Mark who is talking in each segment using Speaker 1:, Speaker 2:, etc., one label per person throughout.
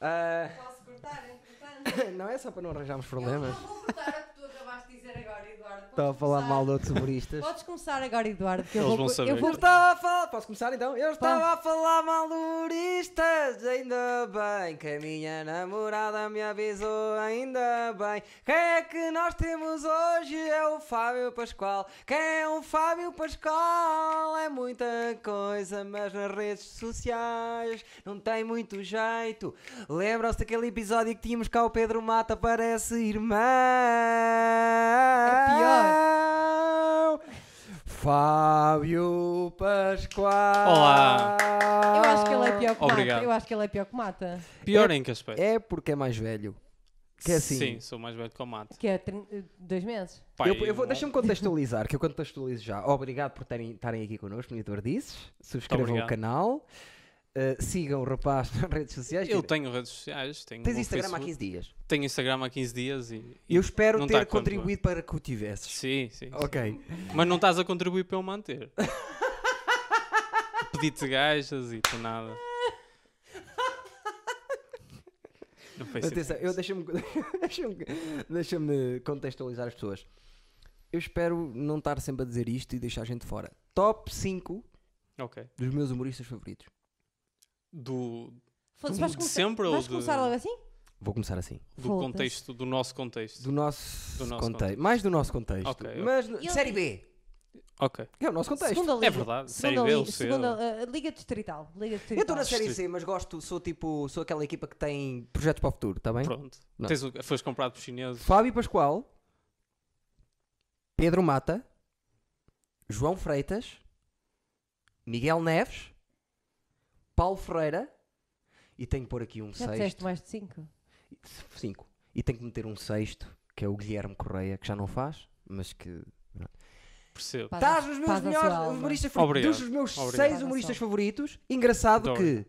Speaker 1: Ah,
Speaker 2: Posso cortar, entretanto?
Speaker 1: não é só para não arranjarmos
Speaker 2: Eu
Speaker 1: problemas.
Speaker 2: não vou cortar o que tu acabaste de dizer agora, Eduardo. Podes
Speaker 1: Estava a falar
Speaker 2: começar.
Speaker 1: mal de outros humoristas.
Speaker 2: Podes começar agora, Eduardo, que eu
Speaker 3: Eles
Speaker 2: vou.
Speaker 3: vão saber.
Speaker 2: Eu
Speaker 1: Eu
Speaker 2: vou...
Speaker 1: estava a falar. Posso começar então? Eu estava a falar mal de humoristas. Ainda bem que a minha namorada me avisou. Ainda bem. Quem é que nós temos hoje? É o Fábio Pascoal. Quem é o Fábio Pascoal? É muita coisa, mas nas redes sociais não tem muito jeito. Lembram-se daquele episódio que tínhamos cá o Pedro Mata? Parece irmão. É Fábio Pascoal.
Speaker 3: Olá.
Speaker 2: Eu acho que ele é pior que
Speaker 3: Obrigado.
Speaker 2: mata. Eu acho que ele é pior que mata.
Speaker 3: Pior em que aspecto?
Speaker 1: É porque é mais velho. Que é assim.
Speaker 3: Sim, sou mais velho que o mate.
Speaker 2: Que é trin- eh, dois meses.
Speaker 3: Pá,
Speaker 1: Eu, eu vou,
Speaker 3: um-
Speaker 1: deixa-me contextualizar, que eu contextualizo já. Obrigado por terem, estarem aqui connosco, Monitor Dizes. Subscrevam o
Speaker 3: Obrigado.
Speaker 1: canal. uh, sigam o rapaz nas redes sociais.
Speaker 3: Eu tenho redes sociais, tenho
Speaker 1: Tens
Speaker 3: o
Speaker 1: Instagram há
Speaker 3: Facebook,
Speaker 1: 15 dias.
Speaker 3: Tenho Instagram há 15 dias e. e-
Speaker 1: Eu espero
Speaker 3: não
Speaker 1: ter
Speaker 3: tá a contribuir.
Speaker 1: contribuído para que o tivesses.
Speaker 3: Sim, sim.
Speaker 1: Ok.
Speaker 3: Mas não estás a contribuir para eu manter. Pedi-te gajas e tu nada. Não fez
Speaker 1: Atenção,
Speaker 3: sentido.
Speaker 1: eu deixa-me deixa-me deixa-me contextualizar as pessoas. Eu espero não estar sempre a dizer isto e deixar a gente fora. Top 5
Speaker 3: Ok.
Speaker 1: dos meus humoristas favoritos.
Speaker 3: Do,
Speaker 2: Foda-se,
Speaker 3: Do
Speaker 2: vais
Speaker 3: de
Speaker 2: começar-
Speaker 3: Hum, sempre ou
Speaker 2: vais
Speaker 3: de-
Speaker 2: começar logo assim?
Speaker 1: Vou começar assim.
Speaker 3: do
Speaker 2: Foda-se.
Speaker 3: contexto, do nosso contexto.
Speaker 1: Do nosso,
Speaker 3: Do nosso
Speaker 1: contexto.
Speaker 3: contexto.
Speaker 1: Mais do nosso contexto.
Speaker 3: Ok, ok.
Speaker 1: Mas no-
Speaker 2: Eu-
Speaker 1: Série B.
Speaker 3: Ok.
Speaker 1: Que é o nosso contexto.
Speaker 2: Segunda liga.
Speaker 3: É verdade, Série
Speaker 2: Segunda
Speaker 3: B,
Speaker 2: liga,
Speaker 3: o seu.
Speaker 2: segunda, eh, liga distrital. Liga distrital.
Speaker 1: Eu estou na
Speaker 3: Sim.
Speaker 1: série C, mas gosto, sou tipo, sou aquela equipa que tem projetos para o futuro, está bem?
Speaker 3: Pronto.
Speaker 1: Não.
Speaker 3: Tens o- foste comprado por chineses.
Speaker 1: Fábio Pascoal, Pedro Mata, João Freitas, Miguel Neves, Paulo Ferreira e tenho que pôr aqui um
Speaker 2: Já
Speaker 1: sexto.
Speaker 2: disseste mais de cinco.
Speaker 1: Cinco. E tenho que meter um sexto, que é o Guilherme Correia, que já não faz, mas que.
Speaker 3: Percebo.
Speaker 2: Paz à-
Speaker 1: Estás nos meus
Speaker 2: paz à sua
Speaker 1: melhores
Speaker 2: alma.
Speaker 1: humoristas favoritos. Dos
Speaker 3: Obrigado.
Speaker 1: meus
Speaker 3: Obrigado.
Speaker 1: seis
Speaker 2: Paz à
Speaker 1: humoristas
Speaker 2: sua
Speaker 1: favoritos. Engraçado
Speaker 3: Adoro.
Speaker 1: que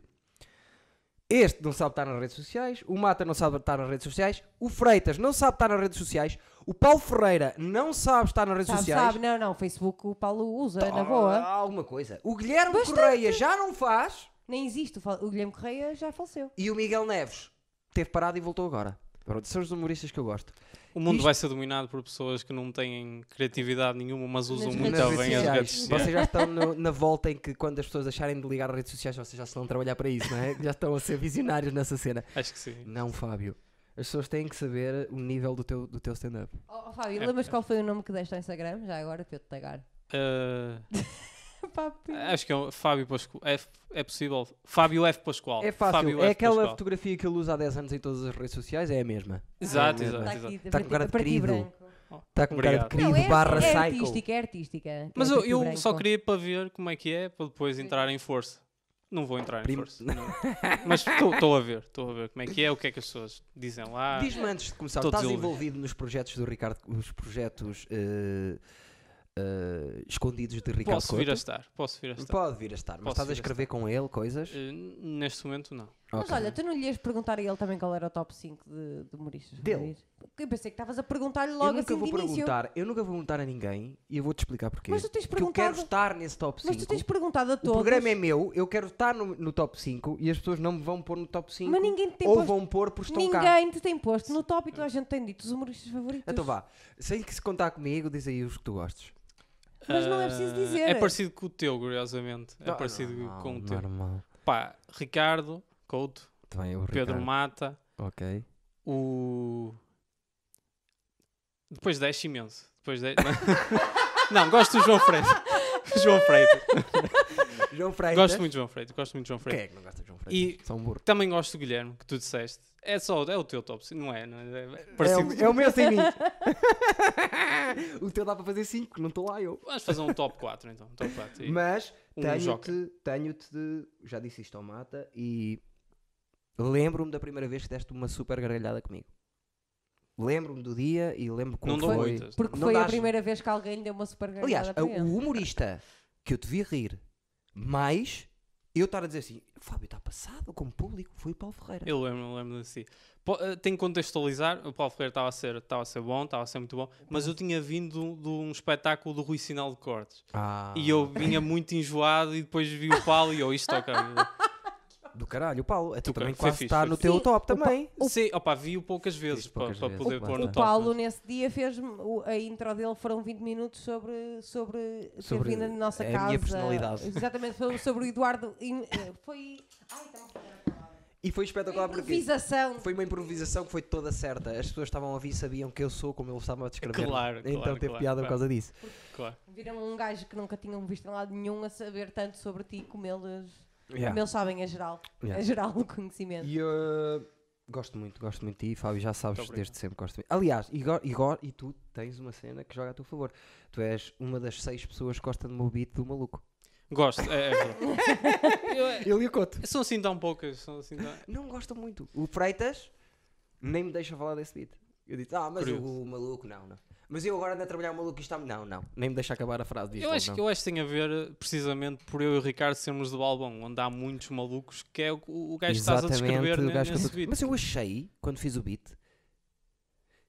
Speaker 1: este não sabe estar nas redes sociais, o Mata não sabe estar nas redes sociais, o Freitas não sabe estar nas redes sociais, o Paulo Ferreira não sabe estar nas redes
Speaker 2: Sabe,
Speaker 1: sociais.
Speaker 2: sabe, não, não. Facebook o Paulo usa,
Speaker 1: Tá,
Speaker 2: na boa.
Speaker 1: Alguma coisa. O Guilherme
Speaker 2: Bastante.
Speaker 1: Correia já não faz
Speaker 2: Nem existe. O Fa- O Guilherme Correia já
Speaker 3: É
Speaker 2: faleceu.
Speaker 1: e o Miguel Neves teve parado e voltou agora. Pronto, são os humoristas que eu gosto.
Speaker 3: O mundo
Speaker 1: Isto-
Speaker 3: vai ser dominado por pessoas que não têm criatividade nenhuma, mas usam
Speaker 2: Nas
Speaker 3: muito
Speaker 2: redes
Speaker 3: bem Então as
Speaker 2: sociais.
Speaker 3: redes sociais.
Speaker 1: Vocês já estão no- na volta em que quando as pessoas acharem de ligar às redes sociais, vocês já se vão trabalhar para isso, não é? Já estão a ser visionários nessa cena.
Speaker 3: Acho que sim.
Speaker 1: Não, Fábio. As pessoas têm que saber o nível do teu, do teu stand-up.
Speaker 2: Oh, oh, Fábio,
Speaker 3: É.
Speaker 2: lembras qual foi o nome que deste ao Instagram? Já agora, para eu te tagar.
Speaker 3: Ah,
Speaker 2: Pá, p-
Speaker 3: acho que é o Fábio Pascoal. É, é possível. Fábio F. Pascoal.
Speaker 1: É fácil.
Speaker 3: Oh, Fábio
Speaker 1: é
Speaker 3: F.
Speaker 1: aquela
Speaker 3: Pascoal.
Speaker 1: fotografia que ele usa há 10 anos em todas as redes sociais, é a mesma.
Speaker 2: Tá
Speaker 3: Exato,
Speaker 1: Ah,
Speaker 3: exato,
Speaker 2: Está
Speaker 3: exato.
Speaker 2: aqui,
Speaker 1: Tá com cara de
Speaker 2: preto e
Speaker 1: querido.
Speaker 2: branco.
Speaker 1: Está com cara de
Speaker 3: Obrigado.
Speaker 1: querido
Speaker 2: Não, é,
Speaker 1: barra
Speaker 2: é
Speaker 1: psycho.
Speaker 2: artística, é artística. É
Speaker 3: Mas eu,
Speaker 2: preto e
Speaker 3: eu
Speaker 2: branco.
Speaker 3: só queria para ver como é que é, para depois entrar em força. Não vou entrar em
Speaker 1: Prim-
Speaker 3: força. não. Mas estou a ver, estou a ver como é que é, o que é que as pessoas dizem lá.
Speaker 1: Diz-me antes de começar,
Speaker 3: Tô
Speaker 1: estás
Speaker 3: desiludido.
Speaker 1: envolvido nos projetos do Ricardo, os projetos eh, eh, escondidos de Ricardo
Speaker 3: Posso vir a
Speaker 1: Couto?
Speaker 3: estar, posso vir a estar. então.
Speaker 1: Pode vir a estar, mas
Speaker 3: Posso
Speaker 1: estás a
Speaker 3: vir a
Speaker 1: escrever com ele coisas?
Speaker 3: Eh, neste momento não.
Speaker 2: Mas
Speaker 1: Ok.
Speaker 2: olha, tu não lhe ias perguntar a ele também qual era o top 5 de, de humoristas?
Speaker 1: Dele.
Speaker 2: favoritos? Eu pensei que estavas a perguntar-lhe
Speaker 1: eu
Speaker 2: logo
Speaker 1: nunca
Speaker 2: assim
Speaker 1: vou
Speaker 2: de início.
Speaker 1: perguntar, eu nunca vou perguntar a ninguém e eu vou-te explicar porquê.
Speaker 2: Mas tu tens
Speaker 1: Porque eu quero
Speaker 2: perguntado.
Speaker 1: estar nesse top 5.
Speaker 2: Mas tu tens perguntado a
Speaker 1: O
Speaker 2: todos.
Speaker 1: programa é meu, eu quero estar no, no top 5 e as pessoas não me vão pôr no top 5.
Speaker 2: Mas ninguém te tem
Speaker 1: ou
Speaker 2: posto.
Speaker 1: vão pôr porque estão cá.
Speaker 2: Ninguém te tem posto no top e toda a gente tem dito os humoristas favoritos.
Speaker 1: Então vá, sem que se contar comigo, diz aí os que tu gostes.
Speaker 2: Mas não é preciso
Speaker 3: Ah,
Speaker 2: dizer.
Speaker 3: É parecido com o teu, curiosamente. É
Speaker 1: Não, é
Speaker 3: parecido
Speaker 1: normal,
Speaker 3: com o teu.
Speaker 1: Normal.
Speaker 3: Pá, Ricardo, Couto,
Speaker 1: Também o
Speaker 3: Pedro
Speaker 1: Ricardo.
Speaker 3: Mata,
Speaker 1: Ok.
Speaker 3: o. Depois desce imenso. Depois de... não, gosto do João Freitas. João Freitas.
Speaker 1: João Freitas.
Speaker 3: Gosto muito de João Freitas. Gosto muito de João
Speaker 1: Quem
Speaker 3: Freitas.
Speaker 1: é que não gosta de João
Speaker 3: E-
Speaker 1: Freitas? São um burro.
Speaker 3: Também gosto do Guilherme, que tu disseste. É só é o teu top, cinco, não é? Não é, é
Speaker 1: É
Speaker 3: parecido.
Speaker 1: o, é o meu sem mim. o teu dá para fazer 5, não estou lá eu.
Speaker 3: Vamos fazer um top 4 então. um Top 4. E
Speaker 1: Mas
Speaker 3: um joker.
Speaker 1: tenho-te, tenho-te de, já disse isto ao Mata e lembro-me da primeira vez que deste uma super gargalhada comigo. Lembro-me do dia e lembro como
Speaker 3: Não dou
Speaker 1: foi.
Speaker 3: muitas.
Speaker 2: Porque
Speaker 1: Não
Speaker 2: foi a
Speaker 1: dás-
Speaker 2: primeira vez que alguém lhe deu uma super
Speaker 1: Aliás,
Speaker 2: gargalhada para
Speaker 1: o
Speaker 2: ele.
Speaker 1: humorista que eu te vi rir, mais eu estar a dizer assim, Fábio está passado como público, foi o Paulo Ferreira.
Speaker 3: Eu lembro, eu lembro de si. Po- eh, Tenho que contextualizar, o Paulo Ferreira estava a ser, estava a ser bom, estava a ser muito bom, mas eu tinha vindo de um espetáculo do Rui Sinal de Cortes.
Speaker 1: Ah.
Speaker 3: E eu vinha muito enjoado e depois vi o Paulo e eu, isto toca.
Speaker 1: Do caralho, o Paulo. Então
Speaker 3: Do
Speaker 1: também
Speaker 3: caralho, foi
Speaker 1: quase
Speaker 3: fixe,
Speaker 1: está
Speaker 3: foi
Speaker 1: no
Speaker 2: fixe.
Speaker 1: teu
Speaker 2: Sim,
Speaker 1: top
Speaker 2: o é Pa-
Speaker 1: também.
Speaker 2: O-
Speaker 3: Sim, opa, vi-o poucas vezes
Speaker 1: Viste
Speaker 3: para
Speaker 1: poucas vezes,
Speaker 3: poder
Speaker 1: pá.
Speaker 3: pôr
Speaker 2: O
Speaker 3: no top. né?
Speaker 2: Paulo,
Speaker 1: é?
Speaker 3: mas-
Speaker 2: nesse dia, fez o- a intro dele, foram 20 minutos sobre, sobre,
Speaker 1: Sobre
Speaker 2: ter vindo à nossa
Speaker 1: a minha
Speaker 2: casa.
Speaker 1: personalidade.
Speaker 2: Exatamente, foi sobre o Eduardo. in- eh, Foi. Ai, estava a falar a palavra.
Speaker 1: E foi espetacular porque
Speaker 2: Improvisação.
Speaker 1: foi uma improvisação que foi toda certa. As pessoas estavam a ouvir e sabiam que eu sou como ele estava a descrever.
Speaker 3: Claro,
Speaker 1: Então
Speaker 3: claro,
Speaker 1: teve
Speaker 3: claro,
Speaker 1: piada por
Speaker 3: claro.
Speaker 1: causa disso.
Speaker 3: Claro.
Speaker 2: Viram um gajo que nunca tinham visto em lado nenhum a saber tanto sobre ti como eles,
Speaker 1: Yeah.
Speaker 2: como eles sabem, a geral.
Speaker 1: Yeah.
Speaker 2: A geral do conhecimento.
Speaker 1: E uh, gosto muito, gosto muito de ti, Fábio, já sabes
Speaker 3: Muito obrigado.
Speaker 1: desde sempre gosto muito. Aliás, Igor, Igor, e tu tens uma cena que joga a teu favor. Tu és uma das seis pessoas que gosta de meu beat do maluco.
Speaker 3: Gosto, é, é verdade. Eu- eh,
Speaker 1: Ele e o Coto.
Speaker 3: são assim tão poucas, são assim tão...
Speaker 1: Não gosta muito. O Freitas nem me deixa falar desse beat. Eu disse, ah, mas
Speaker 3: Curioso.
Speaker 1: o, o maluco, não, não. Mas eu agora ando a trabalhar o maluco e está Não, não. Nem me deixa acabar a frase disso.
Speaker 3: Eu acho, que, eu acho que tem a ver eh, precisamente por eu e o Ricardo sermos do álbum, onde há muitos malucos, que é o, o gajo que estás a descrever
Speaker 1: o
Speaker 3: ne-
Speaker 1: gajo que eu
Speaker 3: nesse
Speaker 1: tô-
Speaker 3: vídeo.
Speaker 1: Mas eu achei, quando fiz o beat,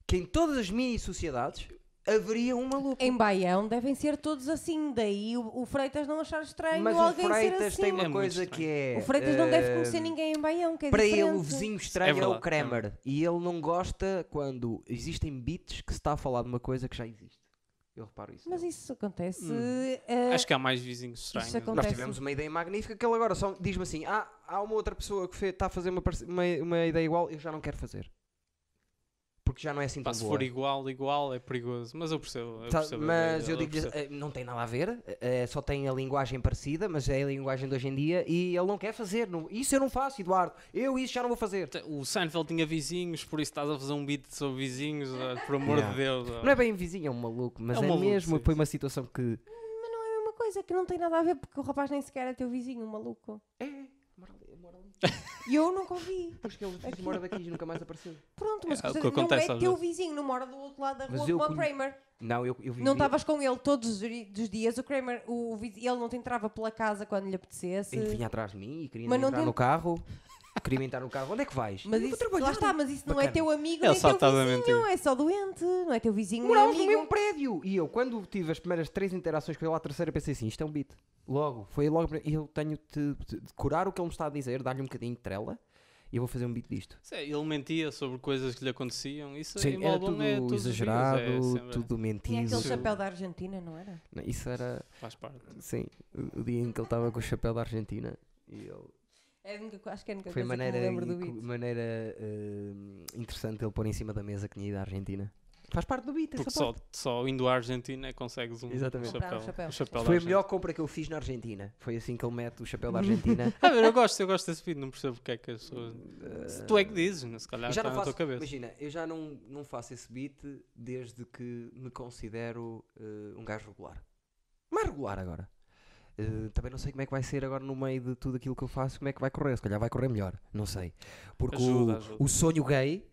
Speaker 1: que em todas as mini sociedades haveria um maluco.
Speaker 2: Em Baião devem ser todos assim, daí o, o Freitas não achar estranho
Speaker 1: Mas o
Speaker 2: alguém ser
Speaker 1: Freitas
Speaker 2: assim.
Speaker 1: tem uma
Speaker 3: É muito
Speaker 1: coisa
Speaker 3: estranho.
Speaker 1: que é.
Speaker 2: O Freitas não deve
Speaker 1: eh,
Speaker 2: conhecer ninguém em Baião, que é
Speaker 1: Para ele,
Speaker 2: diferente.
Speaker 1: o vizinho estranho é, o
Speaker 3: verdade,
Speaker 1: Kramer. E ele não gosta quando existem beats que se está a falar de uma coisa que já existe. Eu reparo isso.
Speaker 2: Mas
Speaker 1: nele.
Speaker 2: isso acontece.
Speaker 3: Hum.
Speaker 2: eh,
Speaker 3: Acho que há mais vizinhos estranhos. né?
Speaker 2: acontece.
Speaker 1: Nós tivemos uma ideia magnífica que ele agora só diz-me assim: ah, há uma outra pessoa que fe- está a fazer uma, parce- uma, uma ideia igual, eu já não quero fazer. Porque já não é assim
Speaker 3: Pá,
Speaker 1: tão
Speaker 3: se
Speaker 1: boa.
Speaker 3: for igual, igual é perigoso. Mas eu percebo. Eu
Speaker 1: Tá,
Speaker 3: percebo a
Speaker 1: mas
Speaker 3: ideia,
Speaker 1: eu digo-lhe,
Speaker 3: percebo.
Speaker 1: eh, não tem nada a ver, eh, só tem a linguagem parecida, mas é a linguagem de hoje em dia e ele não quer fazer. não- isso eu não faço, Eduardo. Eu isso já não vou fazer.
Speaker 3: Te- O Seinfeld tinha vizinhos, por isso estás a fazer um beat sobre vizinhos, ah, por amor
Speaker 1: Yeah.
Speaker 3: de Deus. ah.
Speaker 1: Não é bem vizinho, é um maluco, mas
Speaker 3: É
Speaker 1: é,
Speaker 3: um maluco,
Speaker 1: mesmo.
Speaker 3: sim,
Speaker 1: Foi uma situação que.
Speaker 2: Mas não é a mesma coisa, que não tem nada a ver, porque o rapaz nem sequer é teu vizinho, maluco.
Speaker 1: É, mora ali, mora ali.
Speaker 2: E eu nunca ouvi.
Speaker 1: Depois que ele diz mora daqui e nunca mais apareceu.
Speaker 2: Pronto, mas
Speaker 3: É o que
Speaker 2: quer dizer, não
Speaker 3: acontece
Speaker 2: é
Speaker 3: às
Speaker 2: teu
Speaker 3: vezes.
Speaker 2: vizinho, não mora do outro lado da
Speaker 1: Mas
Speaker 2: rua
Speaker 1: eu
Speaker 2: como o
Speaker 1: conhe-
Speaker 2: Kramer.
Speaker 1: Não, eu, eu vivi.
Speaker 2: Não estavas com ele todos os ri- dos dias. O Kramer, o, viz- ele não te entrava pela casa quando lhe apetecesse.
Speaker 1: Ele vinha atrás de mim e queria
Speaker 2: Mas não
Speaker 1: entrar
Speaker 2: tem-
Speaker 1: no carro. Queria entrar no carro. Onde é que vais?
Speaker 2: Mas
Speaker 1: Eu vou
Speaker 2: isso, lá está, mas isso não é
Speaker 1: Bacana.
Speaker 2: teu amigo,
Speaker 3: Ele tipo,
Speaker 2: nem
Speaker 3: só
Speaker 2: teu
Speaker 3: estava a
Speaker 2: vizinho,
Speaker 3: mentir.
Speaker 2: é só doente, não é teu vizinho, nem
Speaker 1: Morámos no
Speaker 2: amigo.
Speaker 1: mesmo prédio. E eu, quando tive as primeiras três interações com ele, à terceira pensei assim, isto é um beat. Logo, foi logo, para- eu tenho de de- de curar o que ele me está a dizer, dar-lhe um bocadinho de trela e eu vou fazer um beat disto.
Speaker 3: Sim, é, Ele mentia sobre coisas que lhe aconteciam. Isso em
Speaker 1: Sim, era
Speaker 3: álbum
Speaker 1: tudo
Speaker 3: é todos os dias,
Speaker 1: exagerado,
Speaker 3: é sempre-
Speaker 1: tudo
Speaker 2: Tinha
Speaker 1: mentido.
Speaker 2: aquele
Speaker 3: Sim.
Speaker 2: chapéu da Argentina, não era?
Speaker 1: Não, Isso era,
Speaker 3: Faz parte.
Speaker 1: sim, o o dia em que ele estava com o chapéu da Argentina e ele...
Speaker 2: É a única- acho que é a única
Speaker 1: Foi
Speaker 2: coisa
Speaker 1: maneira,
Speaker 2: que me lembro
Speaker 1: in-
Speaker 2: do
Speaker 1: cu-
Speaker 2: beat.
Speaker 1: maneira hum, interessante ele pôr em cima da mesa que tinha ido à Argentina. Faz parte do beat, essa
Speaker 3: Porque
Speaker 1: parte.
Speaker 3: só, só indo à Argentina é que consegues um
Speaker 1: Exatamente.
Speaker 2: Comprar
Speaker 3: chapéu.
Speaker 2: um chapéu.
Speaker 3: um chapéu
Speaker 1: Foi a
Speaker 3: da
Speaker 1: melhor compra que eu fiz na Argentina. Foi assim que ele mete o chapéu da Argentina. eh,
Speaker 3: Ah, mas eu gosto, eu gosto desse vídeo, não percebo porque é que as pessoas. Se tu é que dizes, né? se calhar
Speaker 1: Eu já
Speaker 3: está
Speaker 1: não
Speaker 3: na tua
Speaker 1: faço,
Speaker 3: cabeça.
Speaker 1: imagina, eu já não, não faço esse beat desde que me considero eh, um gajo regular. Mais regular agora. Eh, também não sei como é que vai ser agora no meio de tudo aquilo que eu faço, como é que vai correr. Se calhar vai correr melhor, não sei. Porque
Speaker 3: Ajuda,
Speaker 1: o,
Speaker 3: ajuda.
Speaker 1: o sonho gay,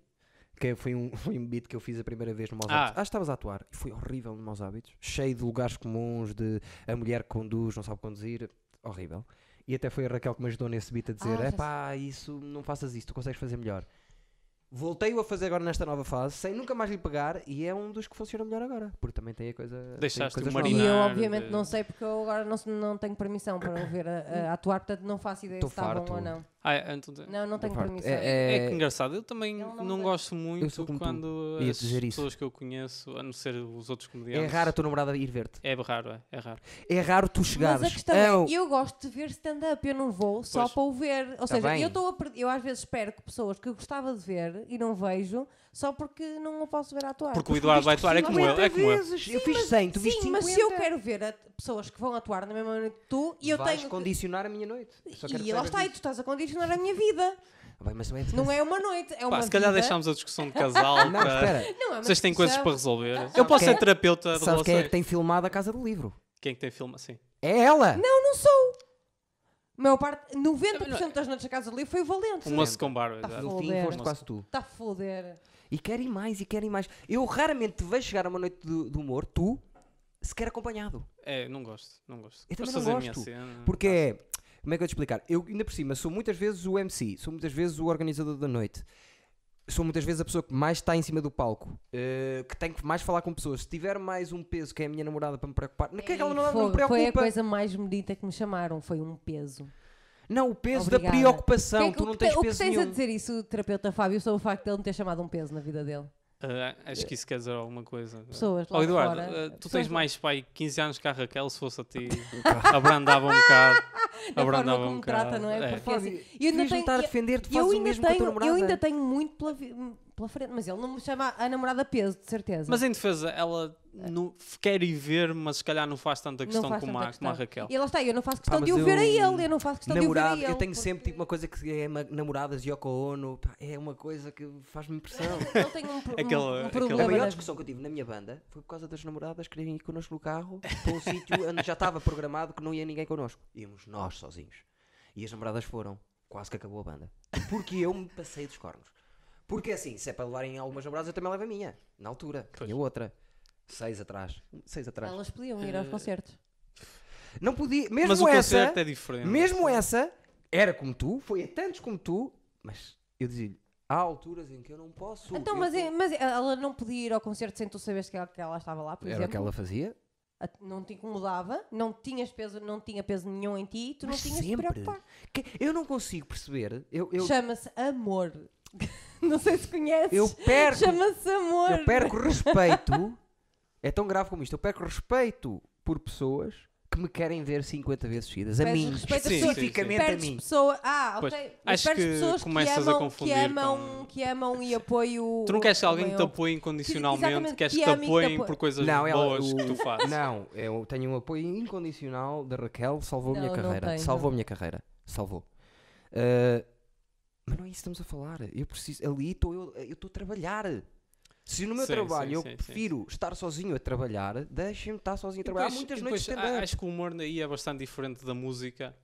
Speaker 1: que foi um, foi um beat que eu fiz a primeira vez no Maus
Speaker 3: Ah.
Speaker 1: Hábitos. Acho que estavas a atuar e foi horrível no Maus Hábitos. Cheio de lugares comuns, de a mulher que conduz, não sabe conduzir. Horrível. E até foi a Raquel que me ajudou nesse beat a dizer:
Speaker 2: já
Speaker 1: é pá, isso, não faças isso, tu consegues fazer melhor. Voltei-o a fazer agora nesta nova fase, sem nunca mais lhe pegar, e é um dos que funciona melhor agora. Porque também tem a coisa. tem
Speaker 3: Deixaste
Speaker 1: coisas
Speaker 3: o
Speaker 1: novas.
Speaker 2: E
Speaker 3: Marinar,
Speaker 2: eu obviamente
Speaker 3: de-
Speaker 2: não sei porque eu agora não, se- não tenho permissão para o ver a, a atuar, portanto não faço ideia se
Speaker 1: Tô
Speaker 2: está bom
Speaker 1: farto.
Speaker 2: ou não.
Speaker 3: Ah, é, então tem-
Speaker 2: Não, não tenho
Speaker 1: Farto.
Speaker 2: permissão.
Speaker 3: é... que
Speaker 1: É, é,
Speaker 3: engraçado, eu também
Speaker 2: Ele não
Speaker 3: não,
Speaker 2: me-
Speaker 3: gosto muito
Speaker 1: sou como tu.
Speaker 3: quando
Speaker 1: Ia
Speaker 3: as
Speaker 1: dizer isso.
Speaker 3: pessoas que eu conheço, a não ser os outros
Speaker 1: é
Speaker 3: comediantes.
Speaker 1: raro a tua namorada ir ver-te.
Speaker 3: É raro, é, é raro.
Speaker 1: É raro tu chegares.
Speaker 2: Mas a questão
Speaker 1: "Oh,
Speaker 2: é, eu gosto de ver stand-up, eu não vou só
Speaker 3: Pois.
Speaker 2: para o ver. Ou seja,
Speaker 1: Tá bem.
Speaker 2: eu, estou a per- eu às vezes espero que pessoas que eu gostava de ver e não vejo, só porque não o posso ver atuar.
Speaker 3: Porque o Eduardo vai atuar, é como eu,
Speaker 1: 50
Speaker 3: é como eu.
Speaker 1: vezes. Eu fiz 100, tu viste
Speaker 2: Sim,
Speaker 1: 50.
Speaker 2: mas se eu quero ver a- pessoas que vão atuar na mesma noite que tu e eu
Speaker 1: Vais
Speaker 2: tenho. que-
Speaker 1: condicionar a minha noite. Eu Só quero
Speaker 2: E lá está, e tu estás a condicionar a minha vida.
Speaker 1: Vai, mas também
Speaker 2: Não é uma noite, é uma
Speaker 3: Pá, se calhar
Speaker 2: vida.
Speaker 3: deixámos a discussão de casal.
Speaker 1: Não,
Speaker 3: para-
Speaker 1: espera.
Speaker 2: Não é uma
Speaker 3: Vocês têm coisas
Speaker 2: discussão.
Speaker 3: para resolver. Eu posso
Speaker 1: quem é-
Speaker 3: ser terapeuta de
Speaker 1: Sabes
Speaker 3: relações.
Speaker 1: quem é que tem filmado a Casa do Livro?
Speaker 3: Quem é que tem filme assim?
Speaker 1: É ela!
Speaker 2: Não, não sou. A maior parte,
Speaker 3: Também é.
Speaker 2: 90% das noites da casa do livro foi o Valente.
Speaker 3: Um moço com barba.
Speaker 2: Tá
Speaker 3: exato.
Speaker 1: No fim
Speaker 2: Foder.
Speaker 1: foste quase tu.
Speaker 2: Está a foder.
Speaker 1: E querem mais, e querem mais. Eu raramente te vejo chegar a uma noite de, de humor, tu, sequer acompanhado.
Speaker 3: É, não gosto, não gosto.
Speaker 1: Eu também
Speaker 3: Gosto de
Speaker 1: não
Speaker 3: fazer a minha
Speaker 1: gosto,
Speaker 3: cena,
Speaker 1: Porque
Speaker 2: Tá.
Speaker 1: é. Como é que eu te explicar? Eu, ainda por cima, sou muitas vezes o MC, sou muitas vezes o organizador da noite, sou muitas vezes a pessoa que mais está em cima do palco, eh, que tem que mais falar com pessoas. Se tiver mais um peso que é a minha namorada para me preocupar, não é que aquela namorada não me
Speaker 2: Fogo,
Speaker 1: preocupa.
Speaker 2: Foi a coisa mais medita que me chamaram, foi um peso.
Speaker 1: Não, o peso da
Speaker 2: Obrigada.
Speaker 1: preocupação.
Speaker 2: O que é que-
Speaker 1: tu
Speaker 2: o
Speaker 1: não
Speaker 2: que
Speaker 1: tens
Speaker 2: te- o que
Speaker 1: peso
Speaker 2: tens
Speaker 1: nenhum.
Speaker 2: a dizer isso, terapeuta Fábio, sobre o facto de ele não ter chamado um peso na vida dele?
Speaker 1: é-
Speaker 3: Ah, acho que isso quer dizer alguma coisa.
Speaker 2: Pessoas lá
Speaker 3: Oh, Eduardo,
Speaker 2: fora.
Speaker 3: ah, tu
Speaker 2: pessoas
Speaker 3: tens mais pai 15 anos que a Raquel, se fosse a ti, abrandava um bocado.
Speaker 2: da forma
Speaker 3: abrandava
Speaker 2: como
Speaker 3: um
Speaker 2: me
Speaker 3: bocado.
Speaker 2: trata, não é? Porque
Speaker 1: Fábio,
Speaker 2: assim, e eu ainda
Speaker 1: devias não
Speaker 2: tenho-
Speaker 1: estar a defender, tu
Speaker 2: eu
Speaker 1: fazes o
Speaker 2: ainda
Speaker 1: mesmo com a tua
Speaker 2: tenho,
Speaker 1: namorada.
Speaker 2: eu ainda tenho muito pela, vi- pela frente, mas ele não me chama a namorada peso, de certeza.
Speaker 3: Mas é em defesa, ela não- quer ir ver, mas se calhar não faz tanta
Speaker 2: É. Não
Speaker 3: questão
Speaker 2: faz
Speaker 3: como,
Speaker 2: tanta
Speaker 3: a, como a Raquel.
Speaker 2: E lá está, eu não faço questão
Speaker 1: mas
Speaker 2: de o ver a
Speaker 1: eu-
Speaker 2: ele, eu não faço questão de o
Speaker 1: Namorado,
Speaker 2: ver a ele.
Speaker 1: eu tenho
Speaker 2: porque
Speaker 1: sempre tipo uma coisa que é ma- namoradas Yoko Ono, pá, é uma coisa que faz-me impressão.
Speaker 2: Eu tenho um, pro- um-
Speaker 3: Aquela-
Speaker 2: um
Speaker 3: aquela-
Speaker 1: A
Speaker 2: problema.
Speaker 1: é maior
Speaker 2: na-
Speaker 1: discussão que eu tive na minha banda foi por causa das namoradas que quererem ir connosco no carro para um sítio onde já estava programado que não ia ninguém connosco. Íamos nós sozinhos. E as namoradas foram. Quase que acabou a banda. Porque eu me passei dos cornos. Porque assim, se é para levarem algumas namoradas, eu também levo a minha. Na altura. Tinha outra. Seis atrás. Seis atrás.
Speaker 2: Elas podiam ir aos
Speaker 3: Eh,
Speaker 2: concertos.
Speaker 1: Não podia. Mesmo
Speaker 3: Mas o
Speaker 1: essa.
Speaker 3: concerto é diferente.
Speaker 1: Mesmo essa, era como tu, foi a tantos como tu, mas eu dizia-lhe, há alturas em que eu não posso.
Speaker 2: Então,
Speaker 1: eu
Speaker 2: mas,
Speaker 1: tô-
Speaker 2: é- mas ela não podia ir ao concerto sem tu saberes que ela, que ela estava lá, por
Speaker 1: Era
Speaker 2: exemplo.
Speaker 1: o que ela fazia?
Speaker 2: A- Não te incomodava, não tinhas peso, não tinha peso nenhum em ti, tu
Speaker 1: Mas
Speaker 2: não tinhas de te
Speaker 1: sempre.
Speaker 2: preocupar.
Speaker 1: Que- eu não consigo perceber. Eu, eu,
Speaker 2: Chama-se amor. não sei se conheces.
Speaker 1: eu perco,
Speaker 2: Chama-se amor.
Speaker 1: eu perco respeito. É tão grave como isto. Eu perco respeito por pessoas que me querem ver 50 vezes seguidas. A
Speaker 2: Perdes
Speaker 1: mim,
Speaker 2: respeito
Speaker 3: a pessoas-
Speaker 1: especificamente a
Speaker 2: Perdes
Speaker 1: mim.
Speaker 2: pessoa- Ah, ok.
Speaker 3: Pois,
Speaker 2: Mas
Speaker 3: acho
Speaker 2: perdes
Speaker 3: que
Speaker 2: pessoas que
Speaker 3: começas a
Speaker 2: amam,
Speaker 3: confundir
Speaker 2: que amam,
Speaker 3: com-
Speaker 2: que amam e apoiam.
Speaker 3: Tu não queres que
Speaker 2: o-
Speaker 3: alguém
Speaker 2: o
Speaker 3: te
Speaker 2: maior-
Speaker 3: apoie incondicionalmente,
Speaker 2: Exatamente,
Speaker 3: queres
Speaker 2: que
Speaker 3: que te
Speaker 2: ame e que
Speaker 3: apoiem
Speaker 2: apoie.
Speaker 3: por coisas
Speaker 1: Não, ela-
Speaker 3: boas que
Speaker 1: o-
Speaker 3: tu fazes.
Speaker 1: Não, eu tenho um apoio incondicional da Raquel, salvou a minha
Speaker 2: Não, não
Speaker 1: carreira.
Speaker 2: tem,
Speaker 1: salvou a
Speaker 2: não.
Speaker 1: minha carreira. Salvou. Ah, mas não é isso que estamos a falar. Eu preciso. Ali estou eu eu estou a trabalhar. Se no meu
Speaker 3: Sim,
Speaker 1: trabalho
Speaker 3: sim,
Speaker 1: eu
Speaker 3: sim, sim,
Speaker 1: prefiro estar sozinho a trabalhar, deixem-me estar sozinho a
Speaker 3: E
Speaker 1: trabalhar. Há
Speaker 3: depois-
Speaker 1: muitas
Speaker 3: e
Speaker 1: noites de
Speaker 3: depois,
Speaker 1: stand-up.
Speaker 3: a- Acho que o humor aí é bastante diferente da música,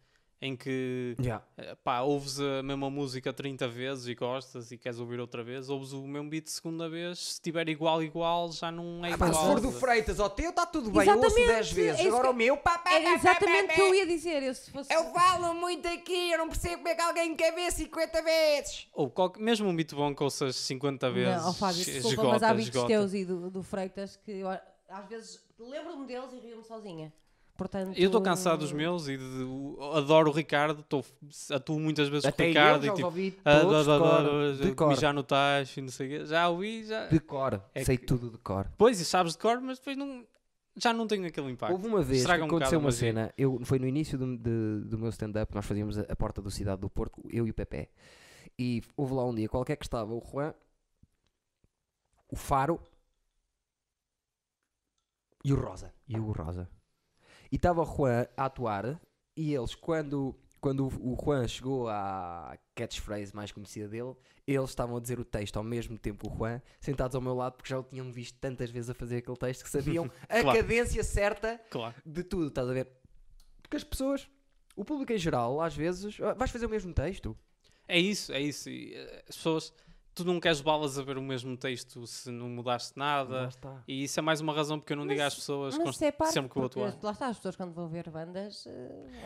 Speaker 3: em que
Speaker 1: Já.
Speaker 3: eh, pá, ouves a mesma música 30 vezes e gostas e queres ouvir outra vez, ouves o mesmo beat segunda vez, se estiver igual, igual, já não é
Speaker 1: Ah, pá,
Speaker 3: igual.
Speaker 1: se for do Freitas ao teu, está tudo bem. Eu ouço
Speaker 2: Exatamente,
Speaker 1: 10 vezes.
Speaker 2: é isso
Speaker 1: Agora
Speaker 2: que-
Speaker 1: o meu, pá, pá, pá,
Speaker 2: Era
Speaker 1: pá,
Speaker 2: exatamente
Speaker 1: pá,
Speaker 2: o que eu
Speaker 1: pá.
Speaker 2: ia dizer. Eu, se
Speaker 3: É
Speaker 2: fosse...
Speaker 1: Eu falo muito aqui, eu não percebo como é que alguém quer ver 50 vezes.
Speaker 3: Ou qualquer- mesmo um beat bom que ouças 50 vezes,
Speaker 2: Não, oh, Fábio,
Speaker 3: esgota,
Speaker 2: desculpa, mas há bichos
Speaker 3: esgota.
Speaker 2: teus e do, do Freitas que eu, às vezes lembro-me deles e rio-me sozinha. Portanto,
Speaker 3: Eu estou cansado dos meus e de- o- adoro o Ricardo, estou atuo muitas vezes com o Ricardo
Speaker 1: é eu já
Speaker 3: e
Speaker 1: os
Speaker 3: tipo.
Speaker 1: ouvi
Speaker 3: ah,
Speaker 1: todos
Speaker 3: blá, blá, blá,
Speaker 1: de
Speaker 3: blá,
Speaker 1: cor, de cor.
Speaker 3: mijar no tacho e não sei o quê. Já ouvi, já.
Speaker 1: De cor,
Speaker 3: É
Speaker 1: sei
Speaker 3: que-
Speaker 1: tudo de cor.
Speaker 3: Pois, e sabes de cor, mas depois não, já não tenho aquele impacto.
Speaker 1: Houve uma vez
Speaker 3: Estraga um
Speaker 1: que aconteceu
Speaker 3: bocado a
Speaker 1: uma
Speaker 3: magia.
Speaker 1: cena, eu, foi no início do, de- do meu stand-up, nós fazíamos a, a porta do Cidade do Porto, eu e o Pepe. E houve lá um dia qualquer que estava o Juan, o Faro e o Rosa. E o Rosa. E estava o Juan a atuar e eles, quando, quando o o Juan chegou à catchphrase mais conhecida dele, eles estavam a dizer o texto ao mesmo tempo que o Juan, sentados ao meu lado, porque já o tinham visto tantas vezes a fazer aquele texto que sabiam a
Speaker 3: Claro.
Speaker 1: cadência certa
Speaker 3: Claro.
Speaker 1: de tudo, estás a ver? Porque as pessoas, o público em geral, às vezes, "Ah, vais fazer o mesmo texto.
Speaker 3: É isso, é isso. E, eh, as pessoas, tu não queres balas a ver o mesmo texto se não mudaste nada.
Speaker 1: Lá está.
Speaker 3: E isso é mais uma razão porque eu não digo às pessoas
Speaker 2: Mas
Speaker 3: const-
Speaker 2: isso é parte,
Speaker 3: sempre que vou
Speaker 2: porque
Speaker 3: atuar.
Speaker 2: Lá está, as pessoas quando vão ver bandas. eh,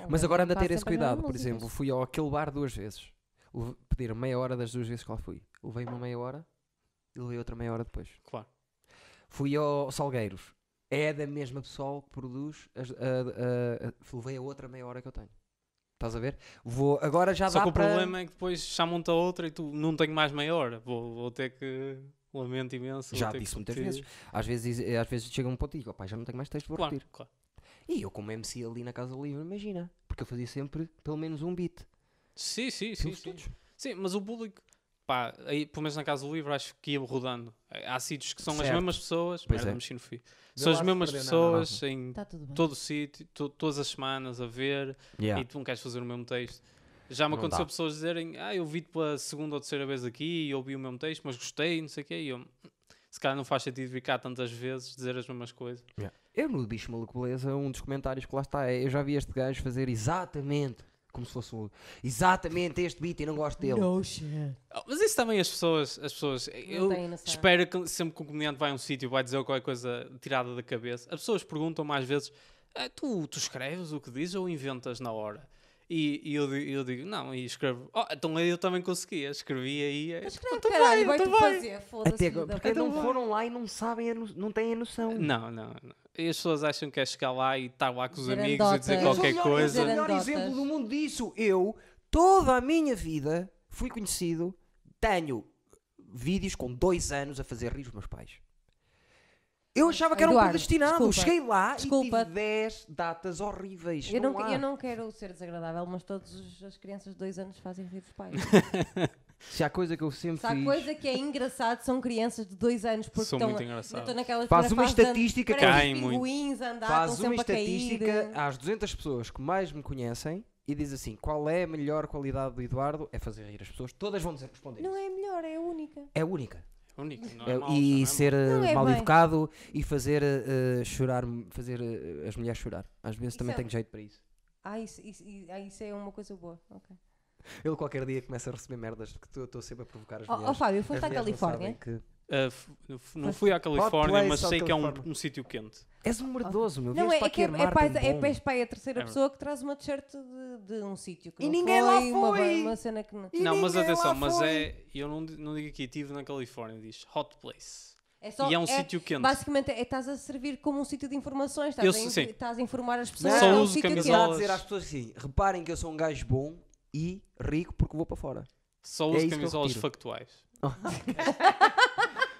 Speaker 2: vão
Speaker 1: Mas
Speaker 2: ver
Speaker 1: agora anda a
Speaker 2: quase
Speaker 1: ter esse
Speaker 2: sempre as mesmas
Speaker 1: cuidado, por
Speaker 2: músicas.
Speaker 1: exemplo, fui ao aquele bar duas vezes. Leve- Pediram meia hora das duas vezes que lá fui. Levei uma meia hora e levei outra meia hora depois.
Speaker 3: Claro.
Speaker 1: Fui ao Salgueiros. É da mesma pessoa que produz. As, a, a- a- levei a outra meia hora que eu tenho. Estás a ver? Vou, agora já
Speaker 3: Só
Speaker 1: dá
Speaker 3: que o
Speaker 1: para-
Speaker 3: problema é que depois chamam-te a outra e tu não tenho mais meia hora. Vou, vou ter que. Lamento imenso. vou
Speaker 1: Já
Speaker 3: ter que
Speaker 1: disse muitas
Speaker 3: repetir.
Speaker 1: vezes. Às vezes, diz- às vezes chega um ponto e digo, "Opá, já não tenho mais texto, vou
Speaker 3: Claro,
Speaker 1: repetir.
Speaker 3: claro.
Speaker 1: E eu, como MC ali na Casa Livre, imagina. Porque eu fazia sempre pelo menos um beat.
Speaker 3: Sim, sim, sim.
Speaker 1: Sim,
Speaker 3: sim. Sim, mas o público, pá, aí, pelo menos na Casa do Livro, acho que ia rodando. Há sítios que são as
Speaker 1: Certo.
Speaker 3: mesmas pessoas,
Speaker 1: Pois
Speaker 3: merda,
Speaker 1: é.
Speaker 3: mexi no fio. São as mesmas pessoas em
Speaker 2: Está tudo Tá bem.
Speaker 3: todo o sítio, to- todas as semanas a ver e tu não queres fazer o mesmo texto. Já me
Speaker 1: Não
Speaker 3: aconteceu
Speaker 1: dá.
Speaker 3: pessoas dizerem, ah, eu vi-te pela segunda ou terceira vez aqui e ouvi o mesmo texto, mas gostei, não sei o quê. E eu, se calhar não faz sentido vir cá tantas vezes dizer as mesmas coisas.
Speaker 1: Eu no Bicho Maluco Beleza, um dos comentários que lá está é: eu já vi este gajo fazer exatamente como se fosse o- exatamente este beat e não gosto dele.
Speaker 2: No shit.
Speaker 3: Ah, Mas isso também as pessoas, as pessoas, eu
Speaker 2: têm noção.
Speaker 3: espero que sempre que um comediante vai a um sítio e vai dizer qualquer coisa tirada da cabeça, as pessoas perguntam mais vezes, "Ah, tu, tu escreves o que dizes ou inventas na hora? E, e eu, di- eu digo, não, e escrevo, oh, então eu também conseguia, escrevi aí, eh,
Speaker 2: Mas escreve,
Speaker 3: "Então
Speaker 2: caralho,
Speaker 3: vai,
Speaker 2: vai-te
Speaker 3: então vai."
Speaker 2: fazer. Foda-se.
Speaker 1: Até
Speaker 2: vida,
Speaker 1: agora, porque é
Speaker 2: vai-te
Speaker 1: não
Speaker 2: fazer.
Speaker 1: foram lá e não sabem, a no- não têm a noção.
Speaker 3: Não, não, não. E as pessoas acham que é chegar lá e estar lá com os
Speaker 2: Dizer
Speaker 3: amigos e dizer
Speaker 2: andotas.
Speaker 3: qualquer
Speaker 1: Mas
Speaker 2: Mas
Speaker 1: olha,
Speaker 2: olha,
Speaker 3: coisa.
Speaker 1: O melhor
Speaker 2: Andotas.
Speaker 1: exemplo do mundo disso. Eu, toda a minha vida, fui conhecido, tenho vídeos com dois anos a fazer rir os meus pais. Eu achava que era um
Speaker 2: Eduardo,
Speaker 1: predestinado.
Speaker 2: desculpa.
Speaker 1: Cheguei lá e
Speaker 2: Desculpa.
Speaker 1: tive 10 datas horríveis.
Speaker 2: Eu não,
Speaker 1: há.
Speaker 2: eu não quero ser desagradável, mas todas os- as crianças de dois anos fazem rir os pais.
Speaker 1: Se há coisa que eu sempre
Speaker 2: Se há
Speaker 1: fiz...
Speaker 2: coisa que é engraçado são crianças de dois anos porque
Speaker 3: São
Speaker 2: estão,
Speaker 3: muito
Speaker 2: ainda
Speaker 3: engraçadas.
Speaker 2: estão naquela
Speaker 1: Faz uma
Speaker 2: fase de-
Speaker 1: estatística que-
Speaker 2: parecem
Speaker 3: Caem muito.
Speaker 2: pinguins a andar,
Speaker 1: Faz
Speaker 2: estão
Speaker 1: uma
Speaker 2: sempre a cair.
Speaker 1: estatística às 200 pessoas que mais me conhecem e diz assim, qual é a melhor qualidade do Eduardo? É fazer rir as pessoas. Todas vão dizer, responder
Speaker 2: Não
Speaker 1: isso.
Speaker 2: é a melhor, é a única.
Speaker 1: É única.
Speaker 3: Único, não
Speaker 1: É,
Speaker 3: é mau, não
Speaker 1: e
Speaker 3: é
Speaker 1: ser
Speaker 2: Não é
Speaker 1: mal
Speaker 2: bem.
Speaker 1: educado e fazer eh, chorar, fazer eh, as mulheres chorar. Às vezes também
Speaker 2: Isso é-
Speaker 1: tenho jeito para isso.
Speaker 2: Ah, isso, isso- isso- ah, isso é uma coisa boa. ok.
Speaker 1: Ele qualquer dia começa a receber merdas que eu estou sempre a provocar as
Speaker 2: Ó
Speaker 1: mulheres.
Speaker 2: ó, Fábio,
Speaker 1: As
Speaker 2: foste à
Speaker 1: mulheres não
Speaker 2: Califórnia?
Speaker 1: sabem que-
Speaker 3: mau. Ah, f- f- não fui à Califórnia,
Speaker 1: place
Speaker 3: mas
Speaker 1: ao
Speaker 3: sei que é um,
Speaker 1: Califórnia.
Speaker 3: um sítio quente.
Speaker 1: És um merdoso, meu.
Speaker 2: Não,
Speaker 1: vieste
Speaker 2: é,
Speaker 1: para
Speaker 2: é que é,
Speaker 1: aqui armar-te
Speaker 2: é, pai,
Speaker 1: um
Speaker 2: é,
Speaker 1: bom.
Speaker 2: pais- pai, a terceira
Speaker 3: É
Speaker 2: pessoa que traz uma t-shirt de, de um sítio que
Speaker 1: E
Speaker 2: não
Speaker 1: ninguém lá
Speaker 2: Uma,
Speaker 1: foi!
Speaker 2: uma cena que não.
Speaker 1: E
Speaker 3: não, mas
Speaker 1: ninguém lá
Speaker 3: atenção, mas
Speaker 1: foi.
Speaker 3: é. Eu não, di- não digo aqui, estive na Califórnia, diz hot place.
Speaker 2: É só,
Speaker 3: e é um sítio quente.
Speaker 2: Basicamente, é, estás a servir como um sítio de informações. Estás,
Speaker 3: Eu
Speaker 2: a,
Speaker 3: sei,
Speaker 2: in-
Speaker 3: sim.
Speaker 2: estás a informar as pessoas.
Speaker 1: Só
Speaker 2: que é um
Speaker 3: uso
Speaker 2: sítio quente.
Speaker 1: Dá a
Speaker 3: camisola.
Speaker 1: dizer às pessoas assim, reparem que eu sou um gajo bom e rico porque vou para fora.
Speaker 3: Só
Speaker 1: É
Speaker 3: uso
Speaker 1: isso que eu
Speaker 3: camisolas
Speaker 1: retiro.
Speaker 3: factuais.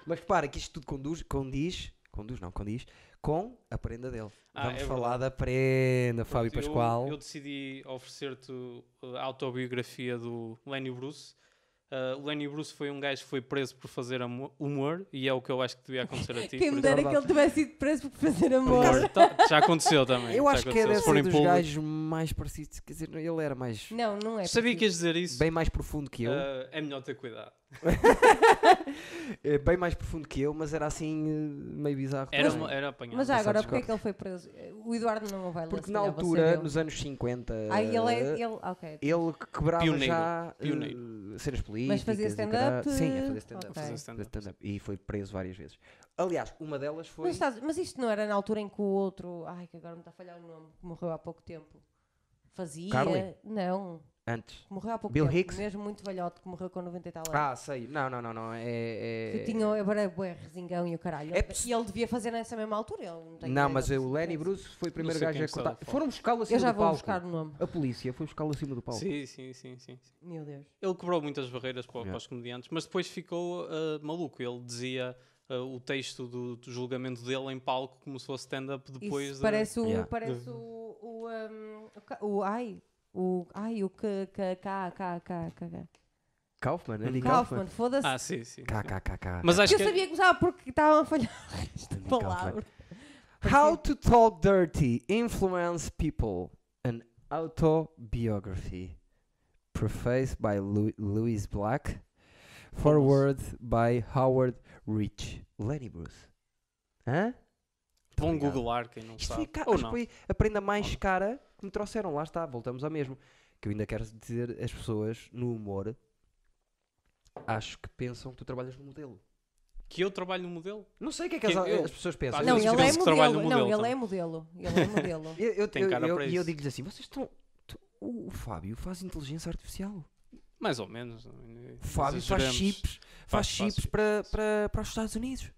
Speaker 1: Mas repara que isto tudo conduz, condiz, conduz não, condiz, com a prenda dele.
Speaker 3: Ah,
Speaker 1: Vamos
Speaker 3: é
Speaker 1: falar da prenda, Fábio
Speaker 3: Eu-
Speaker 1: Pascoal.
Speaker 3: Eu decidi oferecer-te uh, a autobiografia do Lenny Bruce. Uh, o Lenny Bruce foi um gajo que foi preso por fazer amo- humor e é o que eu acho que devia acontecer a ti.
Speaker 2: Quem me
Speaker 3: por exemplo.
Speaker 2: dera é que ele tivesse sido preso por fazer amor.
Speaker 3: Humor. Tá- já aconteceu também.
Speaker 1: Eu
Speaker 3: já
Speaker 1: acho que é
Speaker 3: aconteceu. Se
Speaker 1: deve
Speaker 3: for
Speaker 1: ser
Speaker 3: em
Speaker 1: dos
Speaker 3: público-
Speaker 1: gajos mais parecidos. Quer dizer, ele era mais.
Speaker 2: Não, não é.
Speaker 3: Sabia que
Speaker 2: porque-
Speaker 3: ias dizer isso?
Speaker 1: Bem mais profundo que eu.
Speaker 3: Uh, é melhor ter cuidado.
Speaker 1: eh, Bem mais profundo que eu, mas era assim eh, meio bizarro.
Speaker 3: Era,
Speaker 1: também.
Speaker 3: uma- era apanhado.
Speaker 2: Mas já
Speaker 1: Essa
Speaker 2: agora,
Speaker 1: desculpa.
Speaker 2: porque é que ele foi preso? O Eduardo não vai
Speaker 1: Porque na
Speaker 2: assinar, vou
Speaker 1: altura,
Speaker 2: ser
Speaker 3: um
Speaker 2: eu.
Speaker 1: nos anos 50,
Speaker 2: Ah, ele é.
Speaker 1: eh,
Speaker 2: Ele, ok.
Speaker 1: ele que quebrava
Speaker 3: Pioneiro,
Speaker 1: já eh, cenas políticas.
Speaker 2: Mas fazia
Speaker 1: e caralho.
Speaker 2: stand-up?
Speaker 1: Sim, a fazer stand-up.
Speaker 2: Ok.
Speaker 1: Fazia
Speaker 3: Fazer stand-up.
Speaker 1: stand-up. E foi preso várias vezes. Aliás, uma delas foi.
Speaker 2: Mas, tá- estás- mas isto não era na altura em que o outro. Ai, que agora me está a falhar o nome. Que morreu há pouco tempo. Fazia.
Speaker 1: Carlin?
Speaker 2: Não.
Speaker 1: Antes.
Speaker 2: que Morreu há pouco
Speaker 1: Bill
Speaker 2: tempo.
Speaker 1: Hicks?
Speaker 2: Mesmo muito velhote, que morreu com 90 e tal anos.
Speaker 1: Ah, sei. Não, não, não, não. É.
Speaker 2: Que
Speaker 1: é-
Speaker 2: tinha o Ebrabué, Rezingão e o caralho.
Speaker 1: É poss-
Speaker 2: E ele devia fazer nessa mesma altura. Ele não,
Speaker 1: Não,
Speaker 2: tem direito a
Speaker 1: mas
Speaker 2: ser
Speaker 1: o Lenny
Speaker 2: preso.
Speaker 1: Bruce foi o primeiro
Speaker 3: sei
Speaker 1: gajo
Speaker 3: quem
Speaker 1: a
Speaker 3: está a
Speaker 1: cortar.
Speaker 3: falar.
Speaker 1: Foram buscá-lo acima
Speaker 2: Eu já
Speaker 1: do
Speaker 2: vou
Speaker 1: palco.
Speaker 2: buscar o nome.
Speaker 1: A polícia foi buscá-lo acima do palco.
Speaker 3: Sim, sim, sim, sim, sim.
Speaker 2: Meu Deus.
Speaker 3: Ele quebrou muitas barreiras para, para
Speaker 1: Yeah.
Speaker 3: os comediantes, mas depois ficou ah, maluco. Ele dizia ah, o texto do, do julgamento dele em palco como se fosse stand-up depois.
Speaker 2: Isso
Speaker 3: de-
Speaker 2: parece o.
Speaker 1: Yeah.
Speaker 2: Parece
Speaker 3: de-
Speaker 2: o. o, um, o ca- o, ai. O, ai, o que, que, cá, cá, cá, cá, cá.
Speaker 1: Kaufman, Andy
Speaker 2: Kaufman, foda-se.
Speaker 3: Ah, sim, sim.
Speaker 1: KKKK.
Speaker 3: Mas acho
Speaker 2: eu
Speaker 3: que
Speaker 2: sabia que usava porque estava a falhar esta
Speaker 1: Andy
Speaker 2: palavra.
Speaker 1: How to Talk Dirty Influence People An Autobiography. Preface by Lu- Louis Black. Forward by Howard Rich. Lenny Bruce. Hã? Muito
Speaker 3: vão
Speaker 1: obrigado.
Speaker 3: googlar quem não
Speaker 1: Isto foi,
Speaker 3: sabe.
Speaker 1: ca-
Speaker 3: Ou
Speaker 1: acho
Speaker 3: não.
Speaker 1: que foi a prenda mais cara que me trouxeram. Lá está, voltamos ao mesmo. Que eu ainda quero dizer, as pessoas no humor acho que pensam que tu trabalhas no modelo.
Speaker 3: Que eu trabalho no modelo.
Speaker 1: Não sei o que é que,
Speaker 3: Que
Speaker 1: as,
Speaker 3: eu-
Speaker 1: as pessoas pensam.
Speaker 3: Às
Speaker 2: Não,
Speaker 3: vezes
Speaker 2: ele é
Speaker 3: penso que trabalho
Speaker 2: modelo.
Speaker 3: no
Speaker 2: Não,
Speaker 3: modelo
Speaker 2: ele é modelo. Ele é modelo.
Speaker 1: Eu, eu,
Speaker 3: Tem
Speaker 1: eu-
Speaker 3: cara
Speaker 1: eu-
Speaker 3: para
Speaker 1: e eu
Speaker 3: isso.
Speaker 1: digo-lhes assim: vocês estão. tu- O o Fábio faz inteligência artificial.
Speaker 3: Mais ou menos. não é?
Speaker 1: O Fábio faz
Speaker 3: Exageramos.
Speaker 1: chips, faz
Speaker 3: Faz- faz
Speaker 1: chips
Speaker 3: chips.
Speaker 1: para, para, para os Estados Unidos.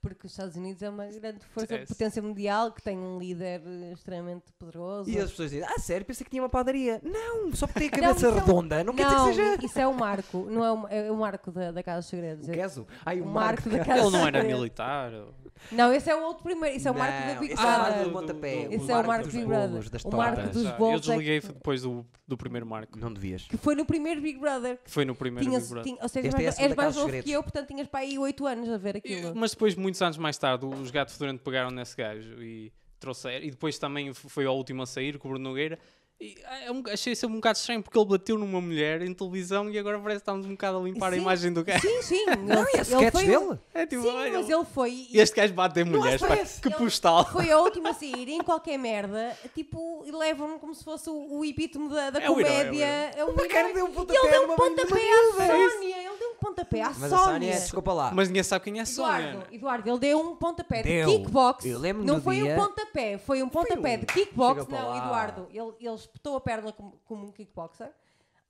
Speaker 2: Porque os Estados Unidos é uma grande força de
Speaker 3: É.
Speaker 2: potência mundial que tem um líder eh, extremamente poderoso.
Speaker 1: E as pessoas dizem: Ah, sério, pensei que tinha uma padaria. Não, só porque tem a
Speaker 2: Não,
Speaker 1: cabeça
Speaker 2: isso é um-
Speaker 1: redonda, não, quer dizer que seja.
Speaker 2: isso é o marco, não é o, é o marco da, da Casa dos Segredos.
Speaker 1: O queso. Ai, o
Speaker 2: O
Speaker 1: um Marco.
Speaker 2: Um marco da Casa
Speaker 3: Ele
Speaker 2: dos
Speaker 3: não era
Speaker 2: Segredos.
Speaker 3: militar. ou-
Speaker 2: Não, esse é o outro primeiro, isso é o marco da
Speaker 1: Não, esse é o
Speaker 2: picada.
Speaker 1: marco do
Speaker 3: Ah,
Speaker 1: pontapé.
Speaker 3: do-
Speaker 2: Esse é o marco
Speaker 3: dos
Speaker 2: Big
Speaker 1: bolos,
Speaker 2: Brother.
Speaker 1: das
Speaker 2: O marco
Speaker 1: tortas.
Speaker 2: dos
Speaker 3: Já, Eu
Speaker 2: bolos. é que-
Speaker 3: desliguei depois do, do primeiro marco.
Speaker 1: Não devias.
Speaker 2: que foi no primeiro Big Brother.
Speaker 3: que Foi no primeiro
Speaker 2: Tinhas,
Speaker 3: Big Brother.
Speaker 2: tinha- ou seja,
Speaker 1: Esta é a
Speaker 2: mais-
Speaker 1: segunda
Speaker 2: és mais
Speaker 1: Casa dos
Speaker 2: novo que
Speaker 1: Segredos.
Speaker 2: eu, portanto tinhas para aí 8 anos a ver
Speaker 3: E-
Speaker 2: aquilo.
Speaker 3: Mas depois, muitos anos mais tarde, os gatos fedorento pegaram nesse gajo e trouxeram. E depois também f- foi ao último a sair, com o Bruno Nogueira. E é um- achei isso um bocado estranho porque ele bateu numa mulher em televisão e agora parece que estamos um bocado a limpar a
Speaker 2: Sim,
Speaker 3: imagem do gajo.
Speaker 2: Sim, sim.
Speaker 1: Não, e a sketch
Speaker 2: foi- um
Speaker 1: dele?
Speaker 3: É tipo,
Speaker 2: Sim,
Speaker 3: olha,
Speaker 2: mas ele foi. e-
Speaker 3: este gajo bate em mulheres,
Speaker 1: foi
Speaker 3: pá,
Speaker 1: esse.
Speaker 3: que
Speaker 2: Ele-
Speaker 3: postal.
Speaker 2: Foi a última a sair em qualquer merda, tipo, e levam-me como se fosse o, o epítome da, da
Speaker 3: É o herói, é o
Speaker 2: comédia. É o
Speaker 1: O bacana
Speaker 2: herói.
Speaker 1: deu um
Speaker 2: E
Speaker 1: pontapé
Speaker 2: Ele
Speaker 1: numa
Speaker 2: deu um
Speaker 1: menina
Speaker 2: pontapé
Speaker 1: miúda,
Speaker 2: à
Speaker 1: é isso.
Speaker 2: Sónia. Ele deu um pontapé à
Speaker 1: Mas a
Speaker 2: Sónia.
Speaker 1: Sónia, desculpa lá.
Speaker 3: Mas ninguém sabe quem é a Sónia.
Speaker 2: Eduardo, Eduardo, ele deu um pontapé
Speaker 1: Deu.
Speaker 2: de kickbox.
Speaker 1: Eu lembro-me
Speaker 2: não
Speaker 1: do
Speaker 2: foi
Speaker 1: dia-
Speaker 2: um pontapé, foi um pontapé
Speaker 1: um-
Speaker 2: de kickbox.
Speaker 1: Chega para
Speaker 2: Não,
Speaker 1: lá.
Speaker 2: Eduardo, ele, ele espetou a perna como, como um kickboxer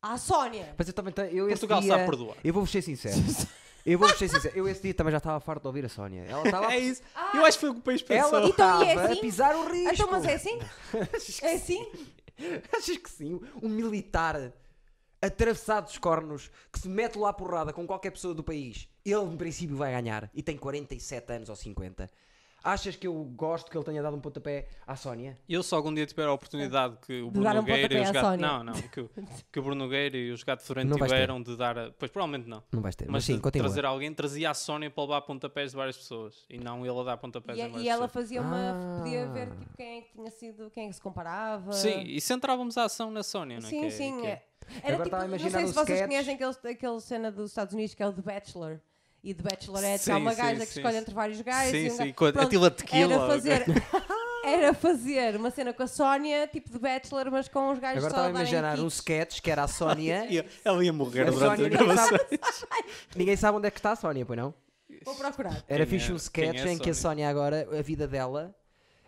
Speaker 2: à Sónia.
Speaker 1: Mas eu também tenho. Eu esse
Speaker 3: Portugal
Speaker 1: dia-
Speaker 3: sabe perdoar.
Speaker 1: Eu vou-vos ser sincero. Eu vou ser sincero, eu esse dia também já estava farto de ouvir a Sónia. Ela
Speaker 2: Tá
Speaker 1: estava
Speaker 3: É isso.
Speaker 2: Ah.
Speaker 3: Eu acho que foi o que o país pensou.
Speaker 1: ela
Speaker 2: Então, e é
Speaker 1: estava a
Speaker 2: assim?
Speaker 1: pisar o risco.
Speaker 2: Então, mas é assim? É assim?
Speaker 1: Achas que sim? Um militar atravessado dos cornos que se mete lá à porrada com qualquer pessoa do país, ele em princípio vai ganhar e tem 47 anos ou 50. Achas que eu gosto que ele tenha dado um pontapé à Sónia?
Speaker 3: Eu só algum dia tiver a oportunidade que o
Speaker 2: De
Speaker 3: Bruno
Speaker 2: dar um
Speaker 3: Nogueira e
Speaker 2: pontapé
Speaker 3: os
Speaker 2: à
Speaker 3: gato...
Speaker 2: Sónia.
Speaker 3: Não, não. Que, o- que o Bruno Nogueira e os gato Florento
Speaker 1: Não vais ter.
Speaker 3: tiveram de dar a... Pois provavelmente não.
Speaker 1: Não vais ter, mas,
Speaker 3: Mas
Speaker 1: sim,
Speaker 3: de
Speaker 1: continua.
Speaker 3: trazer alguém, trazia a Sónia para levar pontapés de várias pessoas. E não ele a dar pontapés
Speaker 2: E,
Speaker 3: a várias
Speaker 2: e ela
Speaker 3: pessoas.
Speaker 2: fazia uma.
Speaker 1: Ah.
Speaker 2: Podia ver tipo, quem é que tinha sido, quem é que se comparava.
Speaker 3: Sim, e centrávamos a ação na Sónia, não é? Que
Speaker 2: Sim,
Speaker 3: é-
Speaker 2: sim.
Speaker 3: que é-
Speaker 2: é. Era
Speaker 1: Agora
Speaker 2: tipo,
Speaker 1: estava a
Speaker 2: não sei
Speaker 1: imaginar
Speaker 2: se
Speaker 1: um
Speaker 2: vocês
Speaker 1: sketch.
Speaker 2: conhecem aquele, aquele cena dos Estados Unidos que é o The Bachelor. E The Bachelorette,
Speaker 3: Sim,
Speaker 2: há uma
Speaker 3: sim,
Speaker 2: gaja que
Speaker 3: sim,
Speaker 2: escolhe
Speaker 3: sim.
Speaker 2: entre vários gajos.
Speaker 3: Sim,
Speaker 2: e um
Speaker 3: sim,
Speaker 2: gajo-
Speaker 3: com a-
Speaker 2: Pronto,
Speaker 3: aquilo a tequila,
Speaker 2: Era
Speaker 3: ok.
Speaker 2: fazer, era fazer uma cena com a Sónia, tipo The Bachelor, mas com os gajos
Speaker 1: Agora
Speaker 2: só
Speaker 1: estava
Speaker 2: a
Speaker 1: a
Speaker 2: darem
Speaker 1: imaginar um
Speaker 2: kicks.
Speaker 1: sketch que era a Sónia.
Speaker 3: E Ela ia morrer
Speaker 1: A
Speaker 3: durante
Speaker 1: Sónia,
Speaker 3: a
Speaker 1: ninguém,
Speaker 3: gravação.
Speaker 1: sabe, ninguém sabe onde é que está a Sónia, pois não?
Speaker 2: Vou procurar.
Speaker 1: Era
Speaker 3: Quem
Speaker 1: fixe
Speaker 3: é-
Speaker 1: um sketch
Speaker 3: quem é a
Speaker 1: em que a
Speaker 3: Sónia?
Speaker 1: Sónia agora, a vida dela,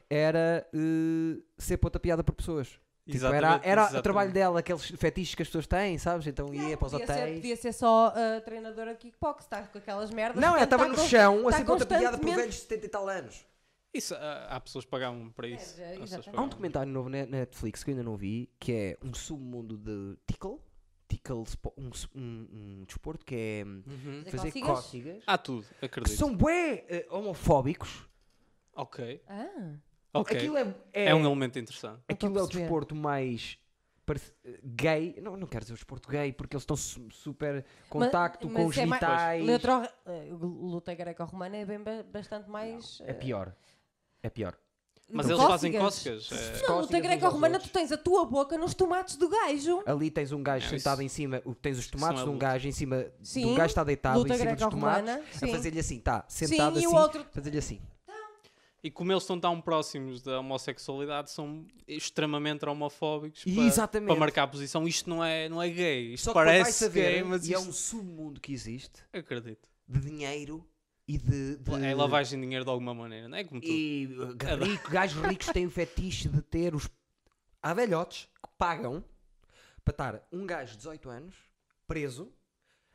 Speaker 1: era eh, ser pontapeada por pessoas. Tipo, era
Speaker 3: Exatamente,
Speaker 1: era o
Speaker 3: exatamente.
Speaker 1: trabalho dela, aqueles fetiches que as pessoas têm, sabes? Então ia para os
Speaker 2: Podia ser,
Speaker 1: hotéis.
Speaker 2: podia ser só a treinadora de kickbox, está com aquelas merdas.
Speaker 1: Não, ela
Speaker 2: portanto,
Speaker 1: estava
Speaker 2: tá
Speaker 1: no
Speaker 2: con-
Speaker 1: chão,
Speaker 2: tá
Speaker 1: assim, pontapeada por
Speaker 2: constantemente-
Speaker 1: velhos de 70 e tal anos.
Speaker 3: Isso, ah, há pessoas que pagavam para isso.
Speaker 2: É,
Speaker 3: Há pessoas que
Speaker 2: exatamente.
Speaker 1: Há um
Speaker 3: pagavam.
Speaker 1: documentário novo na na Netflix que eu ainda não vi, que é um submundo de tickle. Tickle, spo- um, su- um- um desporto que é hum,
Speaker 3: Uhum.
Speaker 1: fazer
Speaker 2: cócegas?
Speaker 1: cócegas.
Speaker 3: Há Ah, tudo,
Speaker 1: Que
Speaker 3: acredito.
Speaker 1: são bué eh, homofóbicos.
Speaker 3: Ok,
Speaker 2: Ah,
Speaker 3: ok.
Speaker 1: Aquilo é, é,
Speaker 3: É um elemento interessante.
Speaker 1: aquilo
Speaker 2: Não
Speaker 1: é o
Speaker 2: estou a perceber.
Speaker 1: desporto mais parece- gay. Não, não quero dizer o desporto gay, porque eles estão su- super contacto
Speaker 2: mas
Speaker 1: com os
Speaker 2: é mais-
Speaker 1: vitais.
Speaker 2: letra, eh, luta greco-romana é bem ba- bastante mais.
Speaker 1: É
Speaker 2: eh,
Speaker 1: pior. É pior.
Speaker 3: Mas
Speaker 2: Então,
Speaker 3: eles fazem
Speaker 2: cócegas?
Speaker 3: cócegas. é.
Speaker 2: Não,
Speaker 1: Cócegas
Speaker 2: luta
Speaker 1: uns aos
Speaker 2: greco-romana, tu
Speaker 1: outros.
Speaker 2: tens a tua boca nos tomates do gajo.
Speaker 1: Ali tens um gajo
Speaker 3: Não,
Speaker 1: sentado
Speaker 3: É, isso-
Speaker 1: em cima, o- tens os
Speaker 3: não
Speaker 1: tomates
Speaker 3: é
Speaker 1: de um
Speaker 3: luta.
Speaker 1: gajo em cima, do
Speaker 2: Sim,
Speaker 1: gajo está deitado
Speaker 2: luta
Speaker 1: em cima dos tomates, a
Speaker 2: greco-romana, né? sim.
Speaker 1: fazer-lhe assim, tá,
Speaker 2: Sim,
Speaker 1: sentado assim,
Speaker 2: e o outro.
Speaker 1: fazer-lhe assim.
Speaker 3: E como eles estão tão próximos da homossexualidade, são extremamente homofóbicos
Speaker 1: E
Speaker 3: para,
Speaker 1: exatamente.
Speaker 3: para marcar a posição. Isto não é, não é gay. Isto
Speaker 1: Só que vai
Speaker 3: parece
Speaker 1: saber,
Speaker 3: gay, mas
Speaker 1: e é
Speaker 3: isto...
Speaker 1: um submundo que existe
Speaker 3: Acredito.
Speaker 1: de dinheiro e de... de-
Speaker 3: É lavagem de dinheiro de alguma maneira, não é como tudo.
Speaker 1: E uh, rico, gajos ricos têm o fetiche de ter os. Há velhotes que pagam para estar um gajo de 18 anos preso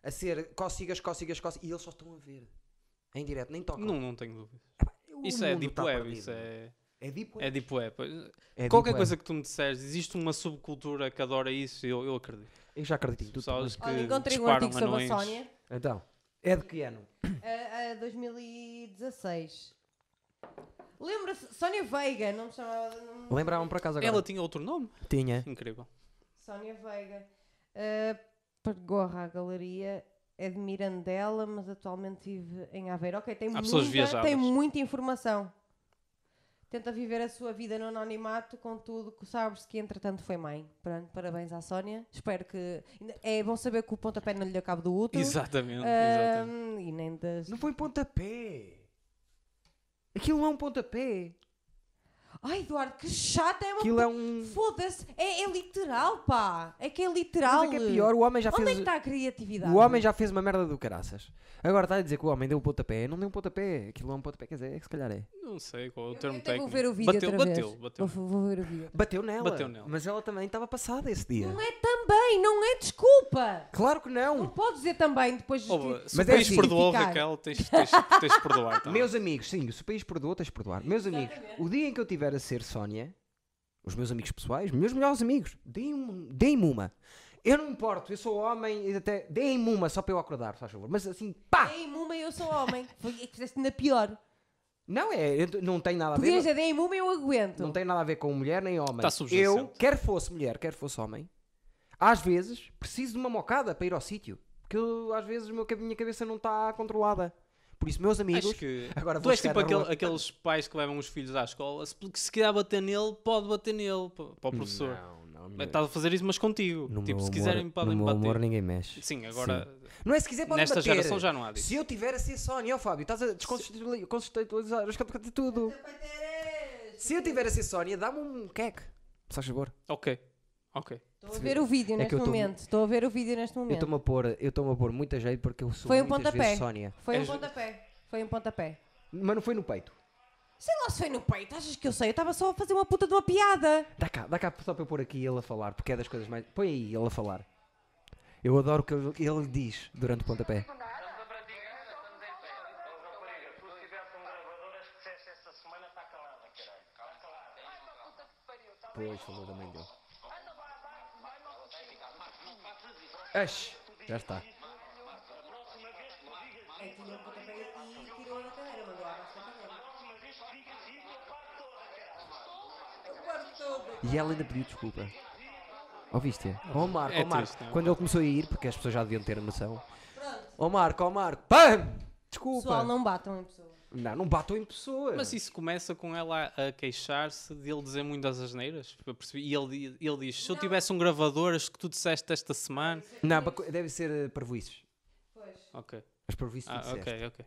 Speaker 1: a ser cócegas, cócegas, cócegas e eles só estão a ver em direto, nem tocam.
Speaker 3: Não, não tenho dúvida.
Speaker 1: O
Speaker 3: Isso é
Speaker 1: mundo
Speaker 3: Deep
Speaker 1: está
Speaker 3: Web,
Speaker 1: perdido.
Speaker 3: isso é,
Speaker 1: É deep
Speaker 3: é
Speaker 1: web.
Speaker 3: Deep Web. Pois,
Speaker 1: É deep
Speaker 3: Qualquer
Speaker 1: web.
Speaker 3: coisa que tu me disseres, existe uma subcultura que adora isso, eu, eu acredito.
Speaker 1: Eu já acredito em tudo.
Speaker 3: Pessoas que
Speaker 2: Olha, encontrei um
Speaker 3: disparam
Speaker 2: artigo sobre a
Speaker 3: anões.
Speaker 2: Sónia,
Speaker 1: Então, é de que ano?
Speaker 2: eh, eh, 2016. Lembra-se, Sónia Veiga, não me chamava. não-
Speaker 1: Lembravam por acaso agora?
Speaker 3: Ela tinha outro nome?
Speaker 1: tinha.
Speaker 3: Incrível.
Speaker 2: Sónia Veiga. Eh, pergorra a galeria. É de Mirandela, mas atualmente vive em Aveiro. Ok, tem,
Speaker 3: Há pessoas
Speaker 2: muita,
Speaker 3: viajadas.
Speaker 2: tem muita informação. Tenta viver a sua vida no anonimato, contudo, que sabes que entretanto foi mãe. Pronto, parabéns à Sónia. Espero que. É bom saber que o pontapé não lhe deu cabo do
Speaker 1: Então,
Speaker 2: útero.
Speaker 3: Exatamente,
Speaker 1: ah,
Speaker 3: exatamente.
Speaker 2: Ahm, e nem das.
Speaker 1: Não foi um pontapé. Aquilo não é um pontapé.
Speaker 2: Ai, Eduardo, que chato! É uma.
Speaker 1: Aquilo é um.
Speaker 2: Foda-se! É, é literal, pá! É que é literal.
Speaker 1: Mas é que é pior, o homem já
Speaker 2: Onde
Speaker 1: fez.
Speaker 2: é que está a criatividade?
Speaker 1: O homem já fez uma merda do caraças. Agora está a dizer que o homem deu um pontapé. Não deu um pontapé. Aquilo é um pontapé. Quer dizer, é que se calhar é.
Speaker 3: Não sei qual é o
Speaker 2: Eu
Speaker 3: termo
Speaker 2: até
Speaker 3: técnico.
Speaker 2: vou ver o vídeo
Speaker 3: bateu,
Speaker 2: outra
Speaker 3: bateu,
Speaker 2: vez.
Speaker 3: bateu.
Speaker 2: Vou, vou ver o vídeo.
Speaker 1: Bateu nela.
Speaker 3: Bateu nela.
Speaker 1: Mas ela também estava passada esse dia.
Speaker 2: Não é também, não é desculpa!
Speaker 1: Claro que
Speaker 2: Não
Speaker 1: não.
Speaker 2: pode dizer também, depois
Speaker 3: Oh,
Speaker 2: justi-
Speaker 3: se
Speaker 1: Mas
Speaker 3: o
Speaker 1: é
Speaker 3: país
Speaker 1: assim.
Speaker 3: perdoou,
Speaker 2: justificar.
Speaker 3: Raquel, tens, tens, tens de perdoar. Tá?
Speaker 1: Meus amigos, sim, se o país perdoou, tens de perdoar. Meus amigos, o dia em que eu tiver a ser Sónia, os meus amigos pessoais, meus melhores amigos, deem-me um, deem-me uma. Eu não me importo, eu sou homem e até. Deem-me uma só para eu acordar, se faz favor. Mas assim, pá!
Speaker 2: Dei muma e eu sou homem. Foi é que fizeste ainda pior.
Speaker 1: Não é, eu t- não tem nada a ver.
Speaker 2: Podias dizer dei muma e eu aguento.
Speaker 1: Não tem nada a ver com mulher nem homem.
Speaker 3: Tá Então. subjacente.
Speaker 1: eu, quer fosse mulher, quer fosse homem, às vezes preciso de uma mocada para ir ao sítio. Porque eu, às vezes o meu- a minha cabeça não está controlada. Por isso, meus amigos.
Speaker 3: Acho que
Speaker 1: Agora
Speaker 3: tu
Speaker 1: vou
Speaker 3: és tipo
Speaker 1: chegar na
Speaker 3: aquele-
Speaker 1: rua.
Speaker 3: aqueles pais que levam os filhos à escola, se, que se quiser bater nele, pode bater nele, pa- para o professor.
Speaker 1: Não, não,
Speaker 3: Mas Estás a fazer isso, mas contigo. tipo, se quiserem, podem bater.
Speaker 1: ninguém mexe.
Speaker 3: Sim, agora,
Speaker 1: Não é se quiser, podem
Speaker 3: nesta
Speaker 1: bater.
Speaker 3: geração já não há disso.
Speaker 1: Se eu tiver a ser Sónia, ó Fábio, estás a descontextualizar de tudo. Se eu tiver a ser Sónia, dá-me um queque. Se faz favor.
Speaker 3: Ok, ok.
Speaker 2: Estou a ver o vídeo
Speaker 1: É que
Speaker 2: neste
Speaker 1: eu tô-
Speaker 2: momento. Estou a ver o vídeo neste
Speaker 1: Eu
Speaker 2: momento.
Speaker 1: estou-me a pôr, eu estou-me a pôr muita jeito porque eu sou
Speaker 2: Foi um
Speaker 1: muitas
Speaker 2: pontapé.
Speaker 1: vezes Sónia.
Speaker 2: Foi um
Speaker 3: És-
Speaker 2: pontapé. Foi um pontapé.
Speaker 1: Mas não foi no peito.
Speaker 2: Sei lá se foi no peito, achas que eu sei? Eu estava só a fazer uma puta de uma piada.
Speaker 1: Dá cá, dá cá só para eu pôr aqui ele a falar, porque é das coisas mais. Põe aí ele a falar. Eu adoro o que ele ele diz durante o pontapé.
Speaker 4: Não foi para ti.
Speaker 1: depois falou da mãe dele. Ash, já está.
Speaker 2: É, tinha um pontapé e tirou a cadeira, mandou a arrastar a cadeira. Eu parto toda.
Speaker 1: E ela ainda pediu desculpa. Ouviste? Ó Marco, ó
Speaker 3: É
Speaker 1: Marco.
Speaker 3: triste, não é?
Speaker 1: Quando ele começou a ir, porque as pessoas já deviam ter a noção.
Speaker 2: Pronto.
Speaker 1: Ó Marco, ó Marco. PAM! Desculpa.
Speaker 2: Pessoal,
Speaker 1: Não...
Speaker 2: não batam em pessoa.
Speaker 1: não, batam em pessoas.
Speaker 3: Mas isso começa com ela a a queixar-se de ele dizer muitas asneiras. eu percebi. E ele, ele diz: Se eu tivesse um gravador, as que tu disseste esta semana.
Speaker 1: Não, pa- deve ser eh, parvoíces.
Speaker 2: Pois.
Speaker 3: Ok.
Speaker 1: As parvoíces
Speaker 3: Ah,
Speaker 1: tu disseste.
Speaker 3: ok, ok.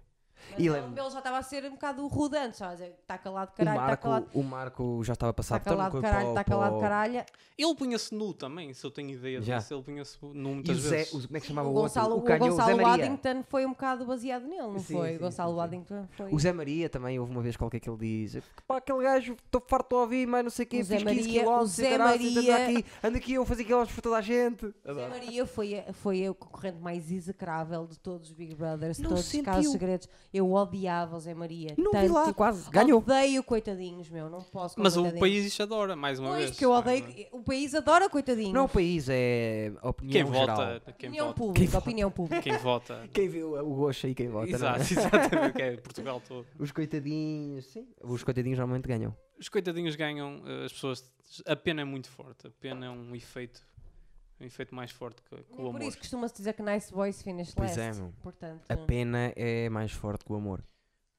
Speaker 2: Mas
Speaker 1: E
Speaker 2: ele,
Speaker 1: lembro-
Speaker 2: ele já estava a ser um bocado rude antes, já a dizer, está calado
Speaker 1: O
Speaker 2: caralho, está
Speaker 1: Marco,
Speaker 2: calado.
Speaker 1: o Marco já estava
Speaker 2: Está
Speaker 1: passado
Speaker 2: calado caralho, está calado caralho.
Speaker 3: Ele punha-se nu também, se eu tenho ideia
Speaker 1: Já.
Speaker 3: disso. Ele punha-se nu
Speaker 1: E o
Speaker 3: muitas
Speaker 1: Zé,
Speaker 3: vezes.
Speaker 1: o, como é que chamava
Speaker 2: O
Speaker 1: o, outro?
Speaker 2: Gonçalo,
Speaker 1: o
Speaker 2: o
Speaker 1: canhão, o Zé
Speaker 2: Gonçalo
Speaker 1: Maria.
Speaker 2: Waddington foi um bocado baseado nele, não
Speaker 1: Sim,
Speaker 2: foi?
Speaker 1: sim,
Speaker 2: O Gonçalo
Speaker 1: sim, sim.
Speaker 2: Waddington foi.
Speaker 1: O Zé Maria também, houve uma vez qualquer que ele diz "É Pá, aquele gajo, estou farto de ouvir, mas não sei o quê,
Speaker 2: O Zé
Speaker 1: fiz 15
Speaker 2: Maria-
Speaker 1: km,
Speaker 2: o Zé Maria-
Speaker 1: aqui, anda aqui eu fazer quilómetros por toda a gente.
Speaker 2: Zé Maria foi, a- foi o concorrente mais execrável de todos os Big Brothers, de
Speaker 1: Não
Speaker 2: todos
Speaker 1: sentiu.
Speaker 2: os casos segredos. Eu odiava o Zé Maria.
Speaker 1: Não vi
Speaker 2: tanto.
Speaker 1: lá, quase, ganhou.
Speaker 2: Odeio coitadinhos, meu, não posso. com
Speaker 3: Mas o
Speaker 2: coitadinhos.
Speaker 3: país adora, mais uma
Speaker 2: Pois,
Speaker 3: vez.
Speaker 2: que eu
Speaker 3: não é?
Speaker 2: odeio. O país adora coitadinhos.
Speaker 1: Não é o país, é a opinião
Speaker 3: Quem
Speaker 1: geral.
Speaker 3: vota, quem
Speaker 2: opinião
Speaker 3: vota.
Speaker 2: pública, opinião pública.
Speaker 3: Quem vota.
Speaker 1: Quem viu o Goxa e quem vota, não é?
Speaker 3: Exato, exatamente. que é Portugal todo.
Speaker 1: Os coitadinhos, sim. Os coitadinhos normalmente ganham.
Speaker 3: Os coitadinhos ganham, eh, as pessoas. A pena é muito forte. A pena é um efeito. Um efeito mais forte que, que o
Speaker 2: É Por
Speaker 3: amor.
Speaker 2: isso costuma-se dizer que Nice Boys finish
Speaker 1: Pois
Speaker 2: last.
Speaker 1: é, meu.
Speaker 2: Portanto,
Speaker 1: A pena é mais forte que o amor.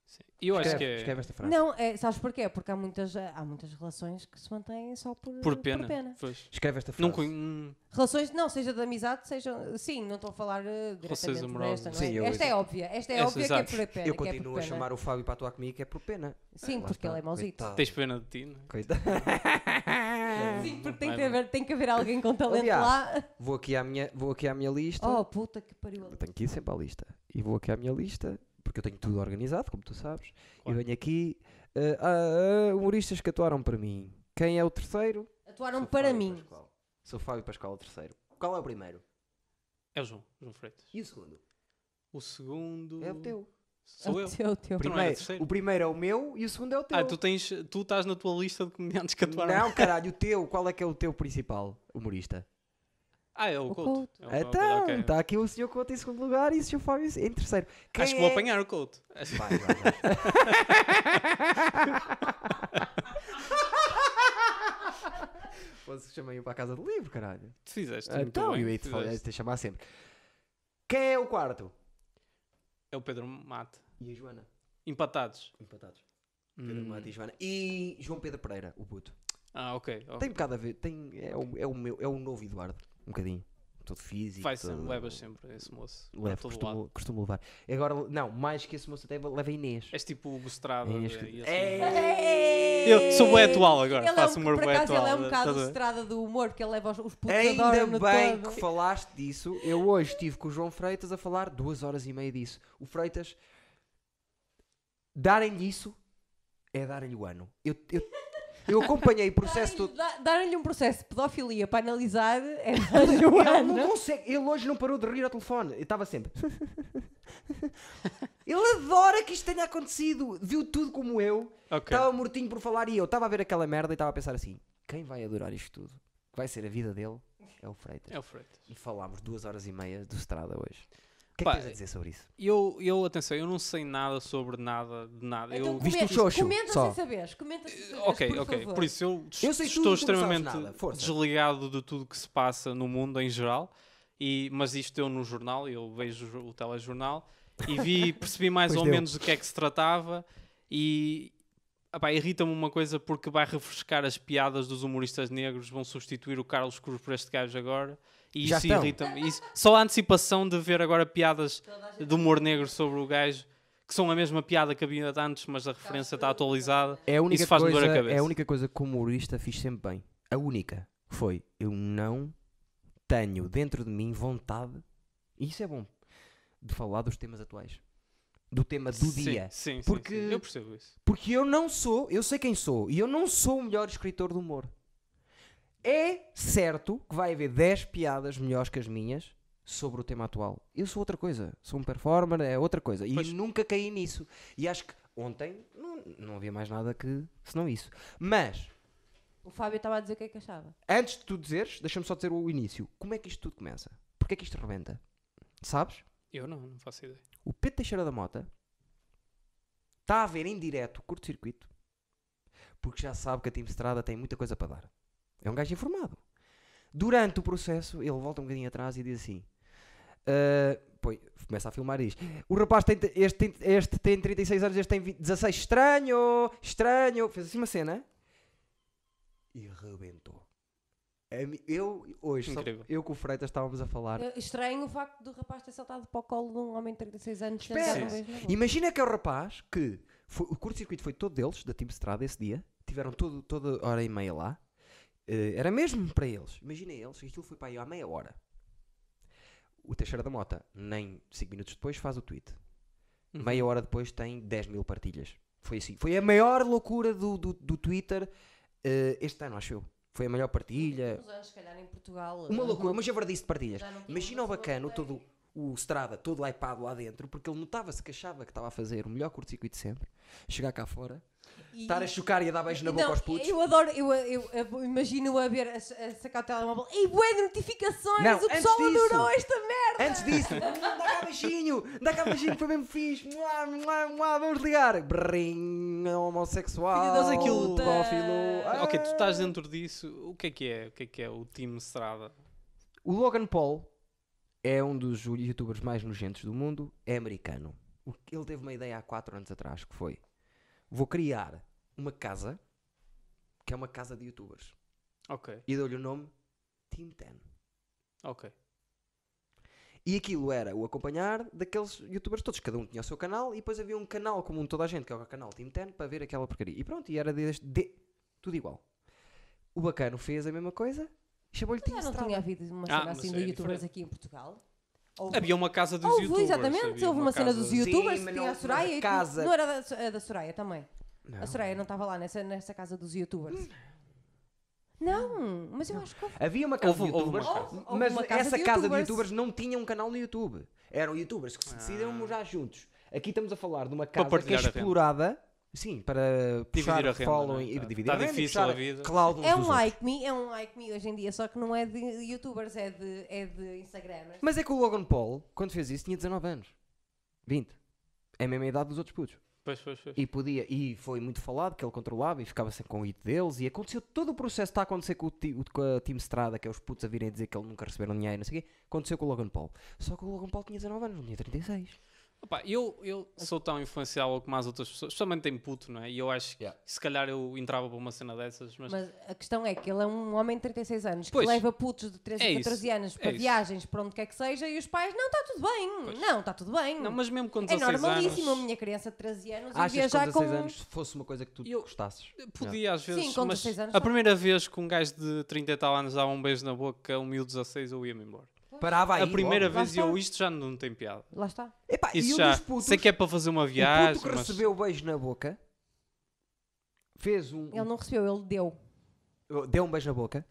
Speaker 3: Sim. E eu acho
Speaker 1: escreve,
Speaker 3: que é.
Speaker 1: escreve esta frase.
Speaker 2: Não, é, sabes porquê? Porque há muitas, há muitas relações que se mantêm só por,
Speaker 3: Por pena. Pois.
Speaker 1: Escreve esta frase.
Speaker 3: Não conhe- hum,
Speaker 2: Relações, não, seja de amizade, seja. Sim, não estou a falar eh,
Speaker 3: Relações
Speaker 2: diretamente
Speaker 3: amorosas.
Speaker 2: desta, não é?
Speaker 1: Sim, eu-
Speaker 2: esta é óbvia, esta é
Speaker 3: Essa,
Speaker 2: óbvia
Speaker 3: exato.
Speaker 2: que é por pena.
Speaker 1: Eu
Speaker 2: que é por
Speaker 1: continuo a
Speaker 2: pena.
Speaker 1: chamar o Fábio para atuar comigo, é por pena.
Speaker 2: Sim,
Speaker 1: Lá
Speaker 2: porque
Speaker 1: está,
Speaker 2: ele é mauzito.
Speaker 1: coitado.
Speaker 3: tens pena de ti, não é?
Speaker 1: Coitado.
Speaker 2: Sim, porque tem
Speaker 3: Vai,
Speaker 2: que,
Speaker 3: vai.
Speaker 2: haver, tem que haver alguém com talento
Speaker 1: Aliás, é um
Speaker 2: lá.
Speaker 1: vou, aqui à minha, vou aqui à minha lista.
Speaker 2: Oh, puta que pariu.
Speaker 1: Eu tenho que ir sempre à lista. E vou aqui à minha lista, porque eu tenho tudo organizado, como tu sabes.
Speaker 3: Claro.
Speaker 1: E venho aqui. eh, ah, ah, humoristas que atuaram para mim. Quem é o terceiro?
Speaker 2: Atuaram
Speaker 1: Sou
Speaker 2: para
Speaker 1: Fábio
Speaker 2: mim.
Speaker 1: Pascoal. Sou Fábio Pascoal, o terceiro. Qual é o primeiro?
Speaker 3: É o João, João Freitas.
Speaker 1: E o segundo?
Speaker 3: O segundo.
Speaker 1: É o teu.
Speaker 3: Sou eu.
Speaker 2: É O teu, o teu.
Speaker 3: Então não era
Speaker 1: Primeiro-
Speaker 3: terceiro?
Speaker 1: o primeiro é o meu e o segundo é o teu.
Speaker 3: Ah, tu tens. Tu estás na tua lista de comediantes que atuaram.
Speaker 1: Não, caralho, o teu. Qual é que é o teu principal humorista?
Speaker 3: Ah, é o,
Speaker 2: O
Speaker 3: Couto.
Speaker 2: Couto.
Speaker 3: É o
Speaker 1: então,
Speaker 3: ok.
Speaker 1: está aqui o senhor Couto em segundo lugar e o senhor Fábio em terceiro. Quem
Speaker 3: Acho que vou
Speaker 1: é-
Speaker 3: apanhar o Couto.
Speaker 1: Vai, vai, vai. Fosse chamei-o para a casa do livro, caralho.
Speaker 3: Tu fizeste. é muito
Speaker 1: Então,
Speaker 3: bem,
Speaker 1: eu ia te, falar, ia
Speaker 3: fizeste.
Speaker 1: te chamar sempre. Quem é o quarto?
Speaker 3: É o Pedro Mate.
Speaker 1: E a Joana.
Speaker 3: Empatados.
Speaker 1: Empatados. Pedro
Speaker 3: Hum.
Speaker 1: Mate e Joana. E João Pedro Pereira, o puto.
Speaker 3: Ah, ok. ok.
Speaker 1: Tem um bocado a ver. Tem, é, o, é, o meu, é o novo Eduardo. Um bocadinho. Todo físico.
Speaker 3: Vai sempre,
Speaker 1: todo-
Speaker 3: levas sempre esse moço. para
Speaker 1: Levo,
Speaker 3: todo
Speaker 1: costumo,
Speaker 3: lado.
Speaker 1: costumo levar. E Agora, não, mais que esse moço até leva a Inês.
Speaker 3: És tipo o Gostrada.
Speaker 1: Inês
Speaker 3: né,
Speaker 1: É que-
Speaker 3: e
Speaker 1: Ei!
Speaker 3: assim.
Speaker 2: Ei!
Speaker 3: Eu sou bué atual agora,
Speaker 2: É. Ele é um-
Speaker 3: faço humor
Speaker 2: por
Speaker 3: bué
Speaker 2: acaso,
Speaker 3: atual.
Speaker 2: Ele é um bocado
Speaker 3: estás a ver?
Speaker 2: estrada do humor, porque ele leva os, os putos
Speaker 1: Ainda
Speaker 2: adoram no
Speaker 1: bem
Speaker 2: todo.
Speaker 1: que falaste disso. Eu hoje estive com o João Freitas a falar duas horas e meia disso. O Freitas, darem-lhe isso é darem-lhe o ano. Eu, eu, eu acompanhei o processo todo.
Speaker 2: Darem-lhe da- darem-lhe um processo de pedofilia para analisar é dar-lhe um
Speaker 1: Ele
Speaker 2: ano.
Speaker 1: não consegue. Ele hoje não parou de rir ao telefone. Eu estava sempre. Ele adora que isto tenha acontecido. Viu tudo como eu.
Speaker 3: Ok.
Speaker 2: Então-
Speaker 1: Estava mortinho por falar e eu estava a ver aquela merda e estava a pensar assim: quem vai adorar isto tudo? Vai ser a vida dele? É o Freitas.
Speaker 3: É o Freitas.
Speaker 1: E falámos duas horas e meia do Estrada hoje. O que é
Speaker 3: Pá,
Speaker 1: que tens a dizer sobre isso?
Speaker 3: Eu, eu, atenção, eu não sei nada sobre nada, de nada.
Speaker 2: Então
Speaker 3: eu...
Speaker 1: Viste o
Speaker 2: comenta-
Speaker 1: xoxo,
Speaker 2: Comenta
Speaker 1: só.
Speaker 2: sem saberes. Comenta sem saberes,
Speaker 3: Ok,
Speaker 2: por
Speaker 3: ok.
Speaker 2: favor.
Speaker 3: Por isso eu,
Speaker 1: Eu
Speaker 3: est-
Speaker 1: sei
Speaker 3: estou
Speaker 1: tudo, tu não sabes
Speaker 3: extremamente
Speaker 1: nada. Força.
Speaker 3: desligado de tudo que se passa no mundo em geral, e, mas isto deu no jornal, eu vejo o telejornal e vi, percebi mais
Speaker 1: Pois
Speaker 3: ou
Speaker 1: deu.
Speaker 3: menos do que é que se tratava e epá, irrita-me uma coisa porque vai refrescar as piadas dos humoristas negros, vão substituir o Carlos Cruz por este gajo agora. E
Speaker 1: Já
Speaker 3: isso
Speaker 1: estão.
Speaker 3: irrita-me. Isso- Só a antecipação de ver agora piadas de humor negro sobre o gajo, que são a mesma piada que havia de antes, mas a referência está atualizada.
Speaker 1: É a
Speaker 3: Isso
Speaker 1: única,
Speaker 3: faz-me
Speaker 1: coisa,
Speaker 3: dor a
Speaker 1: é
Speaker 3: cabeça.
Speaker 1: a única coisa que como humorista fiz sempre bem. A única foi eu não tenho dentro de mim vontade, e isso é bom, de falar dos temas atuais. Do tema do
Speaker 3: Sim,
Speaker 1: dia.
Speaker 3: Sim, sim,
Speaker 1: Porque-
Speaker 3: sim. Eu percebo isso.
Speaker 1: Porque eu não sou, eu sei quem sou, e eu não sou o melhor escritor de humor. É certo que vai haver 10 piadas melhores que as minhas sobre o tema atual. Eu sou outra coisa, sou um performer, é outra coisa. E
Speaker 3: Pois.
Speaker 1: nunca caí nisso. E acho que ontem não, não havia mais nada que senão isso. Mas
Speaker 2: O Fábio estava a dizer o que é que achava.
Speaker 1: Antes de tu dizeres, deixa-me só dizer o início. Como é que isto tudo começa? Porquê é que isto rebenta? Sabes?
Speaker 3: Eu não, não faço ideia.
Speaker 1: O Pedro Teixeira da Mota está a ver em direto o curto-circuito porque já sabe que a Team Estrada tem muita coisa para dar. É um gajo informado. Durante o processo, ele volta um bocadinho atrás e diz assim: "Ah, pois, começa a filmar e diz: O rapaz tem, t- este, tem- este tem 36 anos, este tem 20 16. Estranho, estranho. Fez assim uma cena e rebentou. A mi- Eu, hoje, só-
Speaker 3: Incrível.
Speaker 1: eu com o Freitas estávamos a falar.
Speaker 2: Eh, Estranho o facto do rapaz ter saltado para o colo de um homem de 36 anos sem
Speaker 1: Espera.
Speaker 2: dar um
Speaker 3: Sim,
Speaker 2: beijo na boca.
Speaker 1: Imagina que é o rapaz que foi- o curto-circuito foi todo deles, da Team Estrada, esse dia. Tiveram todo, toda hora e meia lá. Eh, era mesmo para eles. Imagina eles, aquilo foi para aí há meia hora. O Teixeira da Mota, nem 5 minutos depois, faz o tweet.
Speaker 3: Uhum.
Speaker 1: Meia hora depois tem 10 mil partilhas. Foi assim. Foi a maior loucura do, do, do Twitter eh, este ano, acho eu. Foi a maior partilha.
Speaker 2: Uns anos, se calhar, em Portugal.
Speaker 1: Uma
Speaker 2: eh,
Speaker 1: loucura, uma javardice de partilhas.
Speaker 2: Já não tinha
Speaker 1: Imagina o
Speaker 2: uma pessoa
Speaker 1: bacano,
Speaker 2: que
Speaker 1: todo o Strada, todo hypado lá dentro, porque ele notava-se que achava que estava a fazer o melhor curto-circuito de sempre, chegar cá fora,
Speaker 2: e-
Speaker 1: estar a chocar e a dar beijo na boca
Speaker 2: Não,
Speaker 1: aos putos.
Speaker 2: Eu adoro, eu, eu, eu imagino-o a ver, a, a sacar o telemóvel. E bué de notificações!
Speaker 1: Não,
Speaker 2: o
Speaker 1: antes
Speaker 2: pessoal
Speaker 1: disso.
Speaker 2: adorou esta merda!
Speaker 1: Antes disso, dá cá beijinho, dá cá beijinho, foi mesmo fixe, muá, muá, muá, vamos ligar. Brim, homossexual,
Speaker 2: Filho, dás aquilo, tá.
Speaker 1: pedófilo. Ah.
Speaker 3: Ok, tu estás dentro disso. O que é que é? O que é que é o time Estrada?
Speaker 1: O Logan Paul é um dos youtubers mais nojentos do mundo, é americano. O que- Ele teve uma ideia há 4 anos atrás que foi: vou criar uma casa que é uma casa de youtubers
Speaker 3: Ok,
Speaker 1: e dou-lhe o nome Team 10.
Speaker 3: ok.
Speaker 1: E aquilo era o acompanhar daqueles youtubers todos, cada um tinha o seu canal e depois havia um canal comum de toda a gente, que é o canal Team 10, para ver aquela porcaria. E pronto, e era deste, de- tudo igual. O bacano fez a mesma coisa e chamou-lhe Team
Speaker 2: Já não
Speaker 1: Estrada.
Speaker 2: tinha havido uma
Speaker 3: Ah,
Speaker 2: cena
Speaker 3: mas
Speaker 2: assim
Speaker 3: é
Speaker 2: de youtubers
Speaker 3: diferente.
Speaker 2: aqui em Portugal? Houve-
Speaker 3: Havia uma casa dos
Speaker 2: Houve,
Speaker 3: youtubers.
Speaker 2: Oh, exatamente.
Speaker 3: havia
Speaker 2: Houve uma, cena
Speaker 3: casa
Speaker 2: dos
Speaker 3: de-
Speaker 2: youtubers
Speaker 1: Sim,
Speaker 2: que
Speaker 1: mas
Speaker 2: tinha
Speaker 1: não-
Speaker 2: a Soraya.
Speaker 1: mas
Speaker 2: e
Speaker 1: a
Speaker 2: tudo.
Speaker 1: casa-
Speaker 2: Não era da, a da Soraya também.
Speaker 1: Não.
Speaker 2: A Soraya não estava lá nessa, nessa casa dos youtubers. Não, mas eu acho que houve.
Speaker 1: Havia uma casa
Speaker 3: Houve-
Speaker 1: de
Speaker 3: houve
Speaker 1: youtubers,
Speaker 3: uma
Speaker 2: casa. Houve-
Speaker 1: mas
Speaker 2: houve uma casa
Speaker 1: essa
Speaker 2: de
Speaker 1: casa de
Speaker 2: youtubers.
Speaker 1: youtubers não tinha um canal no YouTube. Eram youtubers que se decidiram
Speaker 3: Ah.
Speaker 1: mojar juntos. Aqui estamos a falar de uma
Speaker 3: Para
Speaker 1: casa que é
Speaker 3: partilhar a renda.
Speaker 1: explorada. Sim, para puxar
Speaker 3: Dividir a
Speaker 1: o
Speaker 3: renda,
Speaker 1: following
Speaker 3: né?
Speaker 1: e
Speaker 3: Tá-
Speaker 1: dividir
Speaker 3: tá
Speaker 1: a renda. e
Speaker 3: difícil a
Speaker 1: puxar
Speaker 3: vida.
Speaker 1: cloud uns
Speaker 2: É
Speaker 1: dos
Speaker 2: um
Speaker 1: outros.
Speaker 2: like me, é um like me hoje em dia, só que não é de youtubers, é de, é de Instagramers.
Speaker 1: Mas é que o Logan Paul, quando fez isso, tinha 19 anos. 20. É a mesma idade dos outros putos.
Speaker 3: Pois, pois, pois.
Speaker 1: E podia, e foi muito falado que ele controlava e ficava sempre com o hit deles. E aconteceu todo o processo que está a acontecer com, o ti- o- com a Team Estrada, que é os putos a virem dizer que ele nunca receberam dinheiro, não sei o quê. Aconteceu com o Logan Paul. Só que o Logan Paul tinha 19 anos, não tinha 36.
Speaker 3: Opa, eu, eu sou tão influenciável como as outras pessoas, especialmente em puto, não é? E eu acho que
Speaker 1: Yeah.
Speaker 3: se calhar eu entrava para uma cena dessas, mas,
Speaker 2: Mas a questão é que ele é um homem de 36 anos que
Speaker 3: Pois.
Speaker 2: leva putos de 13
Speaker 3: É
Speaker 2: a
Speaker 3: isso.
Speaker 2: 14 anos
Speaker 3: É
Speaker 2: para
Speaker 3: isso.
Speaker 2: viagens, para onde quer que seja, e os pais, não, está tudo bem,
Speaker 3: Pois.
Speaker 2: não, está tudo bem.
Speaker 3: não, mas mesmo com
Speaker 2: é
Speaker 3: 16
Speaker 2: normalíssimo a
Speaker 3: anos,
Speaker 2: minha criança de 13 anos ir
Speaker 1: Achas que com
Speaker 2: viajar com.
Speaker 1: 16 anos fosse uma coisa que tu
Speaker 3: um- Eu-
Speaker 1: gostasses?
Speaker 3: podia às
Speaker 2: Sim,
Speaker 3: vezes,
Speaker 2: com
Speaker 3: mas
Speaker 2: 16 anos
Speaker 3: a
Speaker 2: dá.
Speaker 3: primeira vez que um gajo de 30 e tal anos dava um beijo na boca, um miúdo de 16, eu ia-me embora.
Speaker 1: Parava aí
Speaker 3: a primeira
Speaker 1: logo.
Speaker 2: Lá
Speaker 3: vez e eu,
Speaker 2: está.
Speaker 3: isto já não tem piada.
Speaker 2: Lá está.
Speaker 1: Epá, e
Speaker 3: Isso
Speaker 1: o
Speaker 3: já,
Speaker 1: dos putos,
Speaker 3: sei que é para fazer uma
Speaker 1: o
Speaker 3: viagem,
Speaker 1: puto que
Speaker 3: mas...
Speaker 1: recebeu o beijo na boca, fez um...
Speaker 2: Ele não recebeu, ele deu.
Speaker 1: Deu um beijo na boca,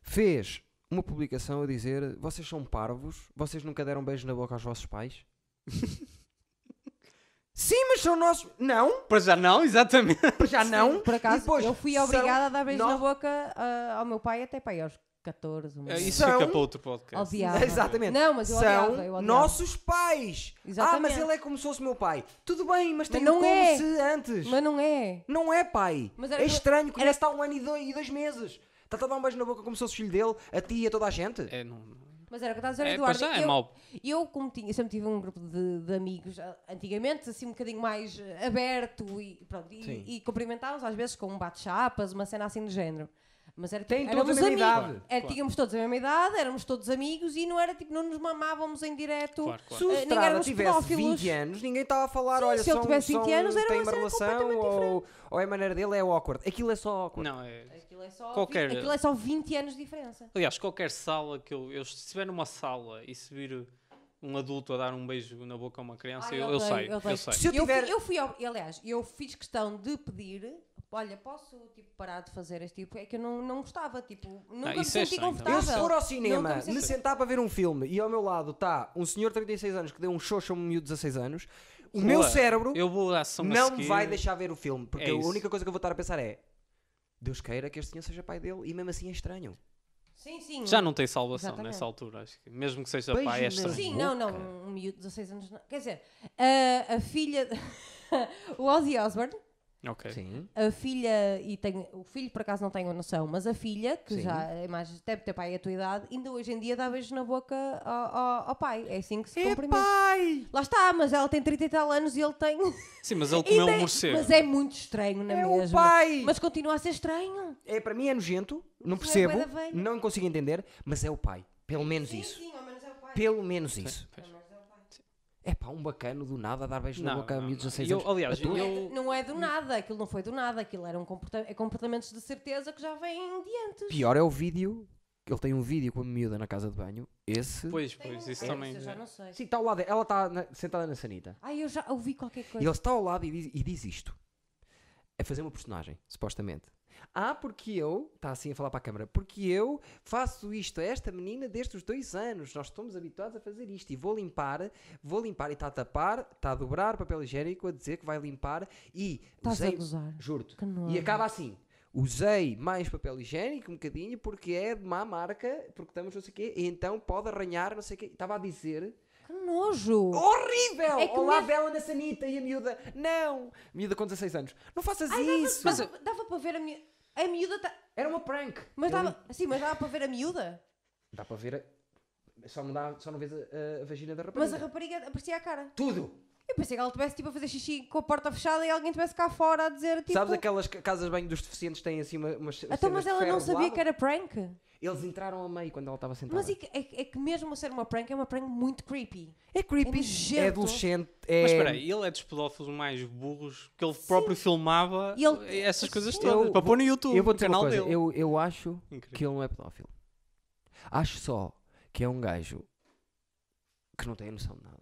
Speaker 1: fez uma publicação a dizer vocês são parvos, vocês nunca deram beijo na boca aos vossos pais? Sim, mas são nossos... Não,
Speaker 3: Para já não, exatamente.
Speaker 1: mas já não.
Speaker 2: Por acaso,
Speaker 1: E depois,
Speaker 2: eu fui
Speaker 1: são
Speaker 2: obrigada a dar beijo na
Speaker 1: nove-
Speaker 2: boca ah, ao meu pai até para aí aos 14. uma
Speaker 3: É, Isso
Speaker 1: São-
Speaker 3: fica para outro podcast.
Speaker 2: Odiava.
Speaker 1: Exatamente.
Speaker 2: Não, mas eu
Speaker 1: São
Speaker 2: odiava, eu odiava.
Speaker 1: nossos pais. Ah, mas
Speaker 2: Exatamente.
Speaker 1: ele é como se fosse meu pai. Tudo bem, mas,
Speaker 2: Mas
Speaker 1: tem um
Speaker 2: não
Speaker 1: como
Speaker 2: é.
Speaker 1: se antes.
Speaker 2: Mas não é.
Speaker 1: Não é, pai.
Speaker 2: Mas era-
Speaker 1: é estranho, que está há um ano e dois, e dois meses. Está a dar um beijo na boca como se fosse filho dele, a ti e a toda a gente.
Speaker 3: É, não, não.
Speaker 2: Mas era o que estás a dizer,
Speaker 3: É,
Speaker 2: Eduardo.
Speaker 3: pois é, é
Speaker 2: eu,
Speaker 3: mau.
Speaker 2: eu, como tinha, eu sempre tive um grupo de, de amigos, ah, antigamente, assim um bocadinho mais eh, aberto e pronto,
Speaker 1: Sim.
Speaker 2: e, e cumprimentávamos às vezes com um bate-chapas, uma cena assim do género. Mas era tipo,
Speaker 1: Têm todos
Speaker 2: éramos
Speaker 1: a mesma
Speaker 2: amigos.
Speaker 1: idade.
Speaker 2: Era- Tínhamos todos a mesma idade, éramos todos amigos e não era tipo, não nos mamávamos em direto.
Speaker 3: Claro, claro.
Speaker 1: Se o
Speaker 2: Eh, ninguém
Speaker 1: Estrada
Speaker 2: éramos
Speaker 1: tivesse
Speaker 2: pedófilos.
Speaker 1: 20 anos, ninguém estava a falar,
Speaker 2: Sim,
Speaker 1: olha,
Speaker 2: se ele
Speaker 1: são-
Speaker 2: tivesse 20
Speaker 1: são-
Speaker 2: anos, era
Speaker 1: tem
Speaker 2: uma
Speaker 1: uma
Speaker 2: cena
Speaker 1: relação,
Speaker 2: completamente
Speaker 1: ou, ou a maneira dele é awkward. Aquilo é só awkward.
Speaker 3: Não, é...
Speaker 2: Aquilo é só,
Speaker 3: Qualquer-
Speaker 2: vi- aquilo é só 20 anos de diferença.
Speaker 3: Aliás, qualquer sala que eu, eu se estiver numa sala e se vir um adulto a dar um beijo na boca a uma criança,
Speaker 2: Ai,
Speaker 3: eu, eu
Speaker 2: odeio,
Speaker 3: saio, eu,
Speaker 2: odeio.
Speaker 1: Se
Speaker 3: saio.
Speaker 1: eu
Speaker 2: Eu,
Speaker 1: tiver-
Speaker 2: fui, eu fui ao- aliás, eu fiz questão de pedir, olha, posso tipo, parar de fazer este tipo, é que eu não, não gostava, tipo, nunca me
Speaker 3: isso é
Speaker 2: senti
Speaker 3: estranho também.
Speaker 1: Eu
Speaker 2: confortável.
Speaker 1: se for ao
Speaker 2: Nunca
Speaker 1: cinema,
Speaker 2: me
Speaker 1: me
Speaker 2: senti-
Speaker 1: sentar para ver um filme e ao meu lado está um senhor de 36 anos que deu um xoxo a um miúdo de 16 anos, o meu
Speaker 3: Boa.
Speaker 1: cérebro
Speaker 3: Eu vou à ação a
Speaker 1: não me
Speaker 3: seguir.
Speaker 1: vai deixar ver o filme, porque
Speaker 3: É
Speaker 1: a
Speaker 3: isso.
Speaker 1: única coisa que eu vou estar a pensar é Deus queira que este senhor seja pai dele. E mesmo assim é estranho.
Speaker 2: Sim, sim.
Speaker 3: Já não tem salvação
Speaker 2: Exatamente.
Speaker 3: nessa altura, acho que. Mesmo que seja
Speaker 1: Beijo
Speaker 3: pai, é
Speaker 1: na
Speaker 3: estranho.
Speaker 2: Sim,
Speaker 1: boca.
Speaker 2: não, não. Um miúdo de 16 anos. Não. Quer dizer, a, a filha. o Ozzy Osbourne,
Speaker 3: Ok.
Speaker 1: Sim.
Speaker 2: a filha. E tem, o filho, por acaso, não tenho noção, mas a filha, que
Speaker 1: Sim.
Speaker 2: já é mais. deve ter pai à tua idade, ainda hoje em dia dá beijo na boca ao, ao- ao pai. É assim que se cumprimenta.
Speaker 1: pai!
Speaker 2: Lá está, mas ela tem 30 e tal anos e ele tem.
Speaker 3: Sim, mas ele
Speaker 2: e
Speaker 3: comeu
Speaker 2: tem-
Speaker 3: um morcego.
Speaker 2: Mas é muito estranho na
Speaker 1: É
Speaker 2: mesma.
Speaker 1: o pai!
Speaker 2: Mas continua a ser estranho.
Speaker 1: É, para mim é nojento, não
Speaker 2: Mas não é
Speaker 1: percebo,
Speaker 2: bué da velha.
Speaker 1: não consigo entender, mas é o pai. Pelo menos
Speaker 2: Sim,
Speaker 1: isso.
Speaker 2: sim, ao menos é o pai.
Speaker 1: Pelo menos isso.
Speaker 3: Pois.
Speaker 1: É pá, um bacano do nada dar beijo na
Speaker 3: Não,
Speaker 1: boca a
Speaker 3: não,
Speaker 1: miúdos
Speaker 3: não. é
Speaker 1: de 16
Speaker 3: Eu-
Speaker 1: anos.
Speaker 3: aliás,
Speaker 1: Então,
Speaker 3: eu-
Speaker 2: Não é do nada, aquilo não foi do nada, aquilo eram comporta é comportamentos de certeza que já vêm de antes.
Speaker 1: Pior é o vídeo, que ele tem um vídeo com a miúda na casa de banho. Esse.
Speaker 3: Pois,
Speaker 2: Tem
Speaker 3: pois,
Speaker 2: um-
Speaker 1: É,
Speaker 3: isso
Speaker 2: Ah,
Speaker 3: também. é
Speaker 2: eu já não sei.
Speaker 1: Sim, está ao lado, ela está na- sentada na sanita.
Speaker 2: Ah, eu já ouvi qualquer
Speaker 1: E
Speaker 2: coisa.
Speaker 1: ele está ao lado e diz, e diz isto. É fazer uma personagem, supostamente. Ah, porque eu, está assim a falar para a câmara, porque eu faço isto a esta menina desde os dois anos. Nós estamos habituados a fazer isto e vou limpar, vou limpar e está a tapar, está a dobrar papel higiênico, a dizer que vai limpar e
Speaker 2: Estás Tá a
Speaker 1: usei-
Speaker 2: gozar.
Speaker 1: Juro-te.
Speaker 2: Que nojo.
Speaker 1: E acaba assim. Usei mais papel higiênico um bocadinho porque é de má marca, porque estamos não sei o quê, e então pode arranhar, não sei o quê. Estava a dizer
Speaker 2: Que nojo!
Speaker 1: Oh, Horrível!
Speaker 2: Oh. É que
Speaker 1: Olá,
Speaker 2: mesmo-
Speaker 1: Bela na Sanita e a miúda. Não! Miúda com 16 anos. Não faças isso!
Speaker 2: Mas dava, dava para ver a miúda. A miúda tá...
Speaker 1: Era uma prank.
Speaker 2: Mas
Speaker 1: Eu
Speaker 2: dava.
Speaker 1: li-
Speaker 2: Sim, mas dava para ver a miúda.
Speaker 1: Dá para ver. a- Só não, dá... Só não vês a, a vagina da rapariga.
Speaker 2: Mas a rapariga aparecia a cara.
Speaker 1: Tudo!
Speaker 2: Eu pensei que ela estivesse tipo a fazer xixi com a porta fechada e alguém estivesse cá fora a dizer tipo.
Speaker 1: Sabes aquelas ca- casas de banho dos deficientes que têm assim uma, umas.
Speaker 2: Então,
Speaker 1: cenas
Speaker 2: mas
Speaker 1: de
Speaker 2: ela
Speaker 1: ferro
Speaker 2: não
Speaker 1: do
Speaker 2: sabia
Speaker 1: lado?
Speaker 2: que era prank.
Speaker 1: Eles entraram a meio quando ela estava sentada.
Speaker 2: Mas é que, é- é que mesmo a ser uma prank, é uma prank muito creepy.
Speaker 1: É
Speaker 2: É
Speaker 1: creepy.
Speaker 2: nojento.
Speaker 1: adolescente. É...
Speaker 3: Mas espera aí, ele é dos pedófilos mais burros que ele próprio filmava eh,
Speaker 2: E ele-
Speaker 3: essas coisas
Speaker 2: Sim.
Speaker 3: todas.
Speaker 1: Eu
Speaker 3: Para
Speaker 1: vou-
Speaker 3: pôr no YouTube,
Speaker 1: Eu vou
Speaker 3: no
Speaker 1: dizer uma
Speaker 3: canal
Speaker 1: coisa.
Speaker 3: dele.
Speaker 1: Eu, eu acho
Speaker 3: Incrível.
Speaker 1: que ele não é pedófilo. Acho só que é um gajo que não tem noção de nada.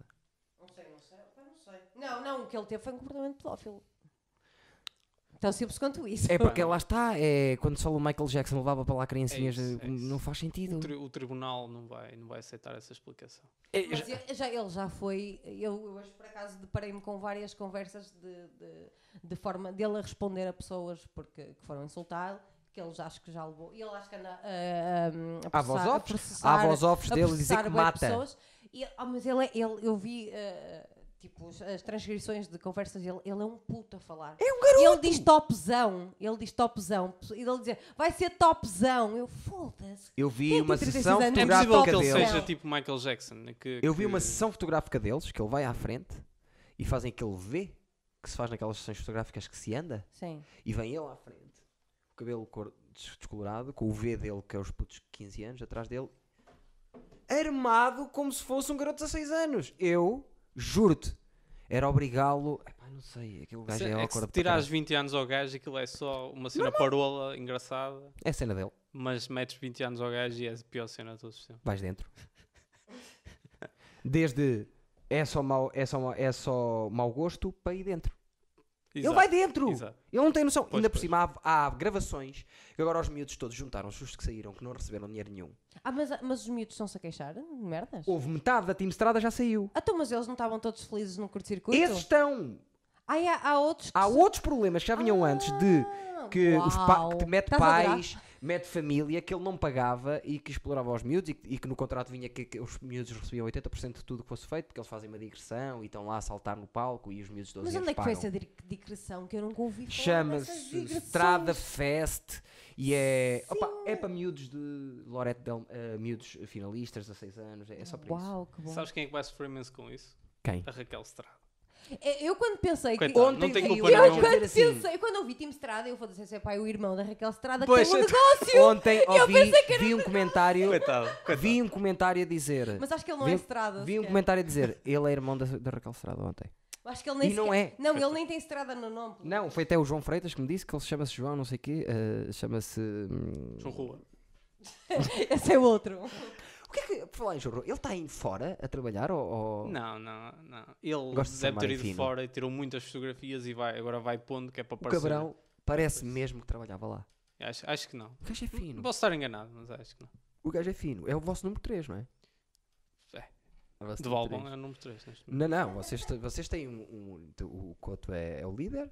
Speaker 2: Não sei, não sei, não sei. Não, não, o que ele teve foi um comportamento pedófilo. Então, Tão simples quanto isso.
Speaker 1: É porque lá está, é quando só o Michael Jackson levava para lá criancinhas,
Speaker 3: É isso, é
Speaker 1: eh,
Speaker 3: isso.
Speaker 1: não faz
Speaker 3: O,
Speaker 1: sentido.
Speaker 3: tri- o tribunal não vai, não vai aceitar essa explicação.
Speaker 1: É,
Speaker 2: Mas ele já, ele já foi. Eu eu hoje, por acaso, deparei-me com várias conversas de, de, de forma dele a responder a pessoas porque, que foram insultar, que ele já acho que já levou. E ele acho que anda a, a, a,
Speaker 1: Há voz
Speaker 2: processar, a
Speaker 1: offs?
Speaker 2: processar.
Speaker 1: Há voz offs
Speaker 2: a
Speaker 1: dele dizer
Speaker 2: processar
Speaker 1: que
Speaker 2: bué
Speaker 1: mata.
Speaker 2: pessoas. E, ah, mas ele, é- ele eu vi eh, tipo as- as transcrições de conversas dele, ele é um puto a falar. É um garoto. Ele diz topzão, ele diz topzão, e ele dizer, vai ser topzão. Eu foda-se.
Speaker 1: Eu
Speaker 2: Quem
Speaker 1: vi
Speaker 2: tem
Speaker 1: uma
Speaker 2: 36
Speaker 1: sessão
Speaker 2: anos?
Speaker 3: É
Speaker 2: Fotográfica
Speaker 3: possível que
Speaker 1: fotográfica
Speaker 3: ele
Speaker 1: deles.
Speaker 3: seja
Speaker 2: Não.
Speaker 3: tipo Michael Jackson. Que,
Speaker 1: Eu vi
Speaker 3: que-
Speaker 1: uma sessão fotográfica deles, que ele vai à frente e fazem aquele V que se faz naquelas sessões fotográficas que se anda,
Speaker 2: Sim.
Speaker 1: e vem ele à frente, o cabelo cor- des- descolorado, com o V dele, que é os putos de 15 anos, atrás dele, armado como se fosse um garoto de 16 anos. Eu, juro-te, era obrigá-lo. Epá, não sei, aquele gajo
Speaker 3: Se,
Speaker 1: é,
Speaker 3: é que se
Speaker 1: awkward para
Speaker 3: tirares
Speaker 1: caralho.
Speaker 3: 20 anos ao gajo, aquilo é só uma cena parola engraçada.
Speaker 1: É a cena dele.
Speaker 3: Mas metes 20 anos ao gajo e é a pior cena de todos os tempos.
Speaker 1: vais dentro. Desde é só mau, é só mau, é só mau gosto para ir dentro. Ele
Speaker 3: Exato.
Speaker 1: vai dentro!
Speaker 3: Exato.
Speaker 1: Ele não tem noção.
Speaker 3: Pois,
Speaker 1: Ainda por
Speaker 3: pois.
Speaker 1: cima há, há gravações que agora os miúdos todos juntaram-se, os que saíram, que não receberam dinheiro nenhum.
Speaker 2: Ah, mas, mas os miúdos estão-se a queixar? de Merdas?
Speaker 1: Houve metade da Team Estrada já saiu.
Speaker 2: Ah, então, mas eles não estavam todos felizes no curto-circuito?
Speaker 1: Esses estão.
Speaker 2: Ai, há, há outros que
Speaker 1: Há
Speaker 2: se-
Speaker 1: outros problemas que já vinham
Speaker 2: Ah,
Speaker 1: antes de que, os pa-
Speaker 2: uau.
Speaker 1: que te mete
Speaker 2: Estás a adorar?
Speaker 1: pais, mete família, que ele não pagava e que explorava os miúdos e que, e que no contrato vinha que, que os miúdos recebiam 80% de tudo que fosse feito, porque eles fazem uma digressão e estão lá a saltar no palco e os miúdos de 12
Speaker 2: Mas
Speaker 1: anos
Speaker 2: onde é que foi
Speaker 1: pagam.
Speaker 2: essa dir- digressão que eu nunca ouvi falar? dessas
Speaker 1: Chama-se
Speaker 2: digressões?
Speaker 1: Estrada Fest e é, opa, é para miúdos de Lorette Del, eh, miúdos finalistas, 16 anos, é, é só para isso.
Speaker 2: Uau, que bom.
Speaker 3: Sabes quem é que vai sofrer imenso com isso?
Speaker 1: Quem?
Speaker 3: A Raquel Estrada.
Speaker 2: É, Eu quando pensei que...
Speaker 3: Coitado, não
Speaker 1: Ontem
Speaker 3: tem
Speaker 1: caiu.
Speaker 3: culpa
Speaker 2: Eu
Speaker 1: Olha,
Speaker 3: nenhuma.
Speaker 1: vou dizer
Speaker 2: quando
Speaker 1: assim.
Speaker 2: pensei, quando eu vi Tim Estrada, eu vou dizer se é pai o irmão da Raquel Estrada
Speaker 3: Pois,
Speaker 2: que tem um
Speaker 3: eu-
Speaker 2: negócio.
Speaker 1: é, Ontem
Speaker 2: eu
Speaker 1: ouvi,
Speaker 2: pensei que era
Speaker 1: vi um comentário,
Speaker 3: Coitado. coitado.
Speaker 1: vi um comentário a dizer,
Speaker 2: Mas acho que ele não
Speaker 1: Vi-
Speaker 2: é Estrada.
Speaker 1: vi um
Speaker 2: sequer.
Speaker 1: comentário a dizer, ele é irmão da, da Raquel Estrada ontem.
Speaker 2: Acho que ele nem
Speaker 1: E não
Speaker 2: sequer-
Speaker 1: é.
Speaker 2: Não, ele nem tem Estrada no nome.
Speaker 1: Não, foi até o João Freitas que me disse que ele chama-se João, não sei o quê, eh, chama-se... hum,
Speaker 3: João Rua.
Speaker 2: Esse é outro.
Speaker 1: O que é que, por falar em João Rua, ele está aí fora a trabalhar ou... ou-
Speaker 3: Não, não, não. Ele
Speaker 1: Gosto de ser
Speaker 3: deve ter ido
Speaker 1: marifino.
Speaker 3: fora e tirou muitas fotografias e vai, agora vai pondo que é para
Speaker 1: O
Speaker 3: parecer.
Speaker 1: cabrão parece mesmo que trabalhava lá.
Speaker 3: Acho, acho que não.
Speaker 1: O
Speaker 2: Hum,
Speaker 1: gajo é fino.
Speaker 3: Posso estar enganado, mas acho que não.
Speaker 1: O gajo é fino. É o vosso número 3, não é?
Speaker 3: É.
Speaker 1: O vosso
Speaker 3: De
Speaker 1: número
Speaker 3: Valbon
Speaker 1: três.
Speaker 3: é o número 3 neste momento.
Speaker 1: Não, não. Vocês, te- vocês têm um... um- o Coto é, é o líder.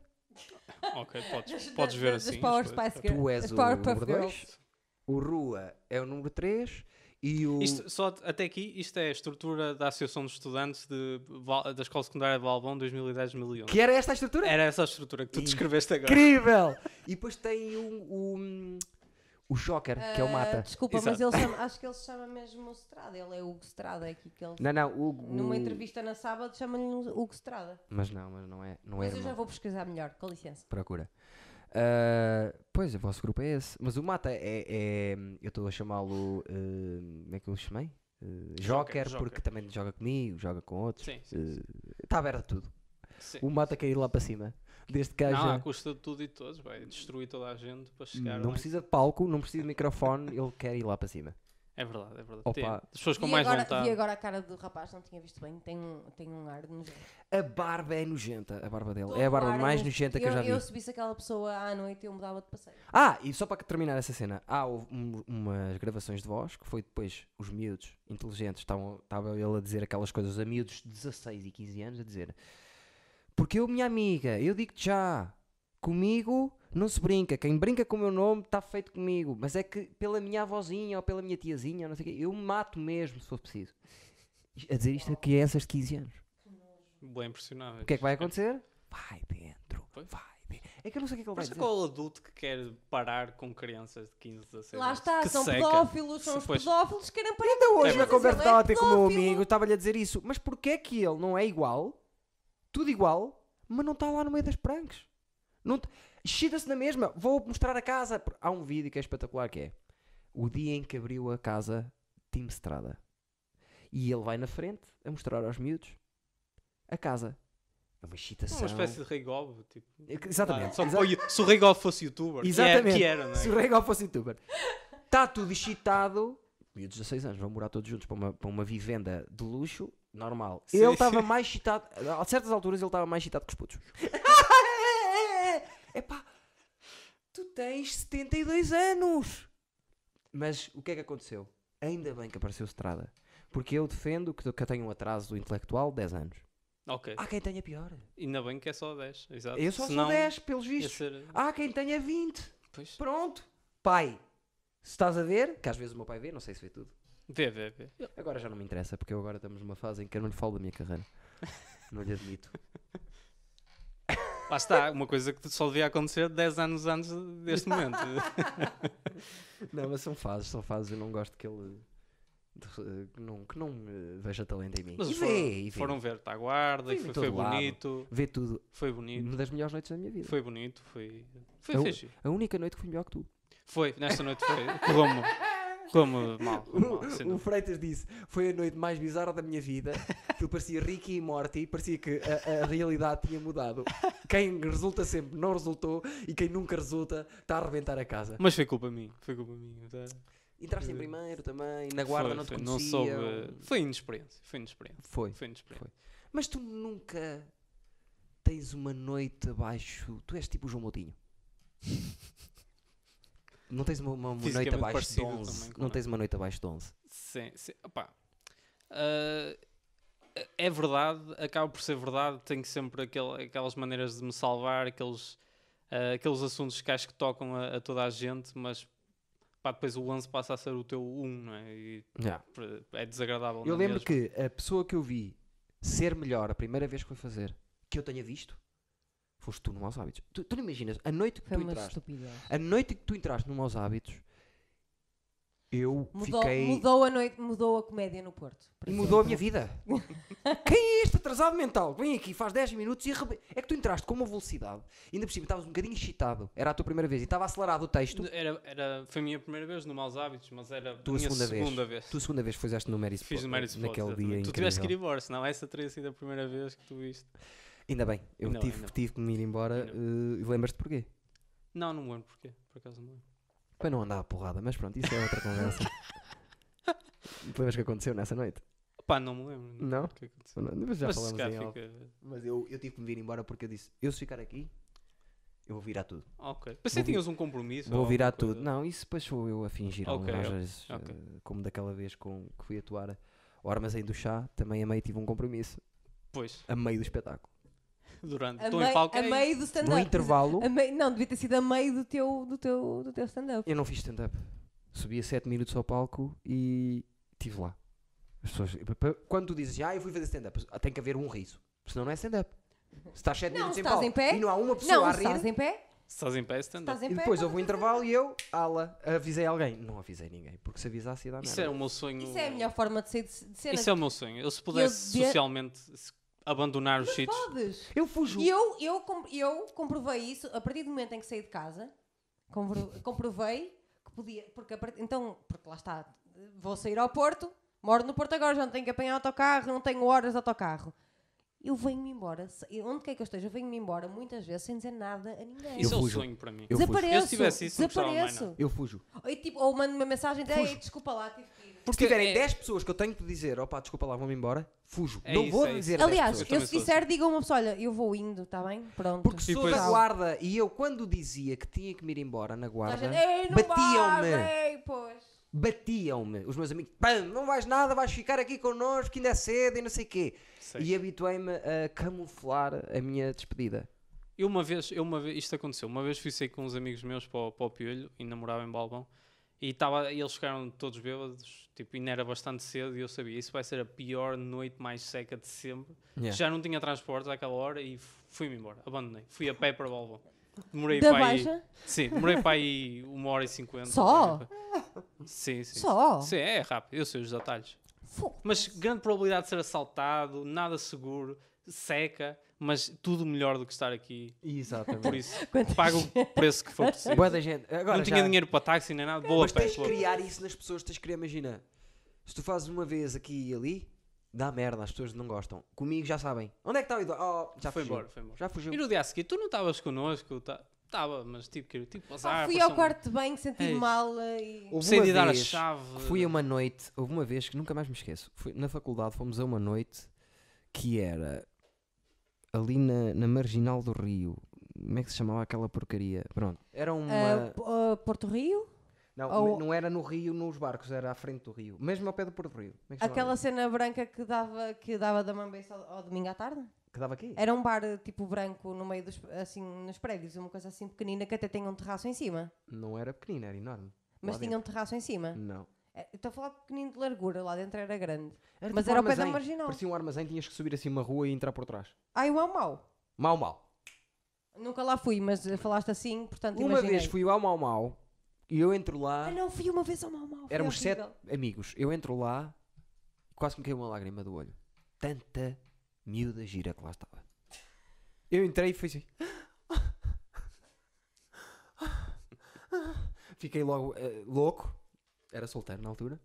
Speaker 3: Ok, podes, podes ver
Speaker 2: das
Speaker 3: assim.
Speaker 2: Power
Speaker 3: as coisas.
Speaker 2: Spice Girls.
Speaker 1: Tu és
Speaker 2: As
Speaker 1: o
Speaker 2: Powerpuff
Speaker 1: número 2, o Rua é o número 3 e o.
Speaker 3: Isto, só at- até aqui, isto é a estrutura da Associação de Estudantes de, Val- da Escola Secundária de Valbão 2010-2011.
Speaker 1: Que era esta a estrutura?
Speaker 3: Era essa a estrutura que tu
Speaker 1: E-
Speaker 3: descreveste agora.
Speaker 1: Incrível! e depois tem o. o, o Joker, que é o
Speaker 2: Ah,
Speaker 1: Mata.
Speaker 2: Desculpa, mas
Speaker 3: Exato.
Speaker 2: ele chama- acho que ele se chama mesmo Strada. Ele é Hugo Strada aqui que ele.
Speaker 1: Não, não, o. o-
Speaker 2: Numa entrevista na sábado chama-lhe um Hugo Strada.
Speaker 1: Mas não, mas não é. Não é
Speaker 2: Mas eu
Speaker 1: irmão.
Speaker 2: já vou pesquisar melhor, com licença.
Speaker 1: Procura. Ah, pois, o vosso grupo é esse. Mas o Mata é. é- eu estou a chamá-lo. ah, como é que eu o chamei? Ah, Joker,
Speaker 3: Joker.
Speaker 1: porque também joga comigo, joga com outros. ah,
Speaker 3: Sim, sim, sim.
Speaker 1: Está aberto a tudo.
Speaker 3: sim.
Speaker 1: O Mata quer ir lá para cima. Desde que
Speaker 3: Não,
Speaker 1: haja.
Speaker 3: à custa de tudo e de todos, vai destruir toda a gente para chegar.
Speaker 1: Não, é?
Speaker 3: lá.
Speaker 1: precisa de palco, não precisa de microfone, ele quer ir lá para cima.
Speaker 3: É verdade, é verdade.
Speaker 1: Opa.
Speaker 3: Tem- As pessoas com
Speaker 2: vi,
Speaker 3: mais
Speaker 2: agora, vi
Speaker 3: vontade.
Speaker 2: agora a cara do rapaz, não tinha visto bem. Tem um, tem um ar de nojento.
Speaker 1: A barba é nojenta, a barba dele.
Speaker 2: Todo
Speaker 1: É a barba
Speaker 2: ar
Speaker 1: mais
Speaker 2: nojo-
Speaker 1: nojenta que eu já vi.
Speaker 2: Eu subisse aquela pessoa à noite eu mudava de passeio.
Speaker 1: Ah, e só para terminar essa cena, há houve um- umas gravações de voz que foi depois os miúdos inteligentes, estavam- estava ele a dizer aquelas coisas a miúdos de 16 e 15 anos a dizer Porque eu, minha amiga, eu digo-te já, comigo não se brinca, quem brinca com o meu nome está feito comigo, mas é que pela minha avózinha ou pela minha tiazinha, ou não sei o quê, eu me mato mesmo se for preciso. A dizer isto a crianças de 15 anos.
Speaker 3: Bem impressionável.
Speaker 1: O que é que vai acontecer? Vai dentro, vai dentro. É que eu não sei o que é que ele vai
Speaker 3: Mas é
Speaker 1: dizer.
Speaker 3: qual adulto que quer parar com crianças de 15, 16
Speaker 2: Lá
Speaker 3: anos?
Speaker 2: está,
Speaker 3: que
Speaker 2: são
Speaker 3: seca.
Speaker 2: pedófilos, são
Speaker 3: Se
Speaker 2: os
Speaker 3: fosse-
Speaker 2: pedófilos que querem parar.
Speaker 1: Ainda Então hoje,
Speaker 3: É
Speaker 1: na
Speaker 3: verdade.
Speaker 1: conversa
Speaker 2: Mas
Speaker 1: que
Speaker 2: ele
Speaker 1: estava
Speaker 2: é
Speaker 1: a ter com o meu
Speaker 2: pedófilo.
Speaker 1: amigo, eu estava-lhe a dizer isso. Mas porquê é que ele não é igual, tudo igual, mas não está lá no meio das pranks? Não t- Chida-se na mesma, vou mostrar a casa. Por- Há um vídeo que é espetacular que é o dia em que abriu a casa Tim Estrada. E ele vai na frente a mostrar aos miúdos a casa. É uma excitação.
Speaker 3: Uma espécie de Rei Gob, tipo.
Speaker 1: É que- Exatamente.
Speaker 3: Ah, só que
Speaker 1: exa-
Speaker 3: para o- se o Rei Gob fosse youtuber, que era-
Speaker 1: Exatamente.
Speaker 3: que era, não é?
Speaker 1: Se o Regal fosse youtuber. Está tudo excitado. Miúdos de 16 anos vão morar todos juntos para uma, para uma vivenda de luxo normal.
Speaker 3: Sim.
Speaker 1: Ele estava mais excitado. A certas alturas ele estava mais excitado que os putos. Epá, tu tens 72 anos. Mas o que é que aconteceu? Ainda bem que apareceu Estrada. Porque eu defendo que que eu tenho um atraso intelectual de 10 anos.
Speaker 3: Ok,
Speaker 1: Há quem tenha pior.
Speaker 3: ainda bem que é só 10. Exato.
Speaker 1: Eu só
Speaker 3: Senão,
Speaker 1: sou 10, pelos
Speaker 3: Ia
Speaker 1: vistos.
Speaker 3: ser...
Speaker 1: Há quem tenha 20.
Speaker 3: Pois.
Speaker 1: Pronto, pai, se estás a ver, que às vezes o meu pai vê, não sei se vê tudo.
Speaker 3: Vê, vê, vê.
Speaker 1: Agora já não me interessa, porque eu agora estamos numa fase em que eu não lhe falo da minha carreira. Não lhe admito.
Speaker 3: Lá está, uma coisa que só devia acontecer 10 anos antes deste momento.
Speaker 1: Não, mas são fases, são fases. Eu não gosto que ele. de- que não, que não eh, veja talento em mim.
Speaker 3: Mas
Speaker 1: e
Speaker 3: eles
Speaker 1: vê,
Speaker 3: foram,
Speaker 1: e vê.
Speaker 3: foram ver Taguarda e
Speaker 1: Vê-me
Speaker 3: foi,
Speaker 1: em todo
Speaker 3: foi
Speaker 1: lado.
Speaker 3: bonito.
Speaker 1: Vê tudo.
Speaker 3: Foi bonito.
Speaker 1: Uma das melhores noites da minha vida.
Speaker 3: Foi bonito, foi. Foi
Speaker 1: Eu-
Speaker 3: fixe.
Speaker 1: A única noite que fui melhor que tu.
Speaker 3: Foi, nesta noite foi. Correu-me. Correu-me mal. correu-me mal, sem
Speaker 1: O, o
Speaker 3: dúvida.
Speaker 1: Freitas disse: Foi a noite mais bizarra da minha vida. Que eu parecia Ricky e Morty, parecia que a, a realidade tinha mudado. Quem resulta sempre não resultou e quem nunca resulta está a arrebentar a casa.
Speaker 3: Mas foi culpa minha. Foi culpa minha. tá?
Speaker 1: Entraste em
Speaker 3: Eh,
Speaker 1: primeiro também, na guarda
Speaker 3: Foi,
Speaker 1: não te
Speaker 3: foi,
Speaker 1: conheciam.
Speaker 3: soube. Foi inexperiência. Foi inexperiência.
Speaker 1: Foi.
Speaker 3: Foi inexperiência.
Speaker 1: Mas tu nunca tens uma noite abaixo. Tu és tipo o João Moutinho. Não tens uma, uma- uma noite
Speaker 3: Fisicamente
Speaker 1: abaixo de
Speaker 3: parecido
Speaker 1: 11.
Speaker 3: também,
Speaker 1: não
Speaker 3: claro.
Speaker 1: tens uma noite abaixo de 11.
Speaker 3: Sim, sim. Opá. Ah, é verdade, acaba por ser verdade. Tenho sempre aquele- aquelas maneiras de me salvar, aqueles, ah, aqueles assuntos que acho que tocam a, a toda a gente, mas pá, depois o 11 passa a ser o teu 1, não é? E pr- é desagradável.
Speaker 1: Eu
Speaker 3: não é
Speaker 1: lembro
Speaker 3: mesmo?
Speaker 1: que a pessoa que eu vi ser melhor a primeira vez que foi fazer, que eu tenha visto, foste tu no Maus Hábitos. Tu, tu não imaginas, a noite que
Speaker 2: Foi
Speaker 1: tu
Speaker 2: uma
Speaker 1: entraste,
Speaker 2: estupidez.
Speaker 1: a noite que tu entraste no Maus Hábitos, eu
Speaker 2: Mudou,
Speaker 1: fiquei.
Speaker 2: mudou a noite, mudou a comédia no Porto. por
Speaker 1: E mudou a
Speaker 2: exemplo.
Speaker 1: minha vida. Quem é este atrasado mental? que Vem aqui, faz 10 minutos e arrebe... É que tu entraste com uma velocidade. Ainda por cima, estavas um bocadinho excitado. Era a tua primeira vez e estava acelerado o texto.
Speaker 3: Era, era, foi a minha primeira vez no Maus Hábitos, mas era a
Speaker 1: Tua
Speaker 3: minha
Speaker 1: segunda,
Speaker 3: segunda vez.
Speaker 1: Tu a segunda vez fizeste no Mary
Speaker 3: Fiz o Mary Spot,
Speaker 1: Naquele
Speaker 3: exatamente.
Speaker 1: dia
Speaker 3: Tu tiveste
Speaker 1: incrível.
Speaker 3: que ir embora, senão essa teria sido a primeira vez que tu viste.
Speaker 1: Ainda bem, eu
Speaker 3: Ainda bem,
Speaker 1: tive,
Speaker 3: ainda bem.
Speaker 1: tive que me ir embora.
Speaker 3: Ainda
Speaker 1: eh, E lembras-te porquê?
Speaker 3: Não, não me lembro porquê. Por acaso não me lembro.
Speaker 1: Para não andar a porrada, mas pronto, isso é outra conversa. Te lembras que aconteceu nessa noite?
Speaker 3: Pá, não me lembro.
Speaker 1: Não?
Speaker 3: O que aconteceu.
Speaker 1: Não, Mas já
Speaker 3: mas se
Speaker 1: falamos
Speaker 3: calhar
Speaker 1: em algo.
Speaker 3: fica.
Speaker 1: Mas eu, eu tive que me vir embora porque eu disse: eu se ficar aqui, eu vou virar tudo.
Speaker 3: Ok. Pensei
Speaker 1: Vou
Speaker 3: que tinhas um compromisso.
Speaker 1: Vou
Speaker 3: ou
Speaker 1: virar
Speaker 3: alguma
Speaker 1: tudo.
Speaker 3: coisa.
Speaker 1: Não, isso depois sou eu a fingir
Speaker 3: Ok,
Speaker 1: algumas
Speaker 3: ok,
Speaker 1: vezes,
Speaker 3: ok.
Speaker 1: eh, como daquela vez com, que fui atuar ao armazém do chá, também a meio tive um compromisso,
Speaker 3: Pois.
Speaker 1: a meio do espetáculo.
Speaker 3: durante.
Speaker 2: A,
Speaker 3: Estou
Speaker 2: mei-
Speaker 3: em palco.
Speaker 2: a
Speaker 3: é
Speaker 2: meio do stand-up.
Speaker 1: No intervalo,
Speaker 2: A meio- não, devia ter sido a meio do teu, do teu, do teu stand-up.
Speaker 1: eu não fiz stand-up. Subia 7 minutos ao palco e estive lá. As pessoas, pa- pa- quando tu dizes, ah, eu fui fazer stand-up, tem que haver um riso. Senão não é stand-up. Se estás 7
Speaker 2: Não,
Speaker 1: minutos
Speaker 2: se
Speaker 1: em
Speaker 2: estás
Speaker 1: palco
Speaker 2: em pé,
Speaker 1: e não há uma pessoa
Speaker 2: Não,
Speaker 1: a
Speaker 2: se
Speaker 1: rir,
Speaker 2: estás em pé,
Speaker 3: Se estás em pé,
Speaker 2: se
Speaker 3: stand-up.
Speaker 2: estás em
Speaker 1: e
Speaker 2: pé.
Speaker 1: depois
Speaker 2: tá-
Speaker 1: houve um intervalo e eu, ala, avisei alguém. Não avisei ninguém, porque se avisasse ia dar merda.
Speaker 3: Isso é o meu sonho.
Speaker 2: Isso é a melhor forma de ser de, de cenas.
Speaker 3: Isso é o meu sonho. Eu se pudesse
Speaker 2: devia-
Speaker 3: socialmente se- abandonar os sítios.
Speaker 2: Podes.
Speaker 1: Eu fujo.
Speaker 2: E eu, eu, com- eu comprovei isso a partir do momento em que saí de casa. compro- Comprovei que podia. Porque a part- Então, porque lá está, vou sair ao Porto, moro no Porto agora, já não tenho que apanhar autocarro, não tenho horas de autocarro. Eu venho-me embora, se- onde quer que eu esteja, eu venho-me embora muitas vezes sem dizer nada a ninguém.
Speaker 3: Isso é o
Speaker 1: fujo.
Speaker 3: sonho para mim.
Speaker 1: Eu fujo.
Speaker 2: desapareço.
Speaker 3: Eu se tivesse isso, não é? gostava mais
Speaker 2: desapareço.
Speaker 1: Eu fujo.
Speaker 2: Ou, tipo, ou mando uma mensagem de Ei,
Speaker 1: Fujo.
Speaker 2: desculpa lá, tive que ir.
Speaker 1: Porque se tiverem
Speaker 3: é-
Speaker 1: 10 pessoas que eu tenho que dizer, opá, desculpa lá, vão-me embora, fujo.
Speaker 3: É
Speaker 1: não
Speaker 3: isso,
Speaker 1: vou
Speaker 3: é isso.
Speaker 1: dizer a 10
Speaker 2: Aliás,
Speaker 1: pessoas.
Speaker 3: pessoas.
Speaker 2: eu
Speaker 3: Também
Speaker 2: se
Speaker 3: sou
Speaker 2: disser, digam uma pessoa, olha, eu vou indo, está bem? Pronto.
Speaker 1: Porque
Speaker 3: E
Speaker 1: sou
Speaker 3: depois-
Speaker 1: da guarda e eu quando dizia que tinha que me ir embora na
Speaker 2: Toda a
Speaker 1: guarda,
Speaker 2: gente,
Speaker 3: né?
Speaker 2: "Ei, não
Speaker 1: batiam-me,
Speaker 2: vai, ei, pois.
Speaker 1: batiam-me. Os meus amigos, pam, não vais nada, vais ficar aqui connosco, que ainda é cedo e não sei o quê.
Speaker 3: Sei.
Speaker 1: E é habituei-me a camuflar a minha despedida.
Speaker 3: Eu uma vez, eu uma vez, isto aconteceu, uma vez fui sair com uns amigos meus para o, para o Piolho, ainda morava em Balbão, e, tava, e eles ficaram todos bêbados, tipo, ainda era bastante cedo, e eu sabia, isso vai ser a pior noite mais seca de sempre.
Speaker 1: Yeah.
Speaker 3: Já não tinha transportes àquela hora e f- fui-me embora, abandonei. Fui a pé para Balbão. Demorei
Speaker 2: Da
Speaker 3: para aí...
Speaker 2: baixa?
Speaker 3: Sim, demorei para aí uma hora e cinquenta.
Speaker 2: Só?
Speaker 3: Sim, sim.
Speaker 2: Só?
Speaker 3: Sim, é rápido, eu sei os detalhes.
Speaker 2: Fu-
Speaker 3: Mas grande probabilidade de ser assaltado, nada seguro, seca, mas tudo melhor do que estar aqui. Por
Speaker 1: Exatamente.
Speaker 3: isso,
Speaker 2: Quantas-
Speaker 3: pago o preço que for preciso.
Speaker 1: Boa da gente. Agora
Speaker 3: não
Speaker 1: já-
Speaker 3: tinha dinheiro para táxi nem nada. Boa
Speaker 1: Mas
Speaker 3: pé.
Speaker 1: tens de
Speaker 3: boa pé.
Speaker 1: criar isso nas pessoas, tens de criar, imagina. Se tu fazes uma vez aqui e ali, dá merda, as pessoas não gostam. Comigo já sabem. Onde é que está o Eduardo? Oh, já
Speaker 3: Foi
Speaker 1: fugiu.
Speaker 3: embora, foi embora.
Speaker 1: Já fugiu.
Speaker 3: E no dia a seguir, tu não estavas connosco? Estava, mas tipo, que- tipo azar.
Speaker 2: Pá, fui
Speaker 3: passou
Speaker 2: ao
Speaker 3: um-
Speaker 2: quarto de banho,
Speaker 3: É
Speaker 2: senti-me
Speaker 3: isso.
Speaker 2: mal eh, e.
Speaker 1: Houve
Speaker 3: Precisei
Speaker 1: uma
Speaker 3: de dar a
Speaker 1: vez-
Speaker 3: chave.
Speaker 1: Fui a uma noite, houve uma vez que nunca mais me esqueço. Fui, na faculdade fomos a uma noite que era ali na, na marginal do Rio. Como é que se chamava aquela porcaria? Pronto. Era uma.
Speaker 2: Ah, P- ah, Porto Rio,
Speaker 1: não,
Speaker 2: ou-
Speaker 1: não era no Rio, nos barcos, era à frente do Rio. Mesmo ao pé do Porto do Rio. Como é que se chamava?
Speaker 2: aquela cena branca que dava, que dava da mambeiça ao, ao domingo à tarde.
Speaker 1: Que dava aqui?
Speaker 2: Era um bar eh, tipo branco no meio dos, assim, nos prédios, uma coisa assim pequenina que até tinha um terraço em cima.
Speaker 1: Não era pequenina, era enorme.
Speaker 2: Mas
Speaker 1: Lá
Speaker 2: tinha um terraço em cima.
Speaker 1: Não.
Speaker 2: Eh, Estou a falar pequenino de largura, lá dentro era grande.
Speaker 1: Era
Speaker 2: Mas
Speaker 1: tipo um
Speaker 2: era ao pé da
Speaker 1: armazém.
Speaker 2: marginal.
Speaker 1: Parecia um armazém, tinhas que subir assim uma rua e entrar por trás.
Speaker 2: Ai, o Ah, mau.
Speaker 1: Mau Mau.
Speaker 2: Nunca lá fui, mas eh, falaste assim, portanto
Speaker 1: Uma
Speaker 2: imaginei.
Speaker 1: vez fui ao Mau Mau e eu entro lá.
Speaker 2: Ah, não, fui uma vez ao mau mau. foi
Speaker 1: Éramos sete
Speaker 2: horrível. Ah,
Speaker 1: amigos. Eu entro lá e quase me caiu uma lágrima do olho. Tanta miúda gira que lá estava. Eu entrei e fui assim. Fiquei logo eh, louco. Era solteiro na altura.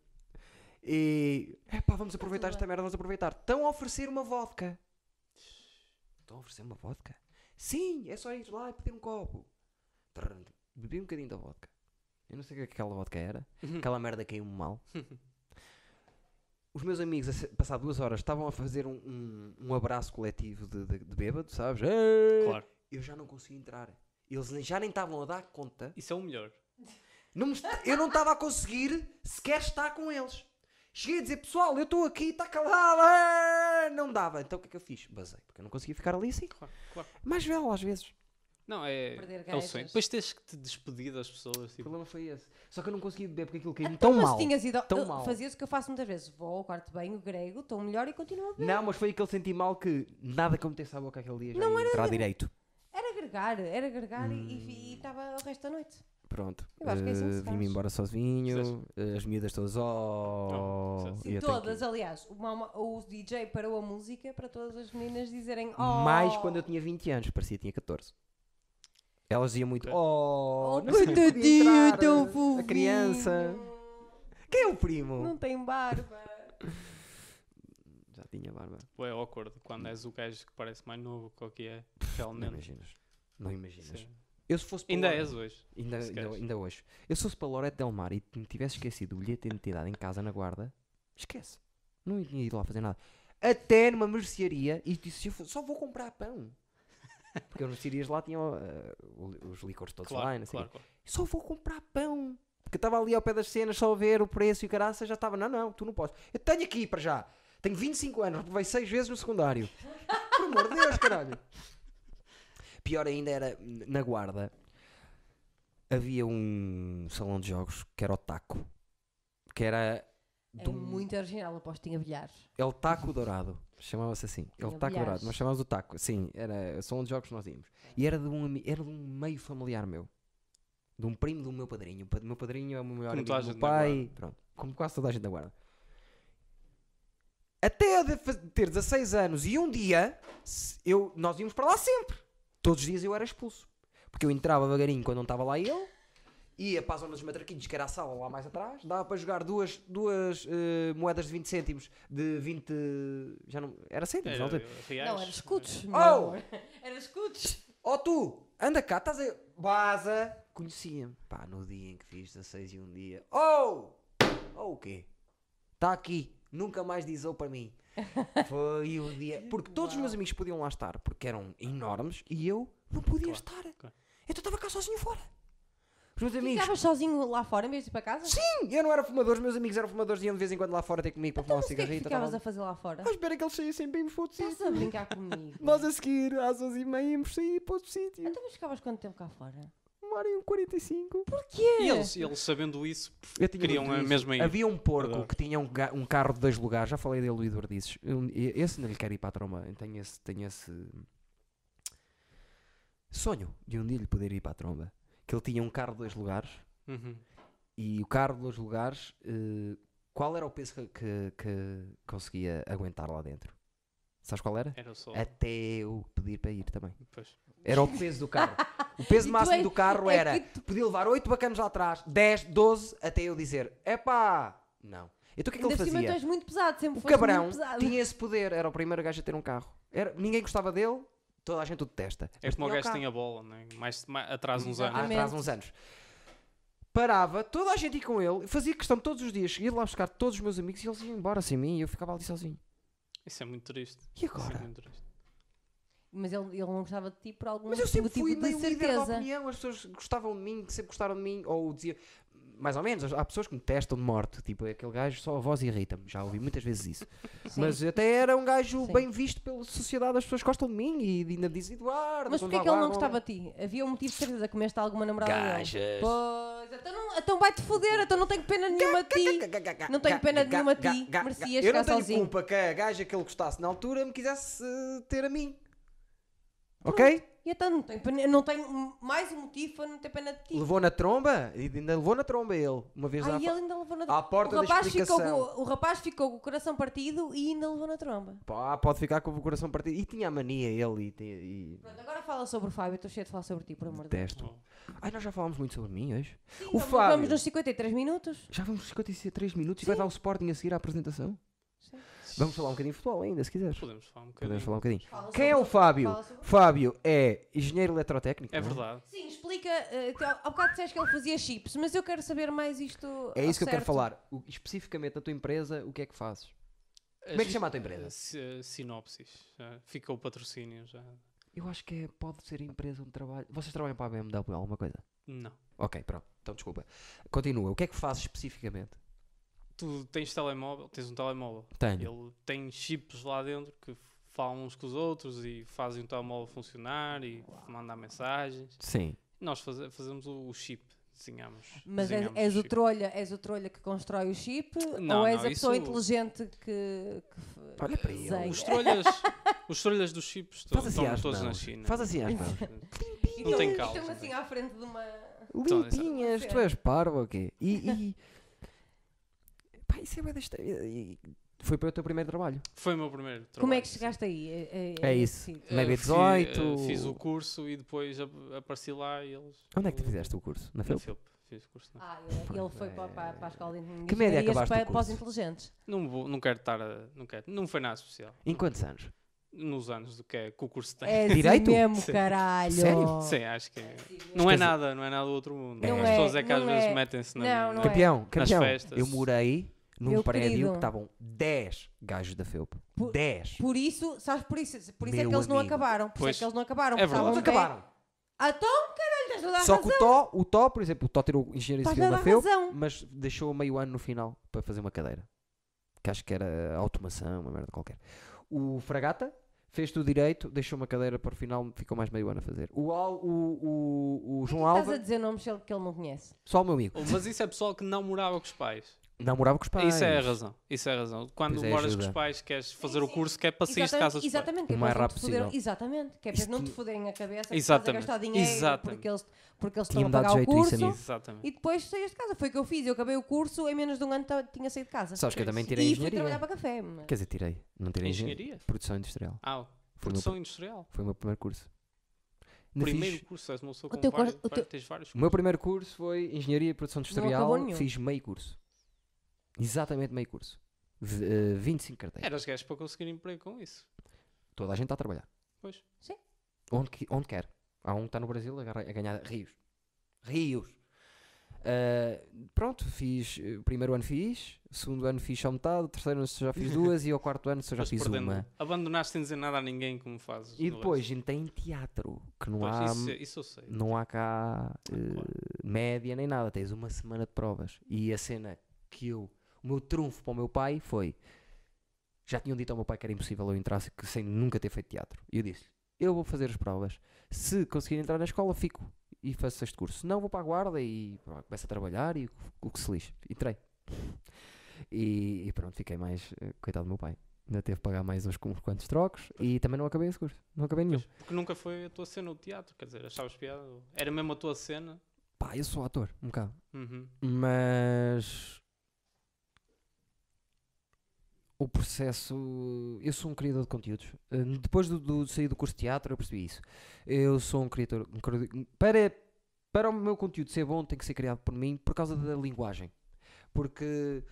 Speaker 1: E. Epá, vamos aproveitar esta merda, vamos aproveitar. Estão a oferecer uma vodka. Estão a oferecer uma vodka? Sim, é só ir lá e pedir um copo. Trrr, Bebi um bocadinho da vodka. Eu não sei o que é que aquela vodka era.
Speaker 2: Uhum.
Speaker 1: Aquela merda caiu-me mal. Os meus amigos, a se- passar duas horas, estavam a fazer um, um, um abraço coletivo de, de, de bêbado, sabes? Ei!
Speaker 3: Claro.
Speaker 1: Eu já não consegui entrar. Eles nem- já nem estavam a dar conta.
Speaker 3: Isso é o melhor.
Speaker 1: Não me est- eu não estava a conseguir sequer estar com eles. Cheguei a dizer, pessoal, eu estou aqui, está calado. ah, Não dava. Então o que é que eu fiz? Basei, porque eu não conseguia ficar ali assim.
Speaker 3: Claro, claro.
Speaker 1: Mais velho, às vezes.
Speaker 3: Não, é,
Speaker 2: Perder
Speaker 3: é o
Speaker 2: gajas.
Speaker 3: sonho. Depois tens que te despedir das pessoas.
Speaker 1: O
Speaker 3: Tipo,
Speaker 1: problema foi esse. Só que eu não conseguia beber porque aquilo caiu-me
Speaker 2: Então,
Speaker 1: tão
Speaker 2: mas
Speaker 1: mal.
Speaker 2: tinhas ido,
Speaker 1: tão
Speaker 2: eu
Speaker 1: mal.
Speaker 2: Fazias o que eu faço muitas vezes. Vou ao quarto bem, o grego, estou melhor e continuo a beber.
Speaker 1: Não, mas foi aquele sentir mal que nada que eu metesse à boca aquele dia já não ia entrar direito.
Speaker 2: Era agregar, era agregar e estava o resto da noite.
Speaker 1: Pronto.
Speaker 2: Eu acho que é assim que se
Speaker 1: eh, Vim-me
Speaker 2: faz.
Speaker 1: embora sozinho. eh, As miúdas todas. Oh,
Speaker 3: Não,
Speaker 2: Sim,
Speaker 1: eu tenho que
Speaker 2: todas,
Speaker 1: ir.
Speaker 2: aliás. O, mama- o DJ parou a música para todas as meninas dizerem oh.
Speaker 1: Mais quando eu tinha 20 anos, parecia que tinha 14. Elas diziam muito.
Speaker 3: Ok.
Speaker 1: Oh,
Speaker 2: Oh,
Speaker 1: não sei como
Speaker 2: coitadinho,
Speaker 1: entrar,
Speaker 2: tão
Speaker 1: A
Speaker 2: fofinho."
Speaker 1: criança. Quem é o primo?
Speaker 2: Não tem barba.
Speaker 1: Já tinha barba.
Speaker 3: é awkward quando és o gajo que parece mais novo que o que é
Speaker 1: Não
Speaker 3: realmente.
Speaker 1: imaginas. Não imaginas.
Speaker 3: Sim.
Speaker 1: Eu se fosse para
Speaker 3: Ainda
Speaker 1: Lorette-
Speaker 3: és hoje.
Speaker 1: Ainda,
Speaker 3: se
Speaker 1: ainda,
Speaker 3: queres.
Speaker 1: ainda hoje. Eu se fosse para Lorete Del Mar e te- me tivesse esquecido o bilhete de identidade em casa na guarda, esquece. Não tinha ido lá fazer nada. Até numa mercearia e disse: eu fo- só vou comprar pão. Porque as mercearias lá tinham ah, o- os licores todos lá, e
Speaker 3: Claro,
Speaker 1: não sei o
Speaker 3: claro,
Speaker 1: quê.
Speaker 3: claro.
Speaker 1: Só vou comprar pão. Porque eu estava ali ao pé das cenas só a ver o preço e o caraça já estava: não, não, tu não podes. Eu tenho aqui para já. Tenho 25 anos, reprovei 6 vezes no secundário. Por amor de Deus, caralho. pior ainda era n- na guarda. Havia um salão de jogos que era o taco. Que era um
Speaker 2: É
Speaker 1: do
Speaker 2: muito original, aposto que tinha bilhares.
Speaker 1: El Taco Dourado. Chamava-se assim. El
Speaker 2: Tinha
Speaker 1: Taco
Speaker 2: bilhares.
Speaker 1: Dourado. Nós chamávamos o Taco. Sim, era só onde jogos que nós íamos. E era de um, ami- era de um meio familiar meu. De um primo do meu padrinho. O pa- meu padrinho é o meu melhor
Speaker 3: Como
Speaker 1: amigo
Speaker 3: toda a
Speaker 1: do meu
Speaker 3: gente na
Speaker 1: pai. Pronto. Como quase toda a gente da guarda. Até eu de fa- ter 16 anos e um dia se- eu, nós íamos para lá sempre. Todos os dias eu era expulso. Porque eu entrava devagarinho quando não estava lá ele ia para a zona dos matraquinhos, que era a sala lá mais atrás, dava para jogar duas, duas eh, moedas de 20 cêntimos, de 20. Já não, era cêntimos, não
Speaker 3: Era,
Speaker 1: sei.
Speaker 3: reais.
Speaker 2: Não, era escudos. meu
Speaker 1: Oh!
Speaker 2: amor. Era escudos.
Speaker 1: Ó tu, anda cá, estás a. Baza! Conhecia-me. Pá, no dia em que fiz 16 e um dia. Oh! Oh o quê? Está aqui, nunca mais dizou para mim. Foi o dia. Porque todos os meus amigos podiam lá estar, porque eram enormes e eu não podia estar.
Speaker 3: claro.
Speaker 1: Então estava cá sozinho fora. Os meus amigos.
Speaker 2: Ficavas sozinho lá fora em vez de ir para casa? Sim,
Speaker 1: E eu não era fumador, os meus amigos eram fumadores e iam de vez em quando lá fora ter comigo para fumar um
Speaker 2: mas o que é que
Speaker 1: cigarrito.
Speaker 2: ficavas
Speaker 1: Estava
Speaker 2: a Tá. fazer lá fora?
Speaker 1: à espera que eles saíssem bem fotos
Speaker 2: Estás a brincar comigo.
Speaker 1: Nós a seguir, às 11h30, íamos sair para outro sítio.
Speaker 2: Então, mas ficavas quanto tempo cá fora?
Speaker 1: Uma hora e um 45.
Speaker 2: Porquê?
Speaker 3: E eles, eles sabendo isso,
Speaker 1: Eu tinha
Speaker 3: Queriam
Speaker 1: um Eduardo
Speaker 3: a
Speaker 1: Dizes.
Speaker 3: mesma ilha.
Speaker 1: Havia um porco
Speaker 2: Ah.
Speaker 3: Adoro.
Speaker 1: que tinha um, ga- um carro de dois lugares, já falei dele, o Eduardo Dizes. Eu- e- Esse não lhe quer ir para a tromba. Eu Tenho esse, tenho esse sonho de um dia lhe poder ir para a tromba. Que ele tinha um carro de dois lugares
Speaker 3: uhum,
Speaker 1: e o carro de dois lugares, eh, qual era o peso que, que- que conseguia aguentar lá dentro? Sabes qual era?
Speaker 3: era
Speaker 2: É.
Speaker 3: só.
Speaker 1: Até eu pedir para ir também.
Speaker 3: Pois.
Speaker 1: Era o peso do carro. O peso
Speaker 2: E tu
Speaker 1: máximo
Speaker 2: é-
Speaker 1: do carro
Speaker 2: é
Speaker 1: era.
Speaker 2: que
Speaker 1: Podia levar 8 bacanos lá atrás, 10, 12, até eu dizer: epá, não. Então o que é que
Speaker 2: Ainda
Speaker 1: ele
Speaker 2: por cima tu
Speaker 1: fazia?
Speaker 2: és muito pesado, sempre
Speaker 1: O
Speaker 2: foste
Speaker 1: cabrão
Speaker 2: muito pesado.
Speaker 1: tinha esse poder, era o primeiro gajo a ter um carro. Era, ninguém gostava dele, toda a gente o detesta.
Speaker 3: É
Speaker 1: Mas
Speaker 3: como o
Speaker 1: tinha
Speaker 3: gajo
Speaker 1: carro
Speaker 3: tem a bola, né? mais, mais atrás uns anos.
Speaker 2: Exatamente.
Speaker 1: atrás uns anos. Parava, toda a gente ia com ele, fazia questão todos os dias, ia lá buscar todos os meus amigos e eles iam embora sem mim e eu ficava ali sozinho.
Speaker 3: Isso é muito triste.
Speaker 1: E
Speaker 3: Isso é
Speaker 1: agora?
Speaker 3: muito triste.
Speaker 2: Mas ele, ele não gostava de ti por algum
Speaker 1: Mas eu sempre
Speaker 2: motivo
Speaker 1: fui
Speaker 2: tipo, de
Speaker 1: meio líder da
Speaker 2: certeza.
Speaker 1: opinião, as pessoas gostavam de mim, que sempre gostaram de mim, ou diziam, mais ou menos, há pessoas que me testam de morte, tipo, aquele gajo só a voz irrita-me, já ouvi muitas vezes isso.
Speaker 2: Sim.
Speaker 1: Mas até era um gajo
Speaker 2: Sim.
Speaker 1: bem visto pela sociedade, as pessoas gostam de mim e ainda me dizem Eduardo.
Speaker 2: Mas porquê é que ele não gostava de ti? Havia um motivo de certeza que comeste alguma namorada dele.
Speaker 1: Gajas.
Speaker 2: Pois, então, não- então vai-te foder, então não tenho pena nenhuma de ti. Não tenho pena nenhuma de ti, merecias
Speaker 1: Eu não
Speaker 2: ficar
Speaker 1: tenho
Speaker 2: sozinho.
Speaker 1: culpa que a gaja que ele gostasse na altura me quisesse eh, ter a mim. Ok?
Speaker 2: E então não tenho, pena- não tenho mais um motivo para não ter pena de ti.
Speaker 1: Levou na tromba, e ainda levou na tromba ele, uma vez
Speaker 2: Ah,
Speaker 1: à
Speaker 2: e
Speaker 1: fa-
Speaker 2: ele ainda levou na
Speaker 1: à porta
Speaker 2: o
Speaker 1: da
Speaker 2: rapaz, ficou
Speaker 1: explicação.
Speaker 2: com, o rapaz ficou com o coração partido e ainda levou na tromba.
Speaker 1: Pá, pode ficar com o coração partido. E tinha a mania ele e. ti- e...
Speaker 2: Pronto, agora fala sobre o Fábio, estou cheio de falar sobre ti, por amor de Deus.
Speaker 1: Detesto.
Speaker 3: Oh.
Speaker 1: Ai, nós já falámos muito sobre mim hoje. o
Speaker 2: Sim, vamos-
Speaker 1: Fábio.
Speaker 2: Vamos nos 53 minutos.
Speaker 1: Já vamos 53 minutos e vai dar o Sporting a seguir à apresentação.
Speaker 2: Sim.
Speaker 1: Vamos falar um bocadinho de futebol ainda, se quiseres.
Speaker 3: Podemos falar um bocadinho.
Speaker 1: Podemos falar um bocadinho.
Speaker 2: Fala
Speaker 1: Quem é
Speaker 2: sobre-
Speaker 1: o Fábio?
Speaker 2: fala sobre-
Speaker 1: Fábio é engenheiro eletrotécnico.
Speaker 3: É
Speaker 1: não
Speaker 3: verdade.
Speaker 2: Sim, explica. eh, tu há há bocado disseste que ele fazia chips, mas eu quero saber mais isto.
Speaker 1: É
Speaker 2: ao
Speaker 1: isso que eu quero
Speaker 2: certo.
Speaker 1: falar. O- especificamente na tua empresa, o que é que fazes? Como é que chama a tua empresa?
Speaker 3: Si- eh, Sinopsis. Já Fica o patrocínio já.
Speaker 1: Eu acho que é- pode ser a empresa onde trabalho. Vocês trabalham para a BMW, alguma coisa?
Speaker 3: Não.
Speaker 1: Ok, pronto. Então desculpa. Continua. O que é que fazes especificamente?
Speaker 3: Tu tens telemóvel, tens um telemóvel.
Speaker 1: Tenho.
Speaker 3: Ele tem chips lá dentro que falam uns com os outros e fazem o telemóvel funcionar e mandar mensagens.
Speaker 1: Sim.
Speaker 3: Nós faze- fazemos o, o chip. Desenhamos.
Speaker 2: Mas és,
Speaker 3: desenhamos
Speaker 2: és o
Speaker 3: é um chip.
Speaker 2: trolha, és o trolha que constrói o chip
Speaker 3: Não,
Speaker 2: ou és
Speaker 3: não,
Speaker 2: a pessoa
Speaker 3: isso-
Speaker 2: inteligente que. que f-
Speaker 1: Olha para ele.
Speaker 2: Desenho.
Speaker 3: Os trolhas, os trolhas dos chips to-
Speaker 1: Faz assim
Speaker 3: estão
Speaker 1: às
Speaker 3: todos na
Speaker 1: mãos.
Speaker 3: China. Então,
Speaker 1: Faz assim às mãos.
Speaker 3: Não tem
Speaker 2: Então,
Speaker 3: causa.
Speaker 2: Estão assim à frente de uma.
Speaker 3: Então, isso-
Speaker 1: Limpinhas, tu és parvo ou quê? E. e... Pá, isso é bué da história. E- e- Foi para o teu primeiro trabalho.
Speaker 3: Foi o meu primeiro trabalho.
Speaker 2: Como é que
Speaker 3: sim.
Speaker 2: chegaste aí? É,
Speaker 1: É isso.
Speaker 2: assim.
Speaker 3: Eh,
Speaker 1: Maybe
Speaker 3: fi-
Speaker 1: 18.
Speaker 3: eh, Fiz o curso e depois ap- apareci lá e eles.
Speaker 1: Onde é que tu fizeste o curso? Na
Speaker 3: Na
Speaker 1: FEUP?
Speaker 3: FEUP. Fiz o curso na
Speaker 2: Ah, ele, ele foi para, para, para a escola de engenharia
Speaker 1: Que média acabaste
Speaker 2: para,
Speaker 1: o
Speaker 2: para os
Speaker 1: curso?
Speaker 2: inteligentes.
Speaker 3: Não, vou, não quero estar a. Não, quero, não foi nada especial.
Speaker 1: Em quantos anos?
Speaker 3: Nos anos do que, é, que o curso tem.
Speaker 2: É
Speaker 1: Direito?
Speaker 2: mesmo,
Speaker 3: Sim.
Speaker 2: caralho.
Speaker 1: Sério?
Speaker 3: Sim, acho que. é.
Speaker 2: mesmo.
Speaker 3: Não é
Speaker 1: Quer dizer-
Speaker 3: nada, não é nada do outro mundo.
Speaker 1: Não
Speaker 3: As
Speaker 1: é,
Speaker 3: pessoas é que às
Speaker 2: não
Speaker 3: vezes
Speaker 2: é.
Speaker 3: metem-se na.
Speaker 2: Não, não
Speaker 3: na-
Speaker 2: é.
Speaker 1: Campeão, campeão.
Speaker 3: festas.
Speaker 1: Eu morei num
Speaker 2: Meu
Speaker 1: prédio
Speaker 2: querido.
Speaker 1: que estavam 10 gajos da FEUP.
Speaker 2: Por-
Speaker 1: 10.
Speaker 2: Por isso, sabes por isso? Por isso é
Speaker 1: Meu
Speaker 2: que eles não
Speaker 1: amigo.
Speaker 2: acabaram. Por
Speaker 3: Pois.
Speaker 2: isso é que eles não acabaram.
Speaker 3: É
Speaker 2: porque
Speaker 3: verdade.
Speaker 1: Eles
Speaker 2: estavam bem.
Speaker 1: acabaram.
Speaker 2: Ah, Então, caralho, estás toda a
Speaker 1: Só
Speaker 2: razão.
Speaker 1: que o Tó, o Tó, por exemplo, o Tó tirou engenharia
Speaker 2: Estás
Speaker 1: civil
Speaker 2: a
Speaker 1: da
Speaker 2: dar
Speaker 1: FEUP,
Speaker 2: razão.
Speaker 1: mas deixou meio ano no final para fazer uma cadeira. Que acho que era automação, uma merda qualquer. O Fragata fez tudo direito, deixou uma cadeira para o final, ficou mais meio ano a fazer. O, Al- o, o, o João
Speaker 2: Estás a
Speaker 1: Alves,
Speaker 2: dizer nomes dele que ele não conhece.
Speaker 1: só o meu amigo,
Speaker 3: Oh, Mas isso é pessoal que não morava com os pais.
Speaker 1: não morava com os pais.
Speaker 3: Isso é a razão. Isso é a razão. Quando
Speaker 1: Pois é,
Speaker 3: moras com
Speaker 1: ajuda.
Speaker 3: os pais, queres fazer o curso, que é para sair de
Speaker 2: Exatamente-
Speaker 3: casa dos pais.
Speaker 2: Exatamente, que é
Speaker 1: O
Speaker 2: para
Speaker 1: mais
Speaker 2: eles não te
Speaker 1: rápido possível.
Speaker 2: foderem- Exatamente, que é para eles não te foderem a cabeça, que estás a
Speaker 3: Exatamente.
Speaker 2: gastar dinheiro
Speaker 3: Exatamente.
Speaker 2: porque eles, porque eles estão
Speaker 1: Tinha-me
Speaker 2: a
Speaker 1: dado
Speaker 2: pagar o
Speaker 1: jeito isso,
Speaker 3: Então,
Speaker 2: curso
Speaker 1: amigo.
Speaker 3: Exatamente.
Speaker 2: e depois saías de casa. Foi o que eu fiz, eu acabei o curso, em menos de um ano ta- tinha saído de casa.
Speaker 1: Sabes que eu também tirei
Speaker 2: E fui trabalhar
Speaker 1: engenharia.
Speaker 2: para café. mas-
Speaker 1: Quer dizer, tirei, não tirei engenharia.
Speaker 3: Engenharia?
Speaker 1: Produção industrial.
Speaker 3: Ah, o-
Speaker 1: Foi o meu
Speaker 3: produção industrial.
Speaker 1: Foi o meu primeiro curso. Ainda fiz-
Speaker 3: Primeiro curso, és uma pessoa
Speaker 2: O
Speaker 3: com
Speaker 2: teu
Speaker 3: vários,
Speaker 2: cor- o
Speaker 3: vários- tens vários
Speaker 1: O meu primeiro curso foi Engenharia e Produção
Speaker 2: acabou
Speaker 1: Industrial.
Speaker 2: nenhum.
Speaker 1: Fiz meio curso. Exatamente meio curso. V- eh, 25 carteiras.
Speaker 3: Eras gajo para conseguir emprego com isso.
Speaker 1: Toda a gente está a trabalhar.
Speaker 3: Pois.
Speaker 2: Sim.
Speaker 1: Onde, que- onde quer. Há um que está no Brasil a, garra- a ganhar rios. Rios. Ah, pronto, fiz. eh, o Primeiro ano fiz, o segundo ano fiz só metade, o terceiro ano já fiz duas e ao quarto ano só já
Speaker 3: Foste
Speaker 1: fiz
Speaker 3: perdendo.
Speaker 1: uma.
Speaker 3: Abandonaste sem dizer nada a ninguém, como fazes.
Speaker 1: E
Speaker 3: no
Speaker 1: depois
Speaker 3: resto.
Speaker 1: ainda tem teatro, que não
Speaker 3: Pois,
Speaker 1: há.
Speaker 3: isso, isso eu sei.
Speaker 1: não há cá eh,
Speaker 3: Claro.
Speaker 1: média nem nada, tens uma semana de provas. E a cena que eu, o meu trunfo para o meu pai foi: já tinham dito ao meu pai que era impossível eu entrasse que sem nunca ter feito teatro. E eu disse: eu vou fazer as provas. Se conseguir entrar na escola, fico e faço este curso. Se não, vou para a guarda e pá, começo a trabalhar e o- o que se lixe. Entrei. E, e pronto, fiquei mais. eh, Coitado do meu pai. Ainda teve que pagar mais uns, uns quantos trocos e também não acabei esse curso. Não acabei nenhum.
Speaker 3: Pois, porque nunca foi a tua cena no teatro, quer dizer, achavas piada? Era mesmo a tua cena?
Speaker 1: Pá, eu sou ator, um bocado.
Speaker 3: Uhum.
Speaker 1: mas o processo. Eu sou um criador de conteúdos. Eh, Depois do, do- de sair do curso de teatro, eu percebi isso. Eu sou um criador. um criador- para, para o meu conteúdo ser bom, tem que ser criado por mim por causa da linguagem. Porque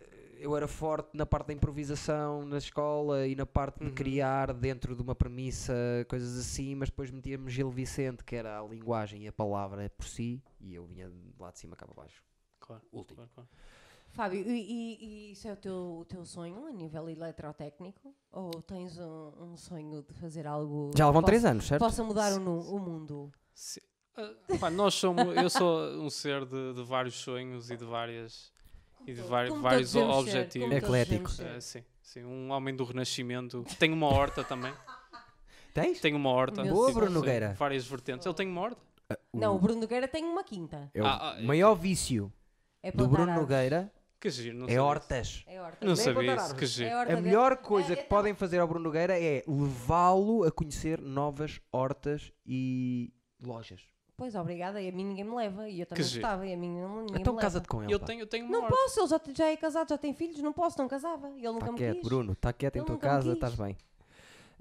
Speaker 1: eh, eu era forte na parte da improvisação na escola e na parte de
Speaker 3: Uhum.
Speaker 1: criar dentro de uma premissa, coisas assim, mas depois metia-me Gil Vicente, que era a linguagem e a palavra por si, e eu vinha de lá de cima cá para baixo.
Speaker 3: Claro.
Speaker 1: Último.
Speaker 3: claro, claro.
Speaker 2: Fábio, e, e- e isso é o teu, o teu sonho a nível eletrotécnico? Ou tens um, um sonho de fazer algo
Speaker 1: Já lá vão
Speaker 2: que
Speaker 1: 3 anos,
Speaker 2: possa,
Speaker 1: certo?
Speaker 2: possa mudar o, nu- o mundo?
Speaker 3: Se- ah, pá, nós somos, eu sou um ser de, de vários sonhos e de várias. E de vari-
Speaker 2: Como todos
Speaker 3: vários
Speaker 2: devemos ser,
Speaker 3: objetivos.
Speaker 2: como todos devemos
Speaker 1: Eclético.
Speaker 2: ser.
Speaker 3: Ah, sim, sim, um homem do Renascimento. Tem uma horta também.
Speaker 1: Tens?
Speaker 3: Tem uma horta.
Speaker 2: Meu Boa,
Speaker 3: Sim,
Speaker 1: Bruno
Speaker 3: sim,
Speaker 1: Nogueira.
Speaker 3: Várias vertentes. Ele tem uma horta?
Speaker 2: Não, o Bruno Nogueira tem uma quinta.
Speaker 1: É o
Speaker 3: Ah, ah,
Speaker 1: maior vício
Speaker 2: É
Speaker 1: do
Speaker 2: plantar
Speaker 1: Bruno
Speaker 2: árvores.
Speaker 1: Nogueira
Speaker 3: Que giro, não
Speaker 1: é
Speaker 3: sabia
Speaker 1: hortas.
Speaker 2: É
Speaker 3: isso.
Speaker 2: horta.
Speaker 3: Não
Speaker 1: Nem
Speaker 3: sabia
Speaker 1: plantar
Speaker 3: isso, que
Speaker 1: árvores.
Speaker 3: giro.
Speaker 2: É horta
Speaker 1: A
Speaker 2: dele.
Speaker 1: melhor coisa
Speaker 2: É,
Speaker 1: que
Speaker 2: é
Speaker 1: podem fazer ao Bruno Nogueira é levá-lo a conhecer novas hortas e lojas.
Speaker 2: Pois, obrigada, e a mim ninguém me leva. E eu também
Speaker 3: giro.
Speaker 2: gostava, e a mim não- ninguém
Speaker 1: então
Speaker 2: me
Speaker 1: casa-te
Speaker 2: leva.
Speaker 1: com ele.
Speaker 3: Eu
Speaker 1: pá.
Speaker 3: tenho, eu tenho uma
Speaker 2: Não
Speaker 3: horta.
Speaker 2: posso, ele já, já é casado, já tem filhos, não posso, não casava. Ele nunca
Speaker 3: um
Speaker 1: Está
Speaker 2: me
Speaker 1: quieto,
Speaker 2: quis.
Speaker 1: Bruno, está quieto em
Speaker 2: Tá Ele um
Speaker 1: tua
Speaker 2: nunca me
Speaker 1: casa,
Speaker 2: quis.
Speaker 1: estás bem.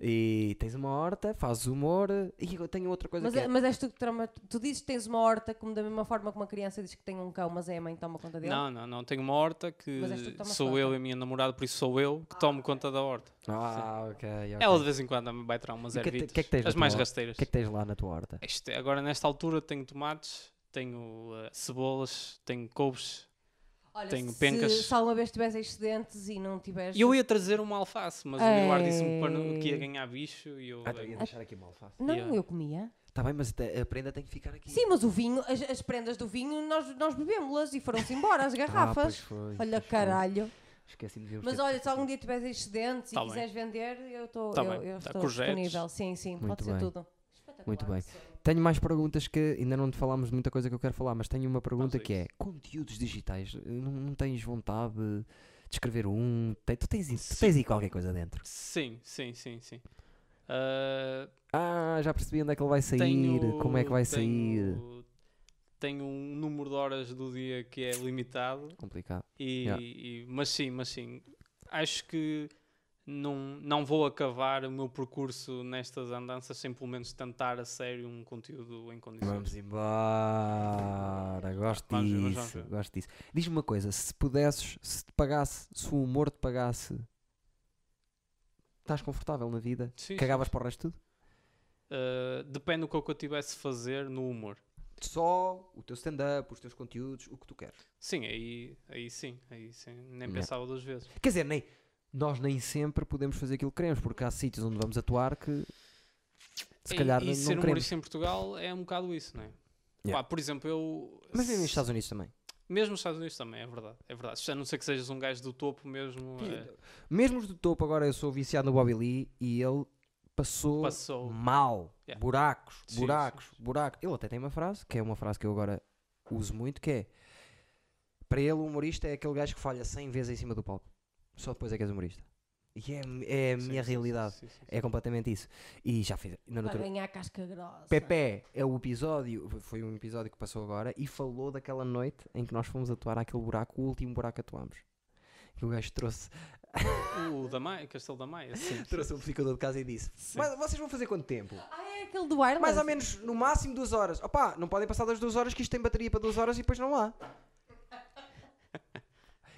Speaker 1: E tens uma horta, fazes humor. E eu tenho outra coisa
Speaker 2: Mas,
Speaker 1: que é.
Speaker 2: mas és tu que trama. Tu dizes que tens uma horta, como da mesma forma que uma criança diz que tem um cão, mas é a mãe que toma conta dele.
Speaker 3: Não, não, não. Tenho uma horta que
Speaker 2: Mas és tu que tomas
Speaker 3: sou
Speaker 2: conta.
Speaker 3: eu e a minha namorada, por isso sou eu que tomo conta da horta.
Speaker 1: Ah, ok. ok.
Speaker 3: Ela É de vez em quando me vai tirar umas
Speaker 1: E que te-
Speaker 3: ervitas.
Speaker 1: que é que tens na
Speaker 3: as mais
Speaker 1: tua-
Speaker 3: rasteiras.
Speaker 1: O que é que tens lá na tua horta?
Speaker 3: Isto é- agora, nesta altura, tenho tomates, tenho eh, cebolas, tenho couves.
Speaker 2: Olha,
Speaker 3: Tenho
Speaker 2: se,
Speaker 3: pencas.
Speaker 2: se alguma vez tiveres excedentes e não tiveres.
Speaker 3: E eu ia trazer uma alface, mas o Eduardo disse-me para não- que ia
Speaker 2: Ei.
Speaker 3: ganhar bicho e eu.
Speaker 1: Ah, ia deixar aqui uma alface.
Speaker 2: Não,
Speaker 3: Yeah.
Speaker 2: eu comia.
Speaker 1: Está bem, mas te- a prenda tem que ficar aqui. Ah,
Speaker 2: Sim, mas o vinho, as, as prendas do vinho, nós, nós bebemos-las e foram-se embora, as
Speaker 1: Ah, pois
Speaker 2: garrafas.
Speaker 1: foi,
Speaker 2: olha,
Speaker 1: pois foi.
Speaker 2: caralho.
Speaker 1: Esqueci-me de
Speaker 2: Mas olha, se algum dia tiveres excedentes
Speaker 3: Tá
Speaker 2: e
Speaker 3: bem.
Speaker 2: quiseres vender, eu, tô,
Speaker 3: Tá
Speaker 2: eu,
Speaker 3: bem.
Speaker 2: eu
Speaker 3: Tá,
Speaker 2: estou
Speaker 3: projetos.
Speaker 2: disponível. Sim, sim,
Speaker 1: Muito
Speaker 2: pode ser
Speaker 1: bem.
Speaker 2: tudo. Espetacular,
Speaker 1: Muito bem.
Speaker 2: sim.
Speaker 1: Tenho mais perguntas que ainda não te falámos de muita coisa que eu quero falar, mas tenho uma pergunta
Speaker 3: a
Speaker 1: que é: conteúdos digitais, eh, não, não tens vontade de escrever um? Te- tu, tens, tu tens aí qualquer coisa dentro.
Speaker 3: Sim, sim, sim, sim. Ah,
Speaker 1: Ah, já percebi onde é que ele vai sair,
Speaker 3: tenho-
Speaker 1: como é que vai sair.
Speaker 3: tenho- Tenho um número de horas do dia que é limitado.
Speaker 1: Complicado.
Speaker 3: E,
Speaker 1: Yeah.
Speaker 3: e- mas sim, mas sim, acho que não, não vou acabar o meu percurso nestas andanças sem pelo menos tentar a sério um conteúdo em condições.
Speaker 1: Vamos embora, gosto
Speaker 3: Vamos ver, vamos
Speaker 1: disso,
Speaker 3: ver.
Speaker 1: gosto disso. Diz-me uma coisa, se pudesses, se te pagasse, se o humor te pagasse, estás confortável na vida?
Speaker 3: Sim,
Speaker 1: Cagavas para o resto de tudo?
Speaker 3: Uh, depende do que é que eu tivesse a fazer no humor.
Speaker 1: Só o teu stand-up, os teus conteúdos, o que tu queres.
Speaker 3: Sim, aí, aí sim, aí sim. Nem
Speaker 1: Yeah.
Speaker 3: pensava duas vezes.
Speaker 1: Quer dizer, nem, nós nem sempre podemos fazer aquilo que queremos, porque há sítios onde vamos atuar que se
Speaker 3: E-
Speaker 1: calhar
Speaker 3: e,
Speaker 1: não
Speaker 3: ser
Speaker 1: queremos.
Speaker 3: humorista em Portugal é um bocado isso, não é?
Speaker 1: Yeah.
Speaker 3: Pá, por exemplo, eu.
Speaker 1: Mas vivem nos
Speaker 3: se-
Speaker 1: Estados Unidos também.
Speaker 3: Mesmo nos Estados Unidos também, é verdade. É verdade. A não ser que sejas um gajo do topo mesmo. é,
Speaker 1: Mesmo os do topo, agora eu sou viciado no Bobby Lee e ele passou,
Speaker 3: Passou.
Speaker 1: mal.
Speaker 3: Yeah.
Speaker 1: Buracos,
Speaker 3: Sim,
Speaker 1: buracos,
Speaker 3: sim,
Speaker 1: buracos. Ele até tem uma frase, que é uma frase que eu agora uso muito, que é para ele o humorista é aquele gajo que falha 100 vezes em cima do palco. Só depois é que és humorista. E é, é a
Speaker 3: sim,
Speaker 1: minha
Speaker 3: sim, sim,
Speaker 1: realidade.
Speaker 3: sim, sim, sim.
Speaker 1: É completamente isso. E já fiz. Na
Speaker 2: Para
Speaker 1: natureza.
Speaker 2: ganhar casca grossa.
Speaker 1: Pepe é o episódio, foi um episódio que passou agora e falou daquela noite em que nós fomos atuar àquele buraco, o último buraco que atuámos. E o gajo trouxe, É.
Speaker 3: O da Maia, Castelo da Maia, sim.
Speaker 1: trouxe o amplificador de casa e disse: Mas vocês vão fazer quanto tempo?
Speaker 2: Ah, é aquele do wireless.
Speaker 1: Mais ou menos no máximo duas horas. Opá, não podem passar das duas horas que isto tem bateria para duas horas e depois não há.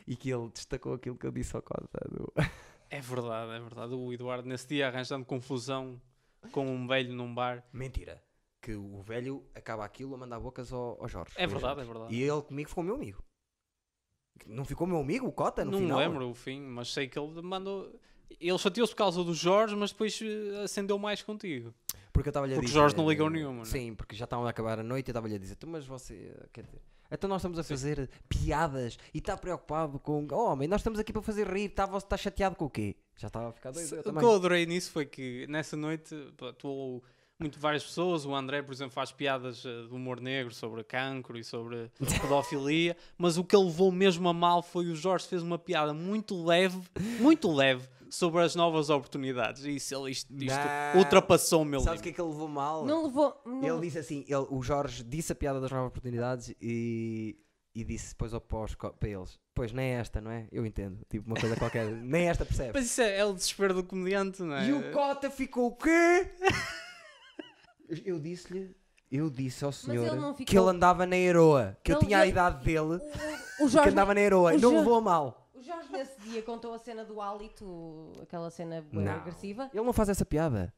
Speaker 1: E que ele destacou aquilo que eu disse ao Costa. do-
Speaker 3: É verdade, é verdade. O Eduardo, nesse dia, arranjando confusão com um velho num bar.
Speaker 1: Mentira. Que o velho acaba aquilo a mandar bocas ao, ao Jorge.
Speaker 3: É
Speaker 1: Foi
Speaker 3: verdade,
Speaker 1: Jorge.
Speaker 3: é verdade.
Speaker 1: E ele comigo ficou meu amigo. Não ficou meu amigo, o Cota, no
Speaker 3: não
Speaker 1: final? é.
Speaker 3: lembro o fim, mas sei que ele mandou. Ele chateou-se por causa do Jorge, mas depois eh, acendeu mais contigo.
Speaker 1: Porque eu estava-lhe a
Speaker 3: Porque
Speaker 1: dizer.
Speaker 3: Jorge não ligou nenhuma, não é?
Speaker 1: Sim, porque já estavam a acabar a noite e eu estava-lhe a dizer, "Tu, mas você. Quer dizer, então nós estamos a fazer piadas e está preocupado com. Oh, homem, nós estamos aqui para fazer rir, está, você está chateado com o quê? Já estava a ficar doido. eu
Speaker 3: é o
Speaker 1: também.
Speaker 3: que eu adorei nisso foi que nessa noite pá, tu muito várias pessoas, o André, por exemplo, faz piadas eh, de humor negro sobre cancro e sobre pedofilia, mas o que ele levou mesmo a mal foi o Jorge fez uma piada muito leve, muito leve, sobre as novas oportunidades. E isso, ele, isto, isto
Speaker 1: Não.
Speaker 3: ultrapassou o meu
Speaker 1: Sabes o
Speaker 3: limite.
Speaker 1: que é que ele levou mal?
Speaker 2: Não levou. Não...
Speaker 1: Ele disse assim, ele- o Jorge disse a piada das novas oportunidades e, e disse depois ao pós co- para eles. Pois nem esta, não é? Eu entendo. Tipo uma coisa qualquer. nem esta percebe.
Speaker 3: Mas isso é, é o desespero do comediante, não é?
Speaker 1: E o Cota ficou o quê? eu disse-lhe, eu disse ao senhor
Speaker 2: ele não
Speaker 1: que ele
Speaker 2: ficou-
Speaker 1: andava na heroa, que eu
Speaker 2: Ele-
Speaker 1: tinha a
Speaker 2: ele-
Speaker 1: idade dele,
Speaker 2: O, o
Speaker 1: que
Speaker 2: Jorge,
Speaker 1: andava na heroa,
Speaker 2: o
Speaker 1: não
Speaker 2: Jo-
Speaker 1: levou a mal.
Speaker 2: o Jorge nesse dia contou a cena do hálito, aquela cena bué
Speaker 1: Não.
Speaker 2: agressiva.
Speaker 1: Ele não faz essa piada.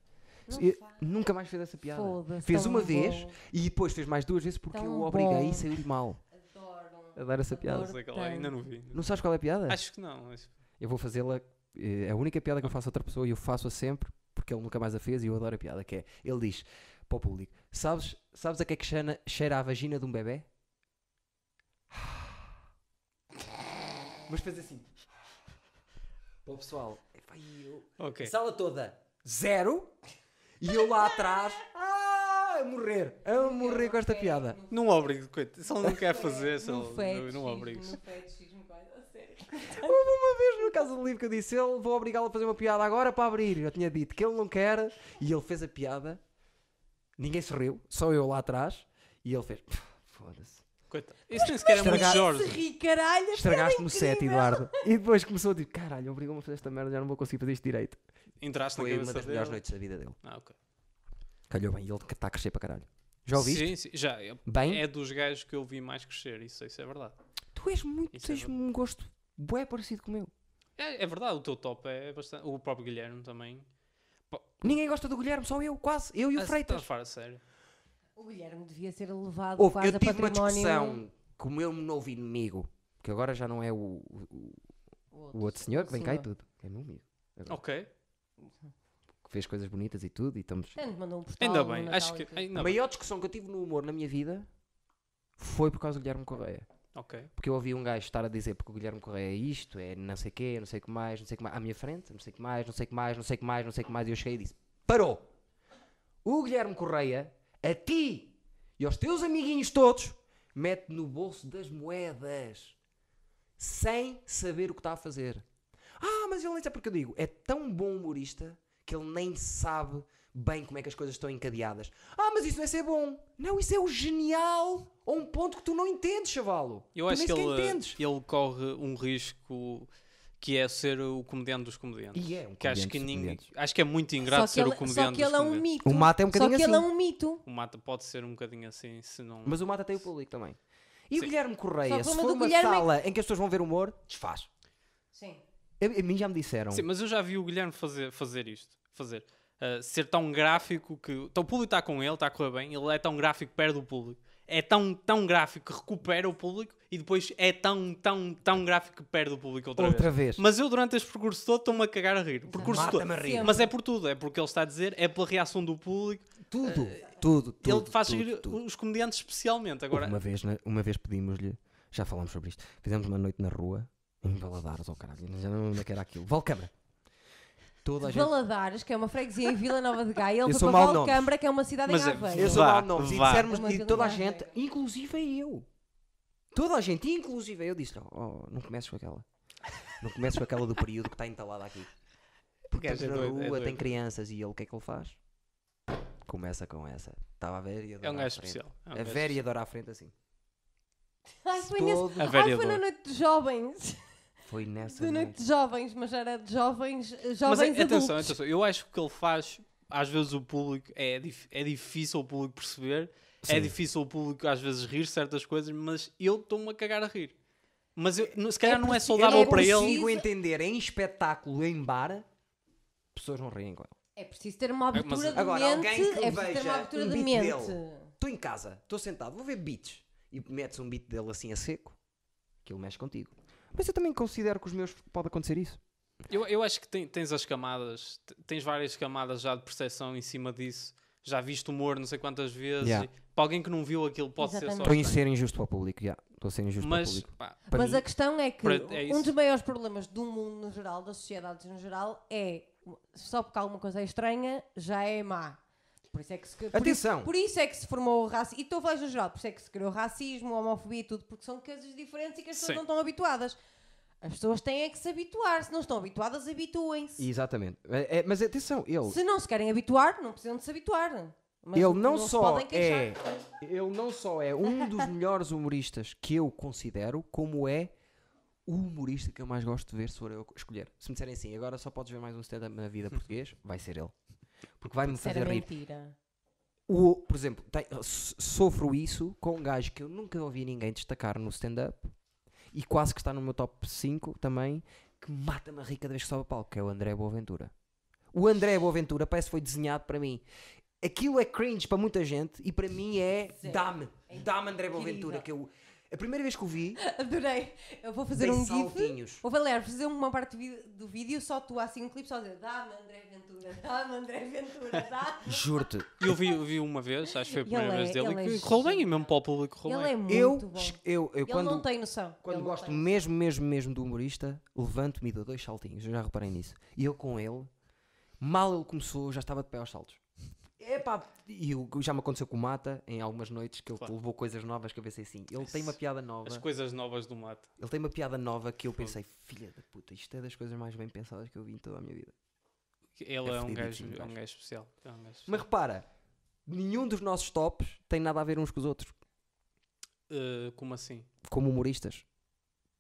Speaker 2: Não
Speaker 1: Eu-
Speaker 2: faz.
Speaker 1: Nunca mais fez essa piada.
Speaker 2: Foda-se,
Speaker 1: Fez
Speaker 2: tão
Speaker 1: uma
Speaker 2: bom.
Speaker 1: vez e depois fez mais duas vezes porque
Speaker 2: Tão
Speaker 1: eu o obriguei
Speaker 2: bom.
Speaker 1: e saiu-lhe mal
Speaker 2: Adoro.
Speaker 1: a dar essa
Speaker 3: Não
Speaker 1: piada.
Speaker 3: sei qual é, ainda não vi.
Speaker 1: Não sabes qual é a piada?
Speaker 3: Acho que não. acho-
Speaker 1: Eu vou fazê-la. eh, A única piada que eu faço a outra pessoa e eu faço-a sempre porque ele nunca mais a fez e eu adoro a piada. Que é: ele diz para o público: Sabes, sabes a que é que cheira, cheira a vagina de um bebê? Mas faz assim para o pessoal. Epá, e eu-
Speaker 3: Ok.
Speaker 1: A sala toda zero e eu lá atrás ah, a morrer, a morrer com esta piada.
Speaker 3: Não obrigo, coitado. Se ele não quer fazer, se
Speaker 2: No
Speaker 3: ele- não, não
Speaker 2: fetichismo,
Speaker 3: obrigo.
Speaker 2: no fetichismo, quase a sério.
Speaker 1: Houve uma vez no caso do livro que eu disse: ele vou obrigá-lo a fazer uma piada agora para abrir. Eu tinha dito que ele não quer e ele fez a piada. Ninguém se riu, só eu lá atrás. E ele fez: "Pff, foda-se.
Speaker 3: Coitado. Isso nem sequer é muito
Speaker 1: Estragar-
Speaker 2: Se
Speaker 3: Jorge.
Speaker 2: ri, caralho.
Speaker 1: é Estragaste-me o set,
Speaker 2: incrível.
Speaker 1: Eduardo. E depois começou a dizer: caralho, obrigou-me a fazer esta merda, já não vou conseguir fazer isto direito.
Speaker 3: Entraste na
Speaker 1: Foi uma
Speaker 3: cabeça
Speaker 1: das melhores
Speaker 3: dele.
Speaker 1: noites da vida dele.
Speaker 3: Ah, ok.
Speaker 1: Calhou bem, e ele está a crescer para caralho. Já ouviste?
Speaker 3: Sim, sim, já. É-
Speaker 1: Bem,
Speaker 3: É dos gajos que eu vi mais crescer, isso, isso é verdade.
Speaker 1: tu és muito,
Speaker 3: Isso é
Speaker 1: tens
Speaker 3: verdade.
Speaker 1: um gosto bué parecido com o meu.
Speaker 3: É, é verdade, o teu top é bastante. O próprio Guilherme também.
Speaker 1: Ninguém gosta do Guilherme, só eu, quase. Eu e o
Speaker 3: Ah,
Speaker 1: Freitas.
Speaker 3: Estás a falar a sério.
Speaker 2: O Guilherme devia ser levado
Speaker 1: Houve-
Speaker 2: quase
Speaker 1: eu
Speaker 2: a
Speaker 1: tive uma
Speaker 2: património.
Speaker 1: discussão com o meu novo inimigo, que agora já não é o, o, o outro senhor que vem cá e
Speaker 2: senhor.
Speaker 1: tudo. É meu amigo.
Speaker 3: Ok.
Speaker 1: Tá Que fez coisas bonitas e tudo e estamos.
Speaker 2: Até nos mandou um portal
Speaker 3: Ainda
Speaker 2: no
Speaker 3: bem.
Speaker 2: Natal
Speaker 3: Acho
Speaker 2: e
Speaker 3: que. é
Speaker 2: tudo.
Speaker 3: Ainda
Speaker 1: a
Speaker 3: bem.
Speaker 1: maior discussão que eu tive no humor na minha vida foi por causa do Guilherme Correia.
Speaker 3: Ok.
Speaker 1: Porque eu ouvi um gajo estar a dizer porque o Guilherme Correia é isto, é não sei o quê, não sei o que mais, não sei o que mais, à minha frente, não sei o que mais, não sei o que mais, não sei o que mais, não sei o que mais, e eu cheguei e disse: Parou! O Guilherme Correia, a ti e aos teus amiguinhos todos, mete no bolso das moedas sem saber o que está a fazer. Ah, mas ele nem sabe porque eu digo. É tão bom humorista que ele nem sabe bem como é que as coisas estão encadeadas. Ah, mas isso não é ser bom. Não, isso é o genial a um ponto que tu não entendes, chavalo.
Speaker 3: Eu
Speaker 1: tu
Speaker 3: acho que
Speaker 1: nem sequer
Speaker 3: ele, eh,
Speaker 1: entendes.
Speaker 3: ele corre um risco que é ser o comediante dos comediantes.
Speaker 1: E é um
Speaker 3: que acho
Speaker 1: comediante
Speaker 3: que,
Speaker 1: dos
Speaker 3: ninguém,
Speaker 1: comediantes.
Speaker 3: acho que é muito
Speaker 2: Só
Speaker 3: ingrato
Speaker 2: que
Speaker 3: ser o
Speaker 2: ele, só
Speaker 3: comediante
Speaker 2: que ele é
Speaker 3: dos
Speaker 2: um
Speaker 3: comediantes.
Speaker 2: mito.
Speaker 1: O Mata é um
Speaker 2: Só que
Speaker 1: bocadinho
Speaker 2: ele é
Speaker 1: assim.
Speaker 2: um mito.
Speaker 3: O Mata pode ser um bocadinho assim, se não.
Speaker 1: Mas o Mata tem o público também. E o Guilherme
Speaker 2: Só
Speaker 1: Correia, se
Speaker 2: o problema
Speaker 1: for
Speaker 2: do
Speaker 1: uma
Speaker 2: Guilherme é
Speaker 1: sala em que as pessoas vão ver humor, desfaz.
Speaker 2: Sim.
Speaker 1: A, a mim já me disseram.
Speaker 3: Sim, mas eu já vi o Guilherme fazer, fazer isto. Fazer. Ah, ser tão gráfico que. Então, o público está com ele, está a correr bem, ele é tão gráfico que perde o público. É tão, tão gráfico que recupera o público e depois é tão, tão, tão gráfico que perde o público outra,
Speaker 1: Outra vez.
Speaker 3: Mas eu, durante este percurso todo, estou-me a cagar a rir. O Percurso todo.
Speaker 1: Mata-me a rir.
Speaker 3: Mas é por tudo, é porque ele está a dizer, é pela reação do público.
Speaker 1: Tudo, eh, tudo, tudo.
Speaker 3: ele faz
Speaker 1: tudo,
Speaker 3: rir
Speaker 1: tudo.
Speaker 3: os comediantes especialmente. Agora,
Speaker 1: Uma vez, né, uma vez pedimos-lhe, Já falámos sobre isto. Fizemos uma noite na rua, em Valadares, ou caralho, já não lembro onde é que era aquilo. Valcâmara. Toda a gente.
Speaker 2: Valadares, que é uma freguesia em Vila Nova de Gaia, ele
Speaker 1: Eu
Speaker 2: foi
Speaker 1: sou
Speaker 2: para
Speaker 1: mau de nomes.
Speaker 2: Valcâmara, que é uma cidade
Speaker 3: Mas
Speaker 2: em
Speaker 3: é-
Speaker 2: Aveiro.
Speaker 1: Eu sou
Speaker 3: Vá,
Speaker 1: mau de nomes. E
Speaker 3: vá.
Speaker 1: dissermos
Speaker 2: Uma
Speaker 1: de toda a
Speaker 2: vilã
Speaker 1: gente,
Speaker 2: negra.
Speaker 1: inclusive eu. Toda a gente, inclusive eu, disse-lhe: oh, oh, não comeces com aquela. Não comeces com aquela do período que está entalada aqui. Porque
Speaker 3: É
Speaker 1: estamos na
Speaker 3: doido, é
Speaker 1: rua, tem
Speaker 3: doido.
Speaker 1: crianças e ele o que é que ele faz? Começa com essa. Estava a ver e
Speaker 3: É um
Speaker 1: adorar à
Speaker 3: gajo
Speaker 1: frente.
Speaker 3: especial. É um
Speaker 1: A
Speaker 3: gajo
Speaker 1: ver e adorar à frente assim.
Speaker 2: Ai, foi, nesse...
Speaker 1: Todo-
Speaker 3: A
Speaker 2: Ai,
Speaker 3: vereadora.
Speaker 2: foi na noite dos jovens.
Speaker 1: Foi nessa
Speaker 2: De noite
Speaker 1: noite.
Speaker 2: de jovens, mas já era de jovens, eh, jovens
Speaker 3: Mas é-
Speaker 2: adultos.
Speaker 3: atenção, atenção, eu acho que o que ele faz, às vezes o público é, dif- é difícil o público perceber, é
Speaker 1: Sim.
Speaker 3: difícil o público às vezes rir certas coisas, mas eu estou-me a cagar a rir. Mas eu, se calhar não é saudável
Speaker 2: é
Speaker 3: para
Speaker 1: Eu
Speaker 3: ele.
Speaker 1: consigo
Speaker 2: Isso-
Speaker 1: entender em espetáculo, em bar, pessoas não riem com ele.
Speaker 2: É preciso ter uma abertura
Speaker 3: mas-
Speaker 2: de
Speaker 1: Agora, alguém
Speaker 2: mente.
Speaker 1: que
Speaker 2: É preciso ter
Speaker 1: veja
Speaker 2: uma abertura
Speaker 1: um
Speaker 2: de
Speaker 1: beat
Speaker 2: mente.
Speaker 1: Estou em casa, estou sentado, vou ver beats. E metes um beat dele assim a seco, aquilo mexe contigo. Mas eu também considero que os meus pode acontecer isso.
Speaker 3: Eu, eu acho que tem- tens as camadas, t- tens várias camadas já de percepção em cima disso. Já viste humor não sei quantas vezes.
Speaker 1: Yeah.
Speaker 3: e Para alguém que não viu aquilo, pode ser só.
Speaker 2: Exatamente.
Speaker 1: Estou a
Speaker 3: estranho.
Speaker 1: ser injusto para o público, já. Estou a ser injusto para o
Speaker 3: Mas,
Speaker 1: público.
Speaker 3: pá,
Speaker 1: Para
Speaker 2: Mas
Speaker 1: mim,
Speaker 2: a questão é que
Speaker 3: Para- é
Speaker 2: um
Speaker 3: isso.
Speaker 2: dos maiores problemas do mundo no geral, das sociedades no geral, é só porque alguma coisa é estranha, já é má. Por isso é que se, por
Speaker 1: Atenção!
Speaker 2: Isso, por isso é que se formou o racismo. E estou a falar no geral, por isso é que se criou racismo, homofobia e tudo, porque são coisas diferentes e que as pessoas
Speaker 3: Sim.
Speaker 2: não estão habituadas. As pessoas têm é que se habituar. Se não estão habituadas, habituem-se.
Speaker 1: Exatamente. É- é- mas atenção, ele,
Speaker 2: Se não se querem habituar, não precisam de se habituar. Mas
Speaker 1: ele não,
Speaker 2: se
Speaker 1: só
Speaker 2: podem queixar.
Speaker 1: é, ele não só é um dos melhores humoristas que eu considero, como é o humorista que eu mais gosto de ver se for eu a escolher. Se me disserem assim, agora só podes ver mais um stand-up na vida português, vai ser ele. Porque vai-me
Speaker 2: Isso era
Speaker 1: fazer rir.
Speaker 2: mentira.
Speaker 1: O- por exemplo, tem- so- sofro isso com um gajo que eu nunca ouvi ninguém destacar no stand-up e quase que está no meu top 5 também, que mata-me a rir cada vez que sobe a palco, que é o André Boaventura. O André Boaventura parece que foi desenhado para mim. Aquilo é cringe para muita gente e para mim é
Speaker 2: Sim.
Speaker 1: dá-me, dá-me André Boaventura,
Speaker 2: incrível.
Speaker 1: que eu a primeira vez que o vi,
Speaker 2: Adorei. Eu vou fazer
Speaker 1: dei
Speaker 2: um gif.
Speaker 1: saltinhos.
Speaker 2: Vou Valer, fazer uma parte vi- do vídeo só tu, assim um clipe, só a dizer dá-me André Ventura, dá-me André Ventura, dá
Speaker 1: Juro-te,
Speaker 3: eu vi, eu vi uma vez, acho que foi a
Speaker 2: Ele
Speaker 3: primeira
Speaker 2: é-
Speaker 3: vez dele.
Speaker 2: ele
Speaker 3: e
Speaker 2: é
Speaker 3: que correu bem, e
Speaker 2: genial.
Speaker 3: mesmo para o público correu
Speaker 2: Ele é
Speaker 3: bem.
Speaker 2: muito
Speaker 1: eu,
Speaker 2: bom.
Speaker 1: eu, eu
Speaker 2: Ele
Speaker 1: quando
Speaker 2: não tem noção.
Speaker 1: Quando
Speaker 2: Ele não
Speaker 1: gosto
Speaker 2: tem.
Speaker 1: mesmo, mesmo, mesmo do humorista, levanto-me e dou dois saltinhos. Eu já reparei nisso. E eu com ele, mal ele começou, já estava de pé aos saltos. Epá, e eu- já me aconteceu com o Mata em algumas noites que ele
Speaker 3: Claro.
Speaker 1: levou coisas novas que eu pensei assim. Ele tem uma piada
Speaker 2: é
Speaker 1: nova.
Speaker 3: As coisas novas do mato.
Speaker 1: Ele tem uma piada nova que eu pensei, filha da puta, isto é das coisas mais bem pensadas que eu vi em toda a minha vida.
Speaker 3: Ele é, um, gajo,
Speaker 1: fedidíssimo,
Speaker 3: é um
Speaker 1: gajo.
Speaker 3: gajo especial. É um gajo
Speaker 1: Mas repara, nenhum dos nossos tops tem nada a ver uns com os outros,
Speaker 3: especial. Eh, como assim?
Speaker 1: como humoristas.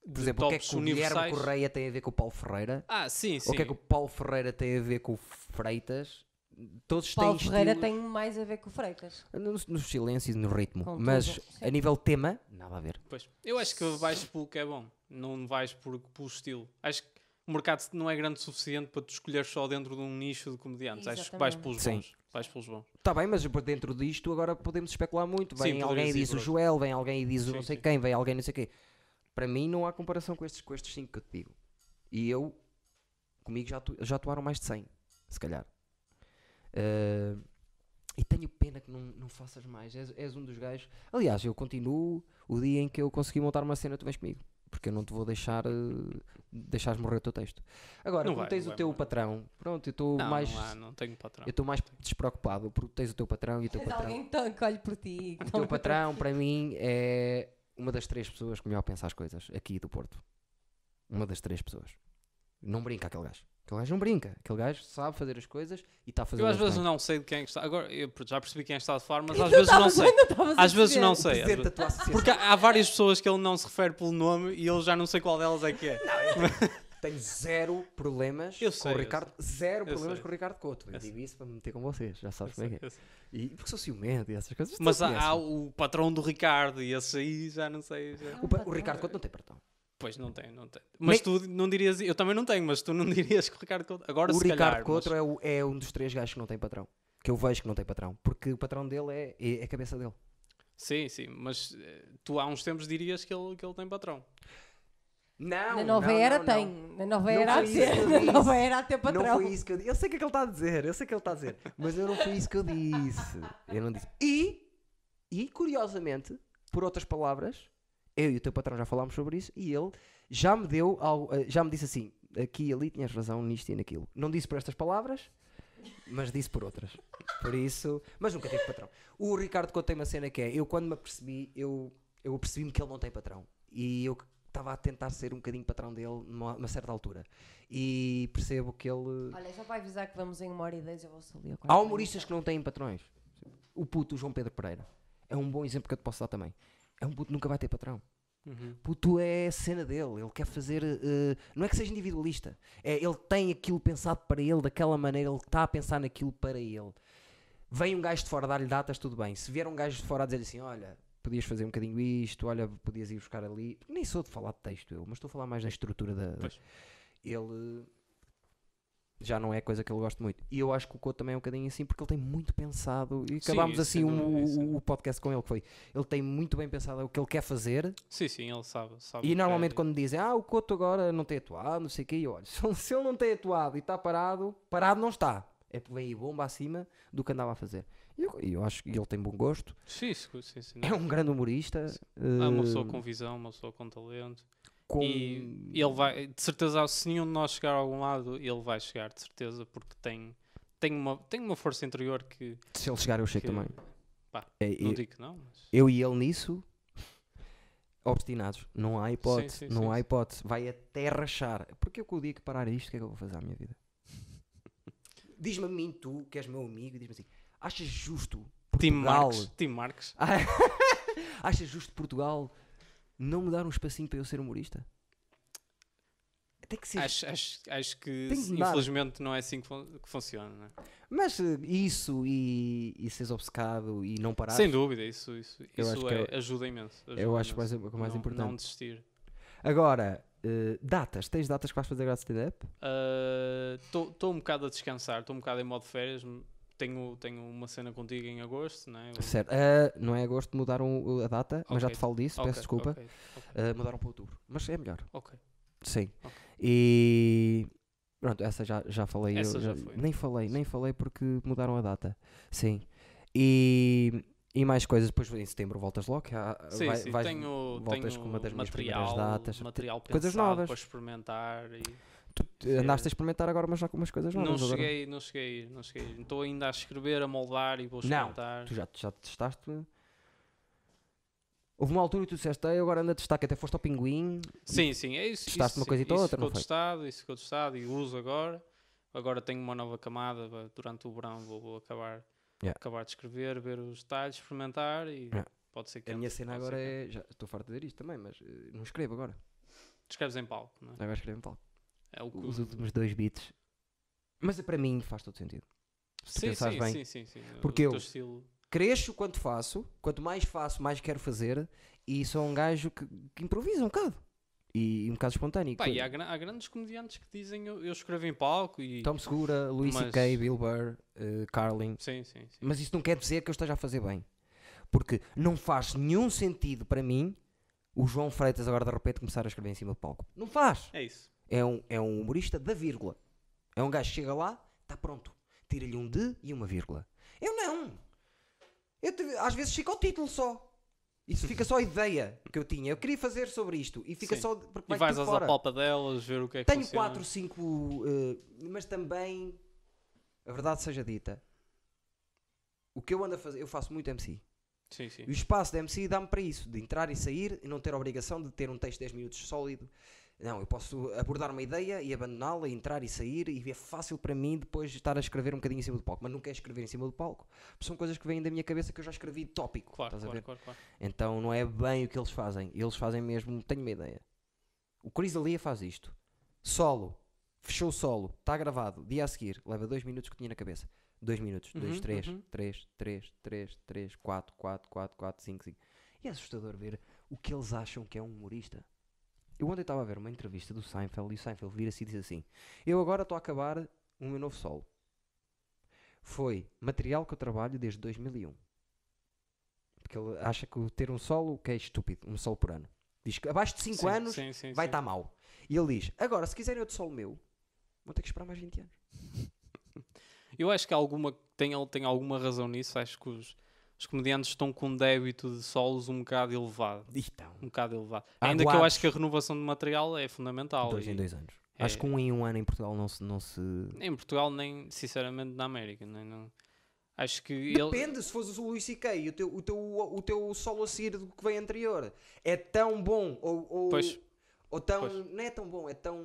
Speaker 1: Por
Speaker 3: De
Speaker 1: exemplo, o que é
Speaker 3: tops
Speaker 1: que o Guilherme
Speaker 3: universais?
Speaker 1: Correia tem a ver com o Paulo Ferreira?
Speaker 3: Ah, sim, sim.
Speaker 1: O que é que o Paulo Ferreira tem a ver com o Freitas? Todos
Speaker 2: Paulo
Speaker 1: têm
Speaker 2: Ferreira
Speaker 1: estilos-
Speaker 2: tem mais a ver com o Freitas.
Speaker 1: Nos, nos silêncios e no ritmo.
Speaker 2: Com
Speaker 1: mas
Speaker 2: tudo, sim.
Speaker 1: a nível tema, nada a ver.
Speaker 3: Pois. Eu acho que vais pelo que é bom, não vais por, pelo estilo. Acho que o mercado não é grande o suficiente para tu escolher só dentro de um nicho de comediantes. Acho que vais pelos
Speaker 1: Sim.
Speaker 3: bons. Vais pelos bons.
Speaker 1: Está Tá bem, mas dentro disto agora podemos especular muito. Vem
Speaker 3: Sim,
Speaker 1: alguém e
Speaker 3: poderia
Speaker 1: diz
Speaker 3: ser
Speaker 1: o
Speaker 3: por
Speaker 1: Joel, vem alguém e diz o
Speaker 3: Sim,
Speaker 1: não sei
Speaker 3: sim.
Speaker 1: quem, vem alguém não sei quê. Para mim não há comparação com estes, com estes cinco que eu te digo. E eu, comigo já, atu- já atuaram mais de 100, se calhar. Ah, e tenho pena que não, não faças mais. És, és um dos gajos. Aliás, eu continuo o dia em que eu consegui montar uma cena, tu vens comigo. Porque eu não te vou deixar eh, deixares morrer o teu texto. Agora,
Speaker 3: Não
Speaker 1: como
Speaker 3: vai,
Speaker 1: tens
Speaker 3: não
Speaker 1: o
Speaker 3: vai
Speaker 1: teu
Speaker 3: morrer.
Speaker 1: patrão, pronto, eu estou
Speaker 3: Não,
Speaker 1: mais.
Speaker 3: não, há, não tenho patrão.
Speaker 1: Eu estou mais despreocupado porque tens o teu patrão e o teu
Speaker 2: Mas
Speaker 1: patrão.
Speaker 2: alguém então colhe por ti.
Speaker 1: O teu patrão, para mim, é uma das três pessoas que melhor pensa as coisas aqui do Porto. Uma das três pessoas. Não brinca aquele gajo. Aquele gajo não brinca. Aquele gajo sabe fazer as coisas e está a fazer
Speaker 3: Eu às
Speaker 1: as
Speaker 3: vezes
Speaker 1: bem.
Speaker 3: não sei de quem é que está. Agora, eu já percebi quem é que está de falar, mas às vezes não sei. Às vezes não sei. às
Speaker 1: Presidente da
Speaker 3: vezes-
Speaker 1: tua associação.
Speaker 3: Porque há há várias pessoas que ele não se refere pelo nome e eu já não sei qual delas é que é.
Speaker 1: Tenho zero problemas
Speaker 3: Eu sei,
Speaker 1: com o
Speaker 3: eu
Speaker 1: Ricardo. Zero
Speaker 3: Eu
Speaker 1: problemas
Speaker 3: sei.
Speaker 1: com o Ricardo Couto. Eu,
Speaker 3: Eu
Speaker 1: digo isso para me meter com vocês. Já sabes como é que é.
Speaker 3: Eu sei.
Speaker 1: E porque sou ciumento e essas coisas.
Speaker 3: Mas
Speaker 1: tu
Speaker 3: há, há
Speaker 1: conheces.
Speaker 3: o patrão do Ricardo e esse aí já não sei. já-
Speaker 1: o, pa- o Ricardo Couto não tem perdão.
Speaker 3: Pois não tem, não tem. Mas tu não dirias. Eu também não tenho, mas tu não dirias que o Ricardo Couto. Agora
Speaker 1: o
Speaker 3: se
Speaker 1: Ricardo
Speaker 3: calhar.
Speaker 1: Couto
Speaker 3: mas...
Speaker 1: é, o- é um dos três gajos que não tem patrão. Que eu vejo que não tem patrão. Porque o patrão dele é, é a cabeça dele.
Speaker 3: Sim, sim, mas eh, tu há uns tempos dirias que ele, que ele tem patrão.
Speaker 1: Não,
Speaker 2: Na nova era tem. Na nova era há
Speaker 1: foi
Speaker 2: de
Speaker 1: isso que
Speaker 2: ser.
Speaker 1: eu
Speaker 2: Na
Speaker 1: disse.
Speaker 2: nova era há de ter
Speaker 1: Não
Speaker 2: patrão.
Speaker 1: foi isso que eu disse. Eu sei o que é que ele está a dizer, eu sei o que ele está a dizer. Mas eu não foi isso que eu disse. Eu não disse. E, e curiosamente, por outras palavras, eu e o teu patrão já falámos sobre isso e ele já me deu algo, eh, já me disse assim, aqui e ali tinhas razão nisto e naquilo. Não disse por estas palavras, mas disse por outras. Por isso, mas nunca tive patrão. O Ricardo Couto tem uma cena que é, eu quando me apercebi, eu, eu apercebi-me que ele não tem patrão. E eu estava a tentar ser um bocadinho patrão dele numa, numa certa altura. E percebo que ele...
Speaker 2: Olha, só para avisar que vamos em uma hora e dez, eu vou salir ao quarto.
Speaker 1: Há humoristas que não têm patrões. O puto, o João Pedro Pereira, é um bom exemplo que eu te posso dar também. É um puto que nunca vai ter patrão. Puto é a cena dele, ele quer fazer. eh, não é que seja individualista, é, ele tem aquilo pensado para ele daquela maneira, ele está a pensar naquilo para ele. Vem um gajo de fora dar-lhe datas, tudo bem. Se vier um gajo de fora a dizer assim: olha, podias fazer um bocadinho isto, olha, podias ir buscar ali. Nem sou de falar de texto eu, mas estou a falar mais da estrutura da. da-
Speaker 3: Pois.
Speaker 1: Ele já não é coisa que ele gosta muito. E eu acho que o Couto também é um bocadinho assim, porque ele tem muito pensado. E
Speaker 3: Sim,
Speaker 1: acabámos
Speaker 3: isso,
Speaker 1: assim
Speaker 3: sem
Speaker 1: o,
Speaker 3: dúvida, isso.
Speaker 1: o- o podcast com ele, que foi. Ele tem muito bem pensado o que ele quer fazer.
Speaker 3: Sim, sim, ele sabe. sabe o
Speaker 1: E
Speaker 3: que
Speaker 1: normalmente
Speaker 3: é.
Speaker 1: quando me dizem, ah, o Couto agora não tem atuado, não sei o quê, eu olho, se ele- se ele não tem atuado e está parado, parado não está. É porque vem aí bomba acima do que andava a fazer. E eu, e eu acho que ele tem bom gosto,
Speaker 3: Sim, sim, sim, sim,
Speaker 1: é um grande humorista.
Speaker 3: É uma
Speaker 1: eh,
Speaker 3: pessoa com visão, uma pessoa com talento.
Speaker 1: com-
Speaker 3: E ele vai, de certeza, se nenhum de nós chegar a algum lado, ele vai chegar, de certeza, porque tem, tem, uma, tem uma força interior que
Speaker 1: Se ele chegar eu chego
Speaker 3: que-
Speaker 1: também.
Speaker 3: pá,
Speaker 1: É,
Speaker 3: não
Speaker 1: eu-
Speaker 3: digo que não, mas
Speaker 1: eu e ele nisso obstinados, não há hipótese,
Speaker 3: sim,
Speaker 1: não
Speaker 3: sim,
Speaker 1: há
Speaker 3: sim.
Speaker 1: hipótese, vai até rachar. Porque eu que o dia que parar isto, o que é que eu vou fazer à minha vida? Diz-me a mim, tu, que és meu amigo, diz-me assim: achas justo
Speaker 3: Tim
Speaker 1: Portugal?
Speaker 3: Marques, Tim Marques,
Speaker 1: achas justo Portugal não me dar um espacinho para eu ser humorista? Tem que ser.
Speaker 3: acho, acho, acho que
Speaker 1: Tem que
Speaker 3: se-
Speaker 1: mudar.
Speaker 3: infelizmente não é assim que, fun- que funciona, não é?
Speaker 1: Mas eh, isso e, e seres obcecado e não parar.
Speaker 3: sem dúvida. Isso, isso,
Speaker 1: Eu
Speaker 3: isso
Speaker 1: acho que
Speaker 3: é,
Speaker 1: é-
Speaker 3: ajuda imenso.
Speaker 1: eu
Speaker 3: ajuda
Speaker 1: acho que mais,
Speaker 3: imenso.
Speaker 1: mais
Speaker 3: não,
Speaker 1: importante.
Speaker 3: Não desistir.
Speaker 1: Agora, eh, datas. Tens datas que vais fazer graças stand-up?
Speaker 3: Estou um bocado a descansar, estou um bocado em modo férias. Tenho, tenho uma cena contigo em agosto, não é? Eu-
Speaker 1: Certo. Ah, não é agosto, mudaram o- a data, mas já
Speaker 3: Ok.
Speaker 1: te falo disso,
Speaker 3: Ok,
Speaker 1: peço desculpa.
Speaker 3: ok,
Speaker 1: Ah, mudaram para outubro. Mas é melhor.
Speaker 3: ok.
Speaker 1: Sim.
Speaker 3: Ok.
Speaker 1: E. Pronto, essa já, já falei. eu
Speaker 3: Essa já foi.
Speaker 1: Nem falei, nem falei porque mudaram a data. Sim. E. E mais coisas, depois em setembro voltas logo. que há-
Speaker 3: Sim,
Speaker 1: Ah, vai-
Speaker 3: sim,
Speaker 1: vais-
Speaker 3: tenho,
Speaker 1: voltas
Speaker 3: tenho
Speaker 1: com uma das minhas primeiras
Speaker 3: material,
Speaker 1: datas,
Speaker 3: material
Speaker 1: te- coisas
Speaker 3: pensado
Speaker 1: novas.
Speaker 3: para experimentar. e-
Speaker 1: tu te- andaste a experimentar agora, mas já com umas coisas novas.
Speaker 3: Não,
Speaker 1: agora.
Speaker 3: cheguei, não cheguei, não cheguei. Estou ainda a escrever, a moldar e vou
Speaker 1: Não,
Speaker 3: experimentar.
Speaker 1: Tu já, já testaste. Houve uma altura e tu disseste, "Ei, agora anda a testar, que até foste ao pinguim.
Speaker 3: Sim, sim, é isso.
Speaker 1: testaste
Speaker 3: isso,
Speaker 1: uma
Speaker 3: sim,
Speaker 1: coisa e
Speaker 3: isso
Speaker 1: outra,
Speaker 3: ficou
Speaker 1: não foi?
Speaker 3: testado, isso ficou testado e uso agora. Agora tenho uma nova camada va- durante o verão, vou, vou acabar,
Speaker 1: Yeah.
Speaker 3: acabar de escrever, ver os detalhes, experimentar e
Speaker 1: Yeah.
Speaker 3: pode ser que
Speaker 1: A minha
Speaker 3: entre,
Speaker 1: cena
Speaker 3: pode ser
Speaker 1: agora
Speaker 3: que
Speaker 1: é. Já, estou farto de dizer isto também, mas eh, não escrevo agora.
Speaker 3: entre. Escreves em palco, não é?
Speaker 1: Agora escrevo em palco.
Speaker 3: É o que...
Speaker 1: Os últimos dois beats. Mas eh, para mim faz todo sentido. tu
Speaker 3: Sim,
Speaker 1: pensares
Speaker 3: sim,
Speaker 1: bem.
Speaker 3: sim, sim, sim.
Speaker 1: Porque
Speaker 3: o
Speaker 1: eu-
Speaker 3: teu estilo...
Speaker 1: Cresço quanto faço, quanto mais faço, mais quero fazer. E sou um gajo que, que improvisa um bocado. E, e um bocado espontâneo.
Speaker 3: Pá,
Speaker 1: Que-
Speaker 3: e há, gra- há grandes comediantes que dizem eu, eu escrevo em palco e...
Speaker 1: Tom Segura, Luís
Speaker 3: Mas-
Speaker 1: C.K., Bill Burr, eh, Carlin.
Speaker 3: Sim, sim, sim.
Speaker 1: Então, Mas isso não quer dizer que eu esteja a fazer bem. Porque não faz nenhum sentido para mim o João Freitas agora de repente começar a escrever em cima do palco. Não faz!
Speaker 3: É isso.
Speaker 1: É um, é um humorista da vírgula. É um gajo que chega lá, está pronto. Tira-lhe um de e uma vírgula. Eu não. Eu te- às vezes fica o título só. Isso fica só a ideia que eu tinha. Eu queria fazer sobre isto. E fica
Speaker 3: Sim.
Speaker 1: só. de- Porque
Speaker 3: E
Speaker 1: vai
Speaker 3: vais
Speaker 1: tudo
Speaker 3: às
Speaker 1: fora.
Speaker 3: apalpadelas ver o que é que
Speaker 1: Tenho
Speaker 3: funciona.
Speaker 1: 4, 5. mas também. A verdade seja dita. O que eu ando a fazer. Eu faço muito MC.
Speaker 3: Sim, sim.
Speaker 1: E o espaço da MC dá-me para isso, de entrar e sair e não ter a obrigação de ter um texto de 10 minutos sólido. Não, eu posso abordar uma ideia e abandoná-la, e entrar e sair, e é fácil para mim depois estar a escrever um bocadinho em cima do palco. Mas não quero escrever em cima do palco, porque são coisas que vêm da minha cabeça que eu já escrevi de tópico.
Speaker 3: Claro,
Speaker 1: estás a
Speaker 3: claro,
Speaker 1: ver?
Speaker 3: claro, claro.
Speaker 1: Então não é bem o que eles fazem. Eles fazem mesmo, tenho uma ideia. O Chris Alia faz isto. Solo. Fechou o solo. Está gravado. Dia a seguir. Leva dois minutos que tinha na cabeça. dois minutos. dois
Speaker 3: Uhum,
Speaker 1: três
Speaker 3: uhum.
Speaker 1: três três três três quatro quatro quatro quatro cinco cinco E é assustador ver o que eles acham que é um humorista. Eu ontem estava a ver uma entrevista do Seinfeld e o Seinfeld vira-se e diz assim: Eu agora estou a acabar o meu novo solo. Foi material que eu trabalho desde 2001. Porque ele acha que o ter um solo que é estúpido, um solo por ano. Diz que abaixo de 5
Speaker 3: Sim,
Speaker 1: anos
Speaker 3: sim, sim,
Speaker 1: vai
Speaker 3: sim.
Speaker 1: estar mal mau. E ele diz: Agora, se quiserem outro solo meu, vão ter que esperar mais 20 anos.
Speaker 3: Eu acho que há alguma, tem, al- tem alguma razão nisso. Acho que os, os comediantes estão com um débito de solos um bocado elevado.
Speaker 1: Então,
Speaker 3: Um bocado elevado.
Speaker 1: Há
Speaker 3: Ainda que eu
Speaker 1: boatos.
Speaker 3: acho que a renovação de material é fundamental.
Speaker 1: dois
Speaker 3: e-
Speaker 1: em dois anos.
Speaker 3: é-
Speaker 1: Acho que um em um ano em Portugal não se. Não se...
Speaker 3: Em Portugal, nem sinceramente na América. Nem, não- Acho que ele.
Speaker 1: Depende, se fosse o Luís C.K., o teu, o, teu, o teu solo a seguir do que vem anterior é tão bom ou, ou,
Speaker 3: Pois.
Speaker 1: ou tão.
Speaker 3: Pois.
Speaker 1: Não é tão bom, é tão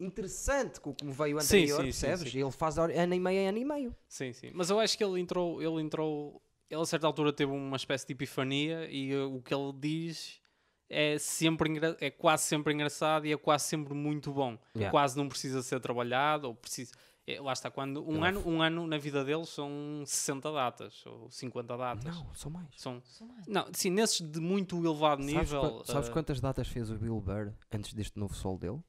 Speaker 1: interessante co- como veio
Speaker 3: Sim,
Speaker 1: anterior,
Speaker 3: sim, sim,
Speaker 1: percebes?
Speaker 3: sim.
Speaker 1: Ele faz hora- ano e meio, ano e meio.
Speaker 3: Sim, sim. Mas eu acho que ele entrou. Ele entrou. Ele a certa altura teve uma espécie de epifania e uh, o que ele diz é sempre engra- é quase sempre engraçado e é quase sempre muito bom.
Speaker 1: Yeah.
Speaker 3: Quase não precisa ser trabalhado ou precisa. é, lá está, quando um
Speaker 1: Ele é
Speaker 3: ano, um ano na vida dele são 60 datas ou 50 datas.
Speaker 1: Não, só mais.
Speaker 3: São,
Speaker 2: Sou mais.
Speaker 3: não, sim, nesses de muito elevado
Speaker 1: Sabes,
Speaker 3: nível.
Speaker 1: qua- sabes
Speaker 3: uh,
Speaker 1: quantas datas fez o Bill Burr antes deste novo solo dele?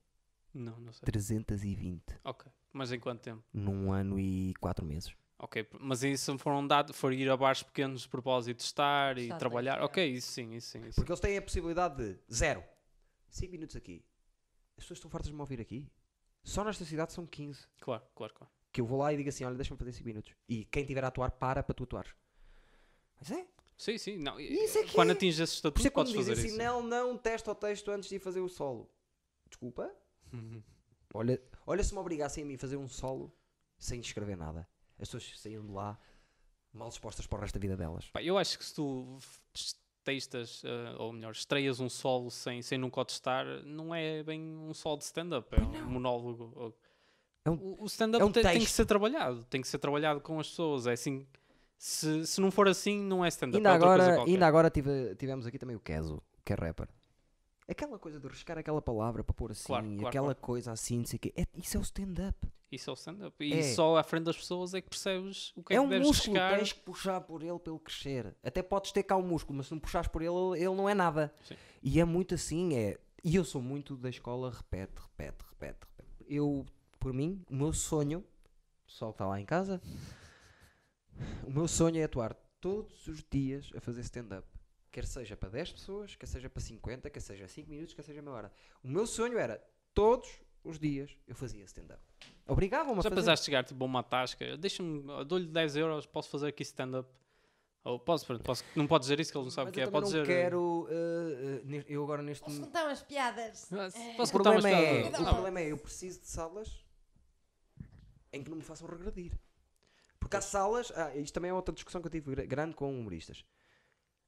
Speaker 3: Não, não sei.
Speaker 1: 320
Speaker 3: Ok. Mas em quanto tempo?
Speaker 1: num ano e quatro meses.
Speaker 3: Ok, p- mas isso foram dados, for ir a bares pequenos de propósito, estar e
Speaker 2: Estar,
Speaker 3: trabalhar.
Speaker 2: trabalhar.
Speaker 3: Ok, isso sim, isso sim. Isso.
Speaker 1: Porque eles têm a possibilidade de zero. 5 minutos aqui. As pessoas estão fartas de me ouvir aqui. Só nesta cidade são 15.
Speaker 3: Claro, claro, claro.
Speaker 1: Que eu vou lá e digo assim: olha, deixa-me fazer 5 minutos. E quem tiver a atuar, para para tu atuares. Mas é?
Speaker 3: Sim, sim. Não, e-
Speaker 1: Isso é que
Speaker 3: quando
Speaker 1: é.
Speaker 3: atinges esse
Speaker 1: Por
Speaker 3: estatuto,
Speaker 1: isso é que quando
Speaker 3: podes
Speaker 1: dizem
Speaker 3: fazer isso.
Speaker 1: assim: não, não testa o texto antes de ir fazer o solo. Desculpa? Olha, olha se me obrigassem a mim fazer um solo sem escrever nada. As pessoas saíam de lá mal dispostas para o resto da vida delas.
Speaker 3: Pá, eu acho que se tu f- testas, eh, ou melhor, estreias um solo sem, sem nunca o testar, não é bem um solo de stand-up, é um monólogo. ou-
Speaker 1: É um-
Speaker 3: o o stand-up
Speaker 1: é um
Speaker 3: te- tem, que
Speaker 1: texto.
Speaker 3: ser trabalhado, tem que ser trabalhado com as pessoas. É assim, se, se não for assim, não é stand-up.
Speaker 1: Ainda
Speaker 3: é outra coisa
Speaker 1: agora,
Speaker 3: qualquer.
Speaker 1: ainda agora tive- tivemos aqui também o Keso, que é rapper. Aquela coisa de riscar aquela palavra para pôr assim,
Speaker 3: Claro, claro,
Speaker 1: aquela coisa assim, não sei o quê. É- isso é o stand-up.
Speaker 3: Isso é o stand-up. E
Speaker 1: É.
Speaker 3: só à frente das pessoas é que percebes o que é,
Speaker 1: É
Speaker 3: que
Speaker 1: um
Speaker 3: deves
Speaker 1: músculo,
Speaker 3: buscar.
Speaker 1: tens que puxar por ele para ele crescer. Até podes ter cá o músculo, mas se não puxares por ele, ele não é nada.
Speaker 3: Sim.
Speaker 1: E é muito assim, é. E eu sou muito da escola, repete, repete, repete, repete. Eu, por mim, o meu sonho, o pessoal que está lá em casa, o meu sonho é atuar todos os dias a fazer stand-up. Quer seja para 10 pessoas, quer seja para 50, quer seja 5 minutos, quer seja meia hora. O meu sonho era todos os dias eu fazia stand-up. Obrigavam-me a
Speaker 3: Já
Speaker 1: fazer.
Speaker 3: pensaste chegar tipo a uma tasca? Deixa-me, eu dou-lhe 10 euros, posso fazer aqui stand-up. Ou posso, pronto, posso- não pode dizer isso que ele não sabe o
Speaker 1: Mas
Speaker 3: que
Speaker 1: eu
Speaker 3: é.
Speaker 1: também
Speaker 3: Pode
Speaker 1: não
Speaker 3: dizer.
Speaker 1: quero. eh, eh, ne- eu agora neste
Speaker 2: Posso
Speaker 1: momento.
Speaker 2: contar umas piadas?
Speaker 3: Ah,
Speaker 2: Eh,
Speaker 1: O
Speaker 3: Posso contar uma
Speaker 1: problema,
Speaker 3: história?
Speaker 1: é, o
Speaker 3: Não,
Speaker 1: problema é, eu preciso de salas em que não me façam regredir. Porque há salas, ah, isto também é outra discussão que eu tive gra- grande com humoristas.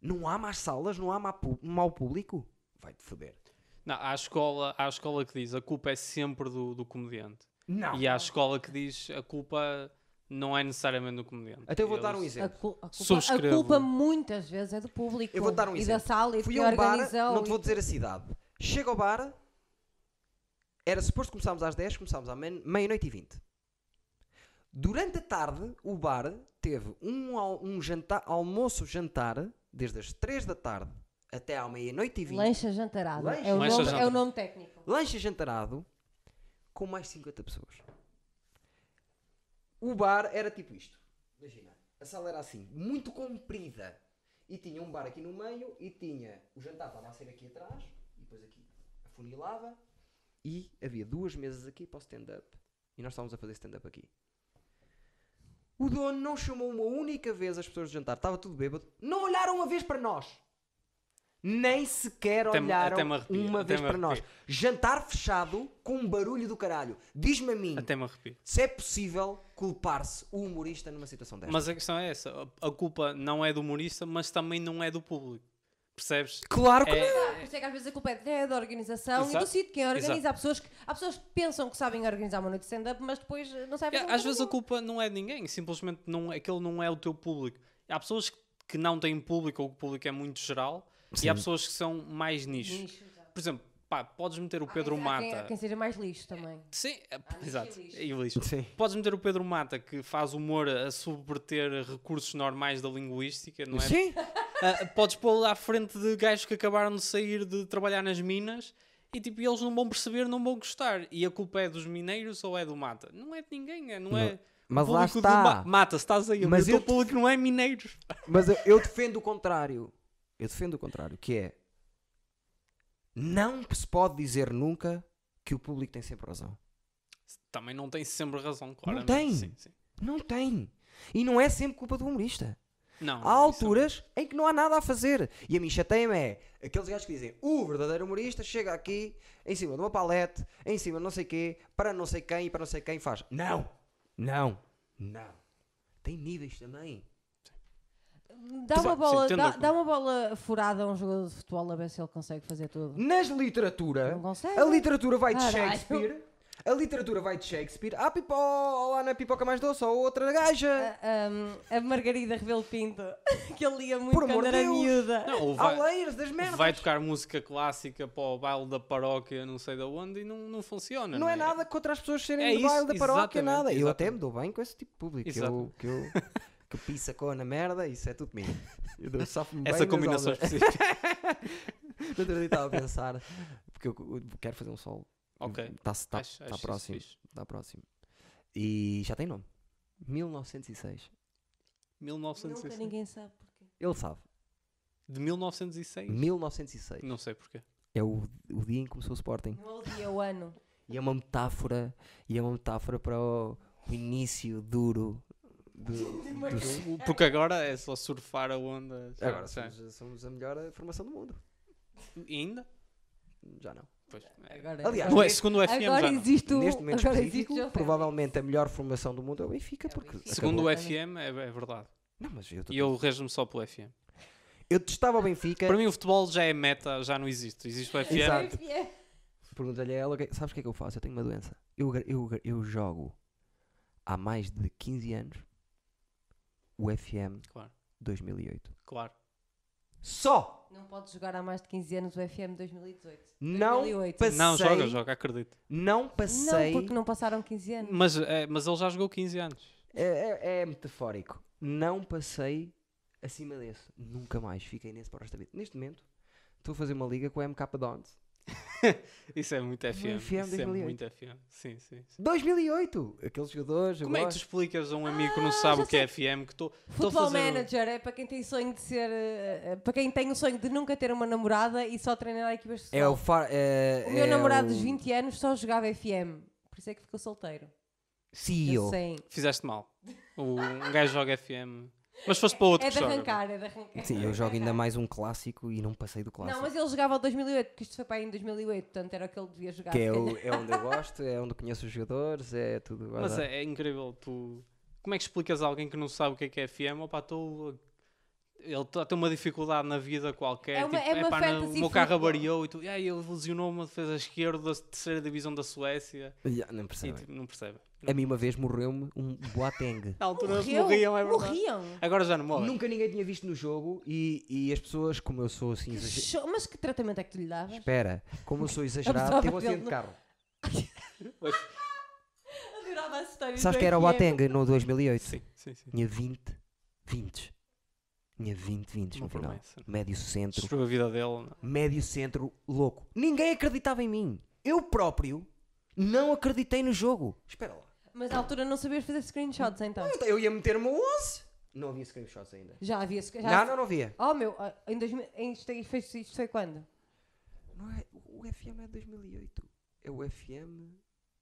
Speaker 1: Não há mais salas, não há má pu- mau público? Vai-te foder.
Speaker 3: não, há, a escola, há a escola que diz a culpa é sempre do, do comediante.
Speaker 1: Não.
Speaker 3: E há a escola que diz a culpa não é necessariamente do comediante.
Speaker 1: Até eu vou
Speaker 3: Eles-
Speaker 1: dar um
Speaker 2: A,
Speaker 1: exemplo.
Speaker 2: cul- a culpa, a
Speaker 3: Subscrevo.
Speaker 2: culpa muitas vezes é do público
Speaker 1: Eu vou dar um
Speaker 2: e
Speaker 1: exemplo.
Speaker 2: da sala e de
Speaker 1: Fui
Speaker 2: quem
Speaker 1: a um bar,
Speaker 2: organizou.
Speaker 1: não te
Speaker 2: e-
Speaker 1: vou dizer a cidade. Chego ao bar, era suposto começarmos às 10, começámos à men- meia-noite e 20. Durante a tarde, o bar teve um, al- um jantar, almoço-jantar, desde as 3 da tarde até à meia-noite e 20.
Speaker 2: Lancha jantarada.
Speaker 1: Lancha
Speaker 2: É, o
Speaker 3: Lancha
Speaker 2: nome,
Speaker 3: jantarada.
Speaker 2: é o nome técnico.
Speaker 1: lanche jantarado com mais 50 pessoas. O bar era tipo isto. Imagina, a sala era assim, muito comprida. E tinha um bar aqui no meio e tinha o jantar estava a ser aqui atrás e depois aqui afunilava e havia duas mesas aqui para o stand-up e nós estávamos a fazer stand-up aqui. O dono não chamou uma única vez as pessoas de jantar, estava tudo bêbado, não olharam uma vez para nós. Nem sequer
Speaker 3: Até me-
Speaker 1: olharam
Speaker 3: até me arrepio,
Speaker 1: uma
Speaker 3: até
Speaker 1: vez
Speaker 3: me
Speaker 1: para nós.
Speaker 3: arrepio.
Speaker 1: Jantar fechado com um barulho do caralho. Diz-me a mim
Speaker 3: Até me arrepio.
Speaker 1: se é possível culpar-se o humorista numa situação desta.
Speaker 3: Mas a questão é essa: a, a culpa não é do humorista, mas também não é do público. Percebes?
Speaker 1: claro que
Speaker 3: É-
Speaker 1: não!
Speaker 2: Por isso é que às vezes a culpa é da organização e
Speaker 3: Exato.
Speaker 2: do sítio. Quem organiza.
Speaker 3: Exato.
Speaker 2: Há pessoas, que, há pessoas que pensam que sabem organizar uma noite de stand-up, mas depois eh, não sabem
Speaker 3: É,
Speaker 2: fazer
Speaker 3: às
Speaker 2: nada
Speaker 3: vezes a
Speaker 2: nenhum.
Speaker 3: culpa não é de ninguém, simplesmente não, aquele não é o teu público. Há pessoas que- que não têm público ou que o público é muito geral e há pessoas que são mais
Speaker 1: é
Speaker 3: nicho.
Speaker 2: Nicho, exato.
Speaker 3: Por exemplo, pá, podes meter o
Speaker 2: Há
Speaker 3: Pedro
Speaker 2: quem- há quem-
Speaker 3: Mata.
Speaker 2: Há quem Ah, seja mais lixo também.
Speaker 3: Sim, é, pá,
Speaker 2: nicho e
Speaker 3: exato.
Speaker 2: lixo.
Speaker 3: E lixo.
Speaker 1: Sim.
Speaker 3: Podes meter o Pedro Mata que faz humor a subverter recursos normais da linguística, não é?
Speaker 1: Sim,
Speaker 3: Ah, podes pô-lo à frente de gajos que acabaram de sair de trabalhar nas minas e tipo, eles não vão perceber, não vão gostar. E a culpa é dos mineiros ou é do Mata? Não é de ninguém, é, não, é.
Speaker 1: mas
Speaker 3: o
Speaker 1: lá
Speaker 3: público do
Speaker 1: está.
Speaker 3: Ma- Mata, estás aí.
Speaker 1: Mas
Speaker 3: Mas
Speaker 1: eu
Speaker 3: o teu
Speaker 1: te-
Speaker 3: público não é mineiros.
Speaker 1: Mas eu, eu defendo o contrário. Eu defendo o contrário, que é não se pode dizer nunca que o público tem sempre razão.
Speaker 3: Também não tem sempre razão, claramente.
Speaker 1: tem.
Speaker 3: Sim, sim.
Speaker 1: Não tem. E não é sempre culpa do humorista. há
Speaker 3: Não, não, isso não.
Speaker 1: alturas em que não há nada a fazer. E a mim chateia-me é aqueles gajos que dizem o verdadeiro humorista chega aqui em cima de uma palete, em cima de não sei quê, para não sei quem e para não sei quem faz. Não! Não! Não! Tem níveis também.
Speaker 2: Dá uma,
Speaker 3: Exato,
Speaker 2: bola,
Speaker 3: sim,
Speaker 2: dá,
Speaker 3: tendo-
Speaker 2: dá uma bola furada a um jogador de futebol a ver se ele consegue fazer tudo.
Speaker 1: Nas literatura,
Speaker 2: Não consegue.
Speaker 1: a literatura vai de
Speaker 2: Caralho.
Speaker 1: Shakespeare. A literatura vai de Shakespeare. Há pipo, lá na é pipoca mais doce ou outra gaja.
Speaker 2: A, um, a- a Margarida Rebelo Pinto, que ele lia muito
Speaker 1: Por amor
Speaker 2: quando
Speaker 1: de
Speaker 2: era
Speaker 1: Deus.
Speaker 2: miúda.
Speaker 3: Não, ou
Speaker 1: Há
Speaker 3: vai,
Speaker 1: leiras das merdas.
Speaker 3: vai tocar música clássica para o baile da paróquia, não sei de onde, e não, não funciona. né?
Speaker 1: Não é nada contra as pessoas serem
Speaker 3: É
Speaker 1: do baile
Speaker 3: isso,
Speaker 1: da paróquia,
Speaker 3: exatamente,
Speaker 1: nada. Eu até
Speaker 3: exatamente.
Speaker 1: me dou bem com esse tipo de público. que Eu,
Speaker 3: Exato.
Speaker 1: que eu que pisa com na merda, isso é tudo minha. Eu dou, safo-me bem
Speaker 3: Essa
Speaker 1: nas
Speaker 3: combinação
Speaker 1: aulas.
Speaker 3: específica.
Speaker 1: No outro dia estava a pensar, porque eu, eu quero fazer um sol.
Speaker 3: ok.
Speaker 1: Está-se tá,
Speaker 3: Acho-
Speaker 1: tá
Speaker 3: acho isso
Speaker 1: próximo.
Speaker 3: fixe.
Speaker 1: Está próximo. E já tem nome. 1906.
Speaker 3: 1906.
Speaker 2: Nunca ninguém sabe porquê.
Speaker 1: Ele sabe.
Speaker 3: De 1906?
Speaker 1: 1906.
Speaker 3: Não sei porquê.
Speaker 1: É o, o dia em que começou o Sporting.
Speaker 2: Não é o dia, o ano.
Speaker 1: E é uma metáfora, e é uma metáfora para o, o início duro do,
Speaker 3: Porque agora é só surfar a onda. já-
Speaker 1: Agora
Speaker 3: já.
Speaker 1: somos, somos a melhor formação do mundo.
Speaker 3: E ainda?
Speaker 1: Já não.
Speaker 3: Pois. é.
Speaker 2: Agora,
Speaker 1: Aliás,
Speaker 3: Não é, segundo o FM
Speaker 2: agora
Speaker 3: já não.
Speaker 2: existe o.
Speaker 1: Neste momento
Speaker 2: agora
Speaker 1: específico,
Speaker 2: existe o-
Speaker 1: provavelmente a melhor formação do mundo é o Benfica,
Speaker 2: É o
Speaker 1: porque.
Speaker 2: Benfica.
Speaker 3: Segundo
Speaker 1: acabou-
Speaker 3: o FM, é, é verdade.
Speaker 1: Não, mas eu,
Speaker 3: E eu rejo-me só pelo FM.
Speaker 1: eu testava o Benfica.
Speaker 3: Para mim, o futebol já é meta, já não existe. Existe o FM.
Speaker 1: Exato.
Speaker 2: FM.
Speaker 1: Pergunta-lhe a ela: o que- sabes o que é que eu faço? Eu tenho uma doença. Eu, gra- eu, gra- eu jogo há mais de 15 anos o FM
Speaker 3: Claro.
Speaker 1: 2008.
Speaker 3: Claro.
Speaker 1: Só!
Speaker 2: Não pode jogar há mais de 15 anos o FM 2018.
Speaker 1: Não
Speaker 2: 2008.
Speaker 1: passei.
Speaker 3: Não, joga, joga, acredito.
Speaker 1: Não passei.
Speaker 2: Não, porque não passaram 15 anos.
Speaker 3: Mas, é, mas ele já jogou 15 anos.
Speaker 1: É, é- é metafórico. Não passei acima desse. Nunca mais. Fiquei nesse para o resto da vida. Neste momento, estou a fazer uma liga com o MK Dons.
Speaker 3: Isso é muito FM.
Speaker 1: FM
Speaker 3: Isso é
Speaker 1: 2008.
Speaker 3: muito FM. Sim, sim. sim.
Speaker 1: 2008! Aqueles jogadores. eu
Speaker 3: Como é que tu
Speaker 1: gosto.
Speaker 3: explicas a um amigo que
Speaker 2: Ah,
Speaker 3: não sabe
Speaker 2: já
Speaker 3: o que é FM que estou a
Speaker 2: Futebol
Speaker 3: fazer...
Speaker 2: Manager é para quem tem sonho de ser. eh, eh, Para quem tem o sonho de nunca ter uma namorada e só treinar equipas de
Speaker 1: É o
Speaker 2: futebol.
Speaker 1: far. É,
Speaker 2: o meu
Speaker 1: é
Speaker 2: namorado
Speaker 1: o
Speaker 2: dos 20 anos só jogava FM. Por isso é que ficou solteiro.
Speaker 1: CEO.
Speaker 2: Sem.
Speaker 3: Fizeste mal. O- Um gajo joga FM. Mas foste para outro
Speaker 2: É
Speaker 3: que
Speaker 2: de
Speaker 3: joga.
Speaker 2: arrancar, é de arrancar.
Speaker 1: Sim, eu jogo ainda mais um clássico e não passei do clássico.
Speaker 2: Não, mas ele jogava ao 2008, porque isto foi para aí em 2008, portanto era o que ele devia jogar.
Speaker 1: Que
Speaker 2: se
Speaker 1: é,
Speaker 2: calhar.
Speaker 1: o- é onde eu gosto, é onde conheço os jogadores, é tudo.
Speaker 3: Mas é, é incrível. Tu... Como é que explicas a alguém que não sabe o que é que é FM? Opa, estou... Ele está a ter uma dificuldade na vida qualquer.
Speaker 2: É uma-
Speaker 3: tipo,
Speaker 2: é uma
Speaker 3: "Epá, não- o
Speaker 2: fantasy
Speaker 3: meu carro
Speaker 2: football."
Speaker 3: avariou e tu. "Ai, ele lesionou uma defesa esquerda da terceira divisão da Suécia.
Speaker 1: Ya, Não
Speaker 3: E,
Speaker 1: percebem.
Speaker 3: tipo, não percebe.
Speaker 1: A mim uma vez morreu-me um Boateng.
Speaker 3: Na altura eles
Speaker 2: Morreu,
Speaker 3: morriam, é verdade.
Speaker 2: morriam.
Speaker 3: Agora já não morre.
Speaker 1: Nunca ninguém tinha visto no jogo e, e as pessoas, como eu sou assim,
Speaker 2: Que
Speaker 1: exagerado.
Speaker 2: cho- Mas que tratamento é que tu lhe davas?
Speaker 1: Espera, como eu sou exagerado,
Speaker 2: Abusava
Speaker 1: teve um
Speaker 2: dele,
Speaker 1: acidente de
Speaker 2: não-
Speaker 1: carro.
Speaker 2: Adorava as histórias.
Speaker 1: Sabes
Speaker 2: do
Speaker 1: que era o
Speaker 2: FM.
Speaker 1: Boateng no 2008?
Speaker 3: Sim, sim, sim.
Speaker 1: Tinha 20, 20. Tinha 20, 20
Speaker 3: Uma
Speaker 1: no final.
Speaker 3: promessa. é?
Speaker 1: Médio centro,
Speaker 3: Destruiu a vida dele.
Speaker 1: médio centro, louco. Ninguém acreditava em mim. Eu próprio não acreditei no jogo. Espera lá.
Speaker 2: Mas na altura não sabias fazer screenshots então.
Speaker 1: Eu ia meter-me 11. Não havia screenshots ainda.
Speaker 2: Já havia. Já
Speaker 1: Não, não, não havia.
Speaker 2: Oh meu, ah, em 2000, em- isto, aí fez- isto foi quando?
Speaker 1: Não é, o FM é 2008. É o FM.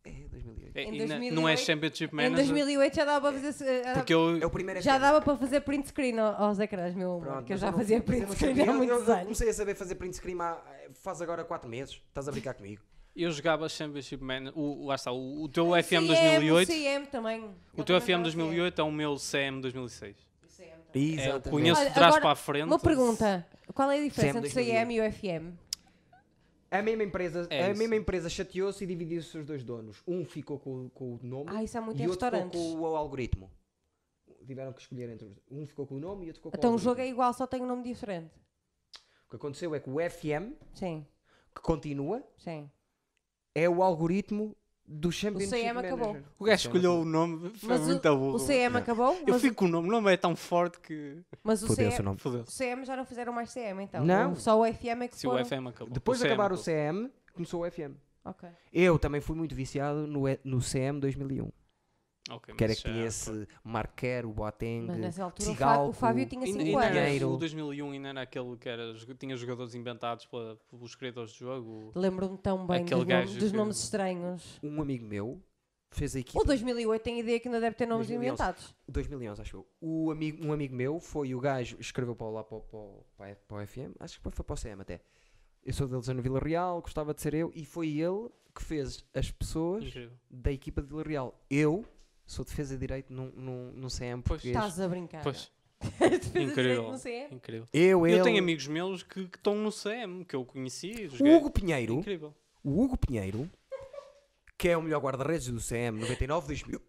Speaker 1: É 2008.
Speaker 3: É,
Speaker 2: Em
Speaker 3: e na- não é
Speaker 2: 2008
Speaker 3: Championship
Speaker 2: Em
Speaker 3: Manager.
Speaker 2: 2008 já dava para fazer. eh, já dava-
Speaker 3: Porque eu,
Speaker 1: É o primeiro
Speaker 2: Já
Speaker 1: FM.
Speaker 2: dava para fazer print screen ao- aos ecrãs, meu amor,
Speaker 1: Pronto,
Speaker 2: que eu
Speaker 1: mas
Speaker 2: já
Speaker 1: não-
Speaker 2: fazia
Speaker 1: mas eu
Speaker 2: print
Speaker 1: não
Speaker 2: screen
Speaker 1: sabia.
Speaker 2: há muitos
Speaker 1: Eu- eu
Speaker 2: anos.
Speaker 1: Comecei a saber fazer print screen há, eh, faz agora 4 meses. Estás a brincar comigo?
Speaker 3: eu jogava Championship Manager. O, lá está, o, o teu FM
Speaker 2: O
Speaker 3: 2008.
Speaker 2: CM é, também.
Speaker 3: O teu FM 2008 é o meu CM 2006. É,
Speaker 1: Exatamente.
Speaker 3: conheço
Speaker 2: Olha,
Speaker 3: de trás
Speaker 2: agora,
Speaker 3: para a frente.
Speaker 2: Uma pergunta: qual é a diferença entre o
Speaker 1: CM
Speaker 2: CM e o FM?
Speaker 1: A mesma empresa,
Speaker 3: É
Speaker 1: a
Speaker 3: isso.
Speaker 1: mesma empresa chateou-se e dividiu-se os dois donos. Um ficou com, o- com o nome
Speaker 2: Ah, isso há muito
Speaker 1: e
Speaker 2: em
Speaker 1: outro ficou
Speaker 2: restaurantes.
Speaker 1: com o, o algoritmo. Tiveram que escolher entre os Um ficou com o nome e outro ficou com
Speaker 2: Então
Speaker 1: o
Speaker 2: o
Speaker 1: algoritmo.
Speaker 2: jogo é igual, só tem um nome diferente.
Speaker 1: O que aconteceu é que o FM,
Speaker 2: Sim,
Speaker 1: que continua,
Speaker 2: sim.
Speaker 1: é o algoritmo do Championship
Speaker 2: CM
Speaker 1: Manager.
Speaker 2: acabou.
Speaker 3: O gajo escolheu o nome, foi
Speaker 2: o-
Speaker 3: muito burro.
Speaker 2: o, CM acabou,
Speaker 3: Eu
Speaker 2: mas,
Speaker 3: fico com o nome, o nome é tão forte que.
Speaker 2: mas o,
Speaker 1: Fodeu-se o
Speaker 2: CM,
Speaker 1: nome.
Speaker 3: Fodeu-se.
Speaker 2: o CM já não fizeram mais CM, então.
Speaker 1: Não.
Speaker 2: Só o FM é que
Speaker 3: Se o
Speaker 2: foram.
Speaker 3: FM acabou.
Speaker 1: Depois de
Speaker 3: CM
Speaker 1: acabar o
Speaker 3: acabou.
Speaker 1: CM, começou o FM.
Speaker 2: Ok.
Speaker 1: Eu também fui muito viciado no, E- no CM 2001.
Speaker 3: Ok,
Speaker 1: Que era
Speaker 3: mas
Speaker 1: que
Speaker 3: já-
Speaker 1: tinha esse Marquero, Boateng,
Speaker 2: Mas nessa altura o Fá-
Speaker 1: Cigalco,
Speaker 2: o Fábio tinha
Speaker 3: Ainda-
Speaker 2: cinco
Speaker 3: ainda era-
Speaker 1: anos.
Speaker 3: O 2001 ainda era aquele que era, jo- tinha jogadores inventados pela, pelos criadores de jogo.
Speaker 2: Lembro-me tão bem
Speaker 3: Aquele
Speaker 2: dos, nom-
Speaker 3: gajo
Speaker 2: dos
Speaker 3: que-
Speaker 2: nomes estranhos.
Speaker 1: um amigo meu fez a equipa.
Speaker 2: O 2008 tem ideia que ainda deve ter nomes
Speaker 1: 2011.
Speaker 2: inventados.
Speaker 1: 2011, acho eu. O amigo, um amigo meu foi o gajo, escreveu para o, lá para, o- para, o- para, a- para o FM, acho que foi para o CM até. Eu sou da Lisana Vila Real, gostava de ser eu, e foi ele que fez as pessoas
Speaker 3: Incrível.
Speaker 1: da equipa de Vila Real. Eu sou defesa de direito num, num, num CM
Speaker 3: Pois.
Speaker 1: português.
Speaker 2: Estás a brincar.
Speaker 3: Pois,
Speaker 2: Defesa de direito
Speaker 3: incrível.
Speaker 2: no CM.
Speaker 3: Incrível.
Speaker 1: Eu, ele,
Speaker 3: Eu tenho amigos meus que que estão no CM, que eu conheci.
Speaker 1: o
Speaker 3: joguei.
Speaker 1: Hugo Pinheiro,
Speaker 3: Incrível.
Speaker 1: o Hugo Pinheiro, que é o melhor guarda-redes do CM 99-2000,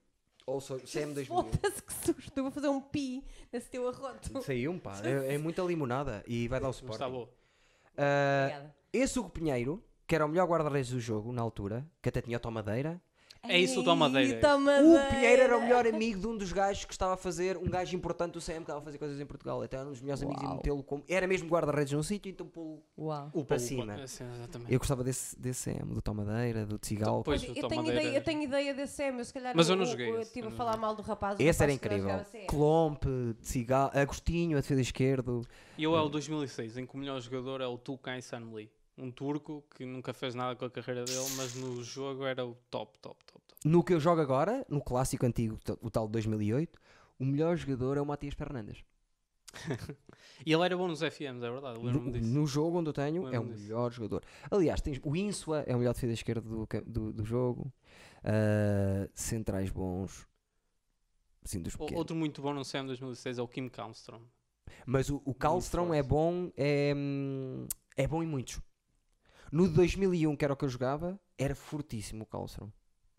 Speaker 1: ou só- CM 2000.
Speaker 2: Foda-se que susto. Eu vou fazer um pi nesse teu arroto.
Speaker 1: Saiu um pá, é, é muita limonada e vai dar o
Speaker 3: Mas tá está
Speaker 1: suporte.
Speaker 3: boa.
Speaker 1: Ah,
Speaker 2: Obrigada.
Speaker 1: Esse Hugo Pinheiro, que era o melhor guarda-redes do jogo na altura, que até tinha tomadeira.
Speaker 3: É isso, o Tomadeira.
Speaker 2: Ei,
Speaker 1: O Pinheiro era o
Speaker 2: Tomadeira.
Speaker 1: melhor amigo de um dos gajos que estava a fazer, um gajo importante do CM que estava a fazer coisas em Portugal. Até era um dos melhores amigos e
Speaker 2: Uau.
Speaker 1: metê-lo como. Era mesmo guarda-redes num sítio, então pô
Speaker 2: Uau.
Speaker 3: O
Speaker 1: Para
Speaker 3: Paulo
Speaker 1: cima.
Speaker 3: Ponte- é, Sim, exatamente.
Speaker 1: Eu gostava desse, desse CM, do Tomadeira, do Tigal.
Speaker 3: Pois,
Speaker 2: Mas
Speaker 3: o
Speaker 2: eu, tenho
Speaker 3: Tomadeira.
Speaker 2: ideia, eu tenho ideia desse M, eu se calhar
Speaker 3: Mas eu
Speaker 2: o-
Speaker 3: não
Speaker 2: o-
Speaker 3: joguei
Speaker 2: Eu
Speaker 3: esse,
Speaker 2: estive a
Speaker 3: não
Speaker 2: falar mal do rapaz. o
Speaker 1: Esse era
Speaker 2: rapaz que nós
Speaker 1: incrível.
Speaker 2: jogava CS.
Speaker 1: Clompe, Tigal, Agostinho, a defesa esquerdo.
Speaker 3: E eu é
Speaker 1: Hum.
Speaker 3: o 2006, em que o melhor jogador é o Tukan Sanli, um turco que nunca fez nada com a carreira dele, mas no jogo era o top, top, top, top.
Speaker 1: No que eu jogo agora, no clássico antigo, t- o tal de 2008, o melhor jogador é o Matias Fernandes.
Speaker 3: E ele era bom nos FMs, é verdade,
Speaker 1: No,
Speaker 3: lembro-me disso.
Speaker 1: no jogo onde eu tenho, é o
Speaker 3: Lembro-me disso.
Speaker 1: melhor jogador. Aliás, tens o Insua, é o melhor defesa esquerda do, ca- do, do jogo. Ah, centrais bons. Sim, dos
Speaker 3: O-
Speaker 1: pequenos.
Speaker 3: Outro muito bom no CM 2006 é o Kim Calmstrom.
Speaker 1: Mas o, o Karlstrom
Speaker 3: forte.
Speaker 1: é bom, é, hum, é bom em muitos. No de 2001, que era o que eu jogava, era fortíssimo o Karlstrom.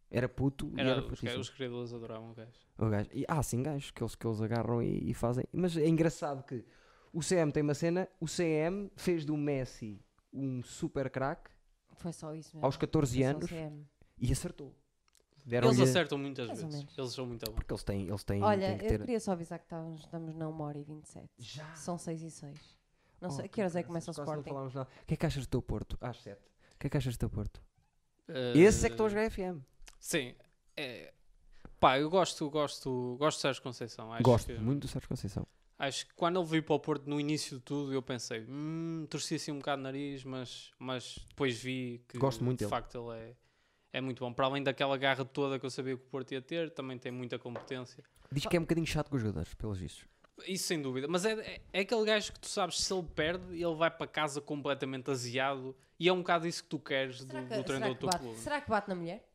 Speaker 1: Era puto e
Speaker 3: Era,
Speaker 1: era
Speaker 3: os,
Speaker 1: fortíssimo.
Speaker 3: os criadores adoravam o gajo.
Speaker 1: O gajo- e há sim gajos que eles, que eles agarram e, e fazem. Mas é engraçado que o CM tem uma cena, o CM fez do Messi um super craque
Speaker 2: Foi só isso mesmo.
Speaker 1: aos 14
Speaker 2: Foi só
Speaker 1: anos
Speaker 2: CM.
Speaker 1: e acertou.
Speaker 3: Eles
Speaker 1: Deram-lhe-
Speaker 3: acertam muitas
Speaker 2: Mais ou
Speaker 3: vezes,
Speaker 2: menos.
Speaker 3: eles são muito bons.
Speaker 1: Porque eles têm, eles têm,
Speaker 2: Olha,
Speaker 1: têm que
Speaker 2: eu
Speaker 1: ter.
Speaker 2: queria só avisar que estávamos, estamos na 1 hora e 27.
Speaker 1: Já.
Speaker 2: São 6 e 6. Não
Speaker 1: Oh,
Speaker 2: sei, a que horas
Speaker 1: caraças,
Speaker 2: é que começa o
Speaker 1: quase não
Speaker 2: Sporting?
Speaker 1: falámos nada. O que é que achas do teu Porto? Às 7. O que é que achas do teu Porto?
Speaker 3: Eh,
Speaker 1: Esses é que estão a jogar FM.
Speaker 3: Sim, é... Pá, eu gosto, gosto, gosto de Sérgio Conceição. Acho
Speaker 1: Gosto
Speaker 3: que-
Speaker 1: muito do Sérgio Conceição.
Speaker 3: Acho que quando ele veio para o Porto no início de tudo, eu pensei, hum, torci assim um bocado o nariz, mas, mas depois vi que
Speaker 1: Gosto muito
Speaker 3: de
Speaker 1: dele.
Speaker 3: facto ele é, é muito bom. Para além daquela garra toda que eu sabia que o Porto ia ter, também tem muita competência.
Speaker 1: Diz
Speaker 2: Ah.
Speaker 1: que é um bocadinho chato com os jogadores, pelos vistos.
Speaker 3: Isso sem dúvida. Mas é, é, é aquele gajo que tu sabes, se ele perde, ele vai para casa completamente aziado. E é um bocado isso que tu queres do,
Speaker 2: Será
Speaker 3: do
Speaker 2: que, será,
Speaker 3: treinador do
Speaker 2: que
Speaker 3: teu
Speaker 2: bate,
Speaker 3: clube.
Speaker 2: será que bate na mulher?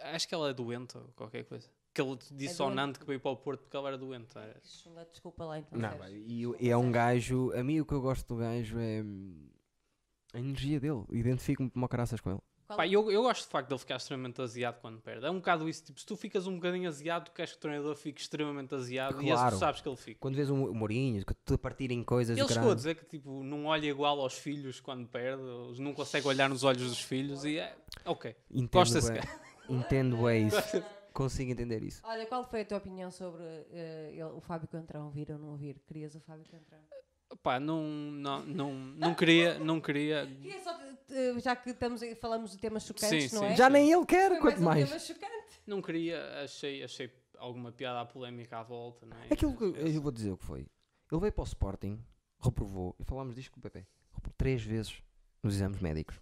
Speaker 3: Acho que ela é doente ou qualquer coisa. Que ele disse
Speaker 2: É
Speaker 3: ao
Speaker 2: doente.
Speaker 3: Nando que veio para o Porto porque ela era doente. É.
Speaker 2: Que chunga, desculpa lá então.
Speaker 1: Não,
Speaker 2: Sérgio.
Speaker 1: e o- e é um gajo. A mim o que eu gosto do gajo é hum, a energia dele. Identifico-me como caraças com ele.
Speaker 2: Qual-
Speaker 3: Pá, eu, eu gosto de facto de ele ficar extremamente aziado quando perde. É um bocado isso. Tipo, se tu ficas um bocadinho aziado, tu queres que o treinador fique extremamente aziado e esse
Speaker 1: Claro.
Speaker 3: tu sabes que ele fica.
Speaker 1: Quando vês um o Mourinho, que tu a partirem coisas.
Speaker 3: Ele
Speaker 1: o
Speaker 3: chegou a
Speaker 1: caralho.
Speaker 3: dizer que tipo, não olha igual aos filhos quando perde, ou não consegue olhar nos olhos dos filhos e é. Ok.
Speaker 1: Entendo
Speaker 3: Gosto desse
Speaker 1: bué- Entendo é isso. Consigo entender isso.
Speaker 2: Olha, qual foi a tua opinião sobre eh, ele- o Fábio Contrão vir ou não vir? Querias o Fábio Contrão?
Speaker 3: Pá, não, não, não, não queria, não queria.
Speaker 2: Queria só, te- te- já que estamos, a- falamos de temas chocantes,
Speaker 3: Sim,
Speaker 2: não
Speaker 3: sim.
Speaker 2: é?
Speaker 1: Já nem ele
Speaker 2: Foi
Speaker 1: quer, quanto
Speaker 2: um
Speaker 1: mais.
Speaker 2: tema chocante.
Speaker 3: Não queria, achei, achei alguma piada à polémica à volta, não é?
Speaker 1: Aquilo que eu- eu vou dizer o que foi. Ele veio para o Sporting, reprovou, e falámos disto com o Pepe, reprovou três vezes nos exames médicos.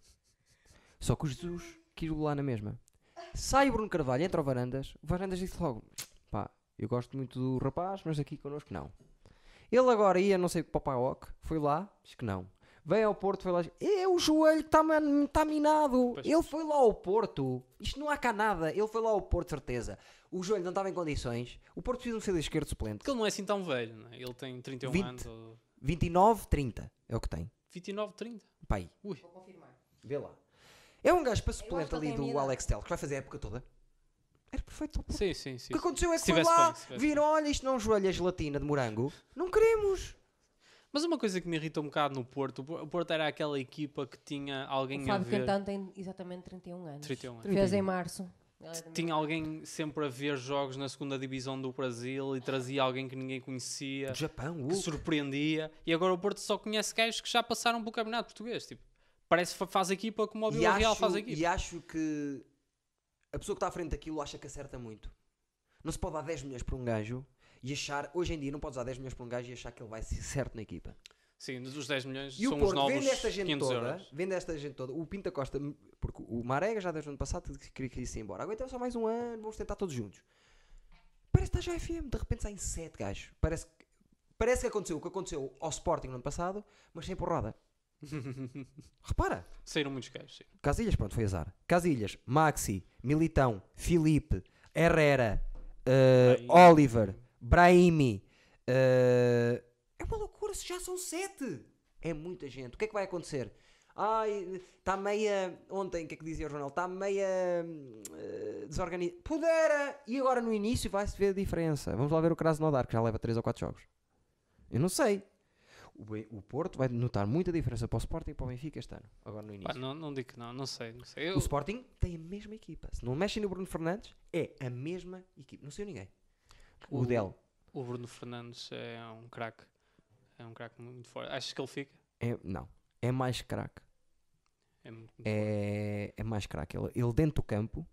Speaker 1: Só que o Jesus quis lá na mesma. Sai o Bruno Carvalho, entra o Varandas, o Varandas disse logo: pá, eu gosto muito do rapaz, mas aqui connosco não. Ele agora ia, não sei, para o Paok, foi lá, disse que não. Veio ao Porto, foi lá, disse, é o joelho que está man- está minado.
Speaker 3: Pois.
Speaker 1: Ele foi lá ao Porto, isto não há cá nada. Ele foi lá ao Porto, certeza. O joelho não estava em condições. O Porto fez um filho esquerdo suplente.
Speaker 3: Porque ele não é assim tão velho, não é? Ele tem 31
Speaker 1: 20.
Speaker 3: anos, ou
Speaker 1: 29, 30 é o que tem.
Speaker 3: 29, 30.
Speaker 1: Pai,
Speaker 2: Vou confirmar.
Speaker 1: vê lá. É um gajo para
Speaker 2: que
Speaker 1: suplente
Speaker 2: ele
Speaker 1: ali
Speaker 2: tem
Speaker 1: do
Speaker 2: vida.
Speaker 1: Alex Tel, que vai fazer a época toda. Era perfeito. O
Speaker 3: Sim, sim, sim.
Speaker 1: que aconteceu é que
Speaker 3: Se
Speaker 1: foi
Speaker 3: tivesse
Speaker 1: lá,
Speaker 3: bem, se tivesse
Speaker 1: viram, olha, isto não é um joelho, é gelatina de morango. Não queremos.
Speaker 3: Mas uma coisa que me irrita um bocado no Porto, o Por- o Porto era aquela equipa que tinha alguém
Speaker 2: o
Speaker 3: a
Speaker 2: Fábio
Speaker 3: ver.
Speaker 2: Cantão tem exatamente 31 anos.
Speaker 3: 31 anos.
Speaker 2: Fez
Speaker 1: um.
Speaker 2: em março. Ele é da minha
Speaker 3: Tinha alguém sempre a ver jogos na segunda divisão do Brasil e trazia alguém que ninguém conhecia,
Speaker 1: Do Japão,
Speaker 3: É. que
Speaker 1: uh.
Speaker 3: surpreendia. E agora o Porto só conhece gajos que já passaram pelo Campeonato Português. Tipo, parece que fa- faz equipa como o
Speaker 1: e,
Speaker 3: Vila Real
Speaker 1: acho,
Speaker 3: faz
Speaker 1: e
Speaker 3: equipa.
Speaker 1: acho que a pessoa que está à frente daquilo acha que acerta muito. Não se pode dar 10 milhões para um gajo e achar, hoje em dia, não podes dar 10 milhões para um gajo e achar que ele vai ser certo na equipa.
Speaker 3: Sim, dos 10 milhões
Speaker 1: E o
Speaker 3: são os
Speaker 1: Porto,
Speaker 3: novos
Speaker 1: vendo esta gente
Speaker 3: 500
Speaker 1: toda,
Speaker 3: euros.
Speaker 1: vendo esta gente toda, o Pinta Costa, porque o Marega já desde o ano passado que queria que isso ia embora. Aguenta só mais um ano, vamos tentar todos juntos. Parece que está já FM, de repente saem 7 gajos. Parece que, parece que aconteceu o que aconteceu ao Sporting no ano passado, mas sem porrada. Repara,
Speaker 3: Saíram muitos gajos, sim.
Speaker 1: Casilhas, pronto, foi azar. Casilhas, Maxi, Militão, Filipe, Herrera, eh,
Speaker 3: Brahimi.
Speaker 1: Oliver, Brahimi. eh, é uma loucura, se já são sete. É muita gente. O que é que vai acontecer? Ai, está meia. Ontem, o que é que dizia o jornal? Está meia. desorganizada. Pudera! E agora no início vai-se ver a diferença. Vamos lá ver o Krasnodar, que já leva 3 ou 4 jogos. Eu não sei. O, Ben- o Porto vai notar muita diferença para o Sporting e para o Benfica este ano. Agora no início.
Speaker 3: Pá, não, não digo que não, não sei. Não sei. Eu,
Speaker 1: O Sporting tem a mesma equipa. Se não mexem no Bruno Fernandes, é a mesma equipa. Não saiu ninguém. O,
Speaker 3: O-
Speaker 1: Del.
Speaker 3: o Bruno Fernandes é um craque. É um craque muito forte. Achas que ele fica?
Speaker 1: É, não. É mais craque.
Speaker 3: É muito, muito forte.
Speaker 1: É, é mais craque. Ele, ele dentro do campo.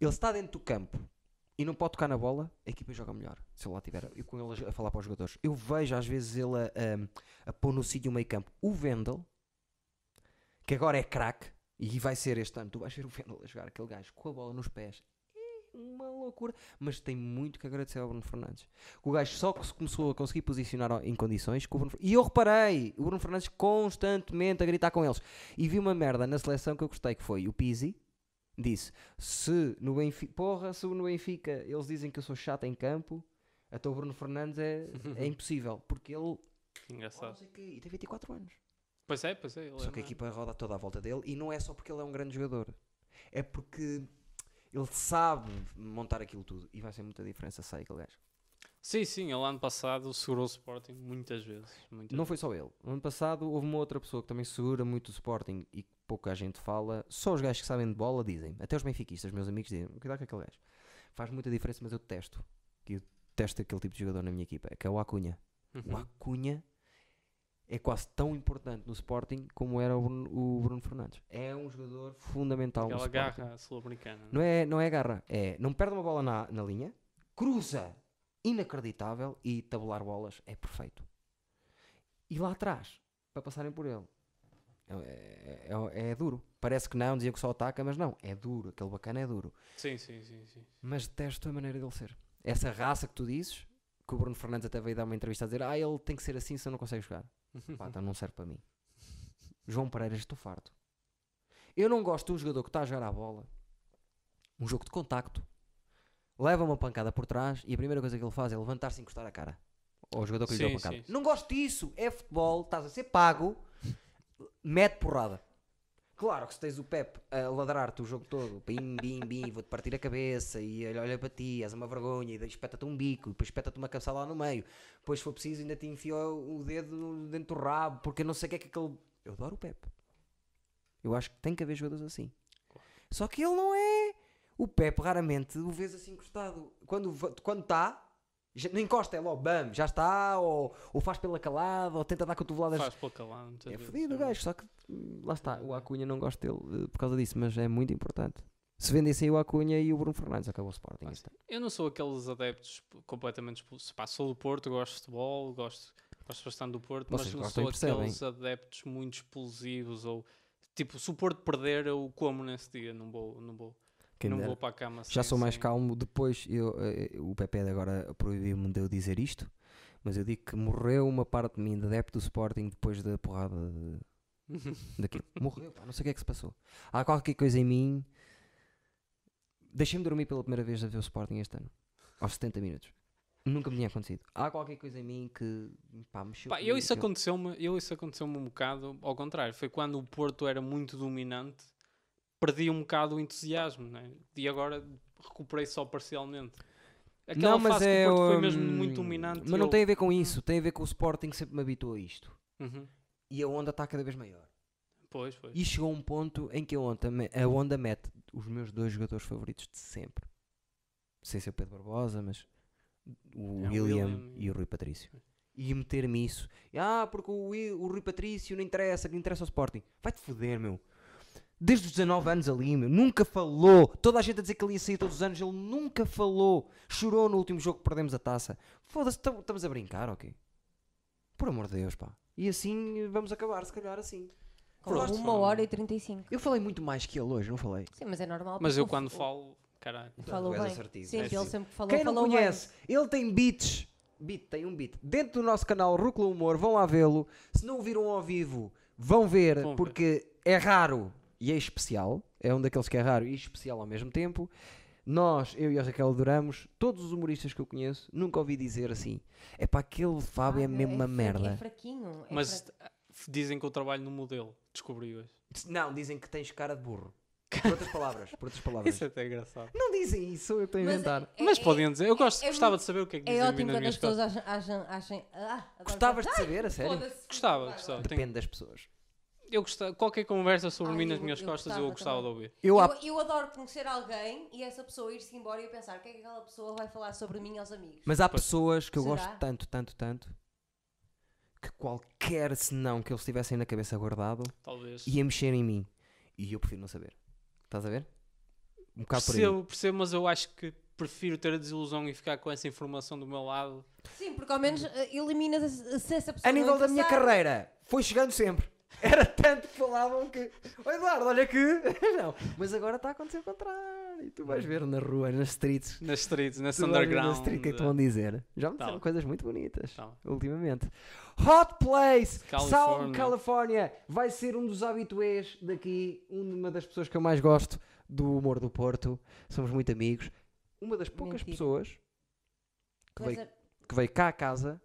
Speaker 1: Ele está dentro do campo e não pode tocar na bola, a equipa joga melhor. Se ele lá tiver. E com ele a falar para os jogadores. Eu vejo às vezes ele a, a, a pôr no sítio meio campo o Vendel, que agora é craque. E vai ser este ano, tu vais ver o Vendel a jogar, aquele gajo com a bola nos pés. É uma loucura. Mas tem muito que agradecer ao Bruno Fernandes. O gajo só que se começou a conseguir posicionar ao- em condições. que o Bruno Fer- E eu reparei, o Bruno Fernandes constantemente a gritar com eles. E vi uma merda na seleção que eu gostei, que foi o Pizzi. Disse, se no Benfica, porra, se no Benfica eles dizem que eu sou chato em campo, até o Bruno Fernandes é, é impossível, porque ele
Speaker 3: Que engraçado.
Speaker 1: que, e tem 24 anos.
Speaker 3: Pois é, pois é. ele
Speaker 1: Só
Speaker 3: é
Speaker 1: que a
Speaker 3: uma-
Speaker 1: equipa roda toda à volta dele e não é só porque ele é um grande jogador. É porque ele sabe montar aquilo tudo e vai ser muita diferença sai aquele gajo.
Speaker 3: Sim, sim, ele ano passado segurou o Sporting muitas vezes. Muitas
Speaker 1: Não foi só ele. No ano passado houve uma outra pessoa que também segura muito o Sporting e que pouca gente fala. Só os gajos que sabem de bola dizem. Até os benfiquistas, meus amigos, dizem. Cuidado com aquele gajo. Faz muita diferença, mas eu detesto. Eu detesto aquele tipo de jogador na minha equipa. Que é o Acunha.
Speaker 3: vezes.
Speaker 1: O
Speaker 3: Uhum.
Speaker 1: Acunha é quase tão importante no Sporting como era o Bruno, o Bruno Fernandes. É um jogador fundamental no
Speaker 3: Aquela
Speaker 1: Sporting.
Speaker 3: garra sul-americana.
Speaker 1: Não é, não é garra, é não perde uma bola na, na linha, cruza, inacreditável e tabular bolas é perfeito. E lá atrás, para passarem por ele, é, é- é duro. Parece que não, dizia que só ataca, mas não, é duro. Aquele bacana é duro.
Speaker 3: Sim, sim, sim, sim.
Speaker 1: Mas detesto a maneira dele ser. Essa raça que tu dizes, que o Bruno Fernandes até veio dar uma entrevista a dizer: Ah, ele tem que ser assim, senão não consegue jogar. Pá, então não serve para mim. João Pereira, estou farto. Eu não gosto de um jogador que está a jogar à bola, um jogo de contacto, leva uma pancada por trás e a primeira coisa que ele faz é levantar-se e encostar a cara. Ou o jogador que lhe deu a
Speaker 3: Sim,
Speaker 1: pancada.
Speaker 3: sim, sim.
Speaker 1: Não gosto disso. É futebol, estás a ser pago, mete porrada. Claro que se tens o Pep a ladrar-te o jogo todo, bim, bim, bim, vou-te partir a cabeça e ele olha para ti, és uma vergonha, e daí espeta-te um bico, e depois espeta-te uma cabeçada lá no meio, depois se for preciso ainda te enfiou o dedo no- dentro do rabo, porque eu não sei o que é que aquele. Eu adoro o Pep. Eu acho que tem que haver jogadores assim. Só que ele não é. O Pep raramente o vês assim encostado. Quando va- quando está, já- não encosta, é logo, bam, já está, ou, ou faz pela calada, ou tenta dar cotoveladas
Speaker 3: Faz pela calada. muitas
Speaker 1: é
Speaker 3: vezes,
Speaker 1: fodido o
Speaker 3: verdade.
Speaker 1: gajo, só que hum, lá está, o Acunha não gosto dele eh, por causa disso, mas é muito importante. Se vendessem o Acunha e o Bruno Fernandes, acabou o Sporting.
Speaker 3: Ah,
Speaker 1: isto. é.
Speaker 3: Eu não sou aqueles adeptos p- completamente expulsos. Pá, sou do Porto, gosto de futebol, gosto, gosto bastante do Porto,
Speaker 1: Vocês
Speaker 3: mas não
Speaker 1: gostam
Speaker 3: sou
Speaker 1: e percebem.
Speaker 3: aqueles adeptos muito explosivos ou tipo, se o Porto perder, eu como nesse dia, não vou, não vou,
Speaker 1: Quem
Speaker 3: não
Speaker 1: dera.
Speaker 3: vou para a cama.
Speaker 1: Já
Speaker 3: sem-
Speaker 1: sou mais
Speaker 3: sem-
Speaker 1: calmo. Depois, eu, eh, o Pepe agora proibiu-me de eu dizer isto, mas eu digo que morreu uma parte de mim, de adepto do Sporting, depois da porrada de- daquilo. Morreu, pá, não sei o que é que se passou. Há qualquer coisa em mim. Deixei-me dormir pela primeira vez a ver o Sporting este ano, aos 70 minutos. Nunca me tinha acontecido. Há qualquer coisa em mim que pá, mexeu.
Speaker 3: Pá, eu
Speaker 1: comigo,
Speaker 3: isso
Speaker 1: que eu-
Speaker 3: aconteceu-me, eu isso aconteceu-me um bocado ao contrário. Foi quando o Porto era muito dominante, perdi um bocado o entusiasmo, né? E agora recuperei só parcialmente. Aquela fase que o Porto foi mesmo
Speaker 1: hum,
Speaker 3: muito dominante.
Speaker 1: Mas
Speaker 3: e
Speaker 1: não
Speaker 3: eu-
Speaker 1: tem a ver com isso, tem a ver com o Sporting que sempre me habituou a isto.
Speaker 3: Uhum.
Speaker 1: E a onda está cada vez maior.
Speaker 3: Pois, pois.
Speaker 1: E chegou um ponto em que a onda, me- a onda mete os meus dois jogadores favoritos de sempre. Sem ser é o Pedro Barbosa, mas o
Speaker 3: É, o
Speaker 1: William,
Speaker 3: William
Speaker 1: e
Speaker 3: e-
Speaker 1: o Rui Patrício. E meter-me isso. E, Ah, porque o, Wi- o Rui Patrício não interessa, que interessa ao Sporting. Vai-te foder, meu. Desde os 19 anos ali, meu. Nunca falou. Toda a gente a dizer que ele ia sair todos os anos. Ele nunca falou. Chorou no último jogo que perdemos a taça. Foda-se, tam- estamos a brincar, ok? por amor de Deus, pá. E assim vamos acabar, se calhar, assim.
Speaker 2: Com uma hora e 35.
Speaker 1: Eu falei muito mais que ele hoje, não falei?
Speaker 2: Sim, mas é normal.
Speaker 3: Mas
Speaker 2: porque
Speaker 3: eu
Speaker 2: o-
Speaker 3: quando falo, caralho.
Speaker 1: Então,
Speaker 2: Falou
Speaker 1: Tu és É
Speaker 2: bem.
Speaker 1: assertivo, és
Speaker 2: Sim, ele
Speaker 1: assertivo.
Speaker 2: sempre falou,
Speaker 1: Quem não
Speaker 2: falou
Speaker 1: conhece, ele tem beats. Beat, tem um beat. Dentro do nosso canal Rúcula Humor, vão lá vê-lo. Se não o viram ao vivo, vão ver,
Speaker 3: Vão ver.
Speaker 1: porque é raro e é especial. É um daqueles que é raro e especial ao mesmo tempo. Nós, eu e a Raquel adoramos, todos os humoristas que eu conheço, nunca ouvi dizer assim. É para aquele Fábio é
Speaker 2: Ah,
Speaker 1: mesmo uma
Speaker 2: fra- É
Speaker 1: merda.
Speaker 2: fraquinho. é
Speaker 3: Mas
Speaker 2: fra-
Speaker 3: ah, dizem que eu trabalho no modelo. Descobri hoje.
Speaker 1: Não, dizem que tens cara de burro. Por outras palavras, por outras palavras.
Speaker 3: Isso é até engraçado.
Speaker 1: Não dizem isso, eu estou a
Speaker 2: Mas
Speaker 1: inventar.
Speaker 2: é-
Speaker 3: Mas
Speaker 2: é-
Speaker 3: podiam dizer. Eu gosto,
Speaker 2: é
Speaker 3: gostava
Speaker 2: muito-
Speaker 3: de saber o que é que
Speaker 2: É,
Speaker 3: dizem a mim
Speaker 2: ótimo
Speaker 3: nas
Speaker 2: quando
Speaker 3: minhas
Speaker 2: as pessoas
Speaker 3: costas.
Speaker 2: acham. acham, acham ah, agora
Speaker 1: Gostavas
Speaker 2: já-
Speaker 1: de saber, a
Speaker 2: Ai,
Speaker 1: sério?
Speaker 2: foda-se.
Speaker 3: Gostava,
Speaker 2: Vai,
Speaker 3: gostava.
Speaker 2: vai.
Speaker 3: Tenho-
Speaker 1: Depende das pessoas.
Speaker 3: Eu gostava, qualquer conversa sobre
Speaker 2: Ah,
Speaker 3: mim nas
Speaker 2: eu-
Speaker 3: minhas
Speaker 2: eu
Speaker 3: costas eu
Speaker 2: gostava
Speaker 3: gostava de
Speaker 2: também.
Speaker 3: ouvir.
Speaker 1: Eu, há-
Speaker 2: Eu, eu adoro conhecer alguém e essa pessoa ir-se embora e eu pensar o que é que aquela pessoa vai falar sobre mim aos amigos.
Speaker 1: Mas há
Speaker 3: Pois.
Speaker 1: pessoas que eu
Speaker 2: Será?
Speaker 1: gosto tanto, tanto, tanto que qualquer senão que eles tivessem na cabeça guardado
Speaker 3: Talvez.
Speaker 1: ia mexer em mim. E eu prefiro não saber. Estás a ver? Um bocado por aí.
Speaker 3: Percebo, percebo, mas eu acho que prefiro ter a desilusão e ficar com essa informação do meu lado.
Speaker 2: Sim, porque ao menos eh, eliminas a- se essa pessoa.
Speaker 1: A nível
Speaker 2: não
Speaker 1: da minha
Speaker 2: interessar.
Speaker 1: carreira, foi chegando sempre. Era tanto que falavam que. "Ó Eduardo, olha que. não. Mas agora está a acontecer o contrário. E tu vais ver na rua, nas streets.
Speaker 3: Nas streets, nesse
Speaker 1: Tu vais ver na
Speaker 3: underground.
Speaker 1: street o que é que te vão dizer. Já me
Speaker 3: Tá
Speaker 1: disseram
Speaker 3: bem.
Speaker 1: coisas muito bonitas.
Speaker 3: Tá bem.
Speaker 1: ultimamente. Hot Place, Sound
Speaker 3: Califórnia.
Speaker 1: California, vai ser um dos habituês daqui, uma das pessoas que eu mais gosto do humor do Porto. Somos muito amigos. Uma das poucas
Speaker 2: Mentira.
Speaker 1: pessoas que
Speaker 2: Mas é
Speaker 1: veio,
Speaker 2: a-
Speaker 1: que veio cá à casa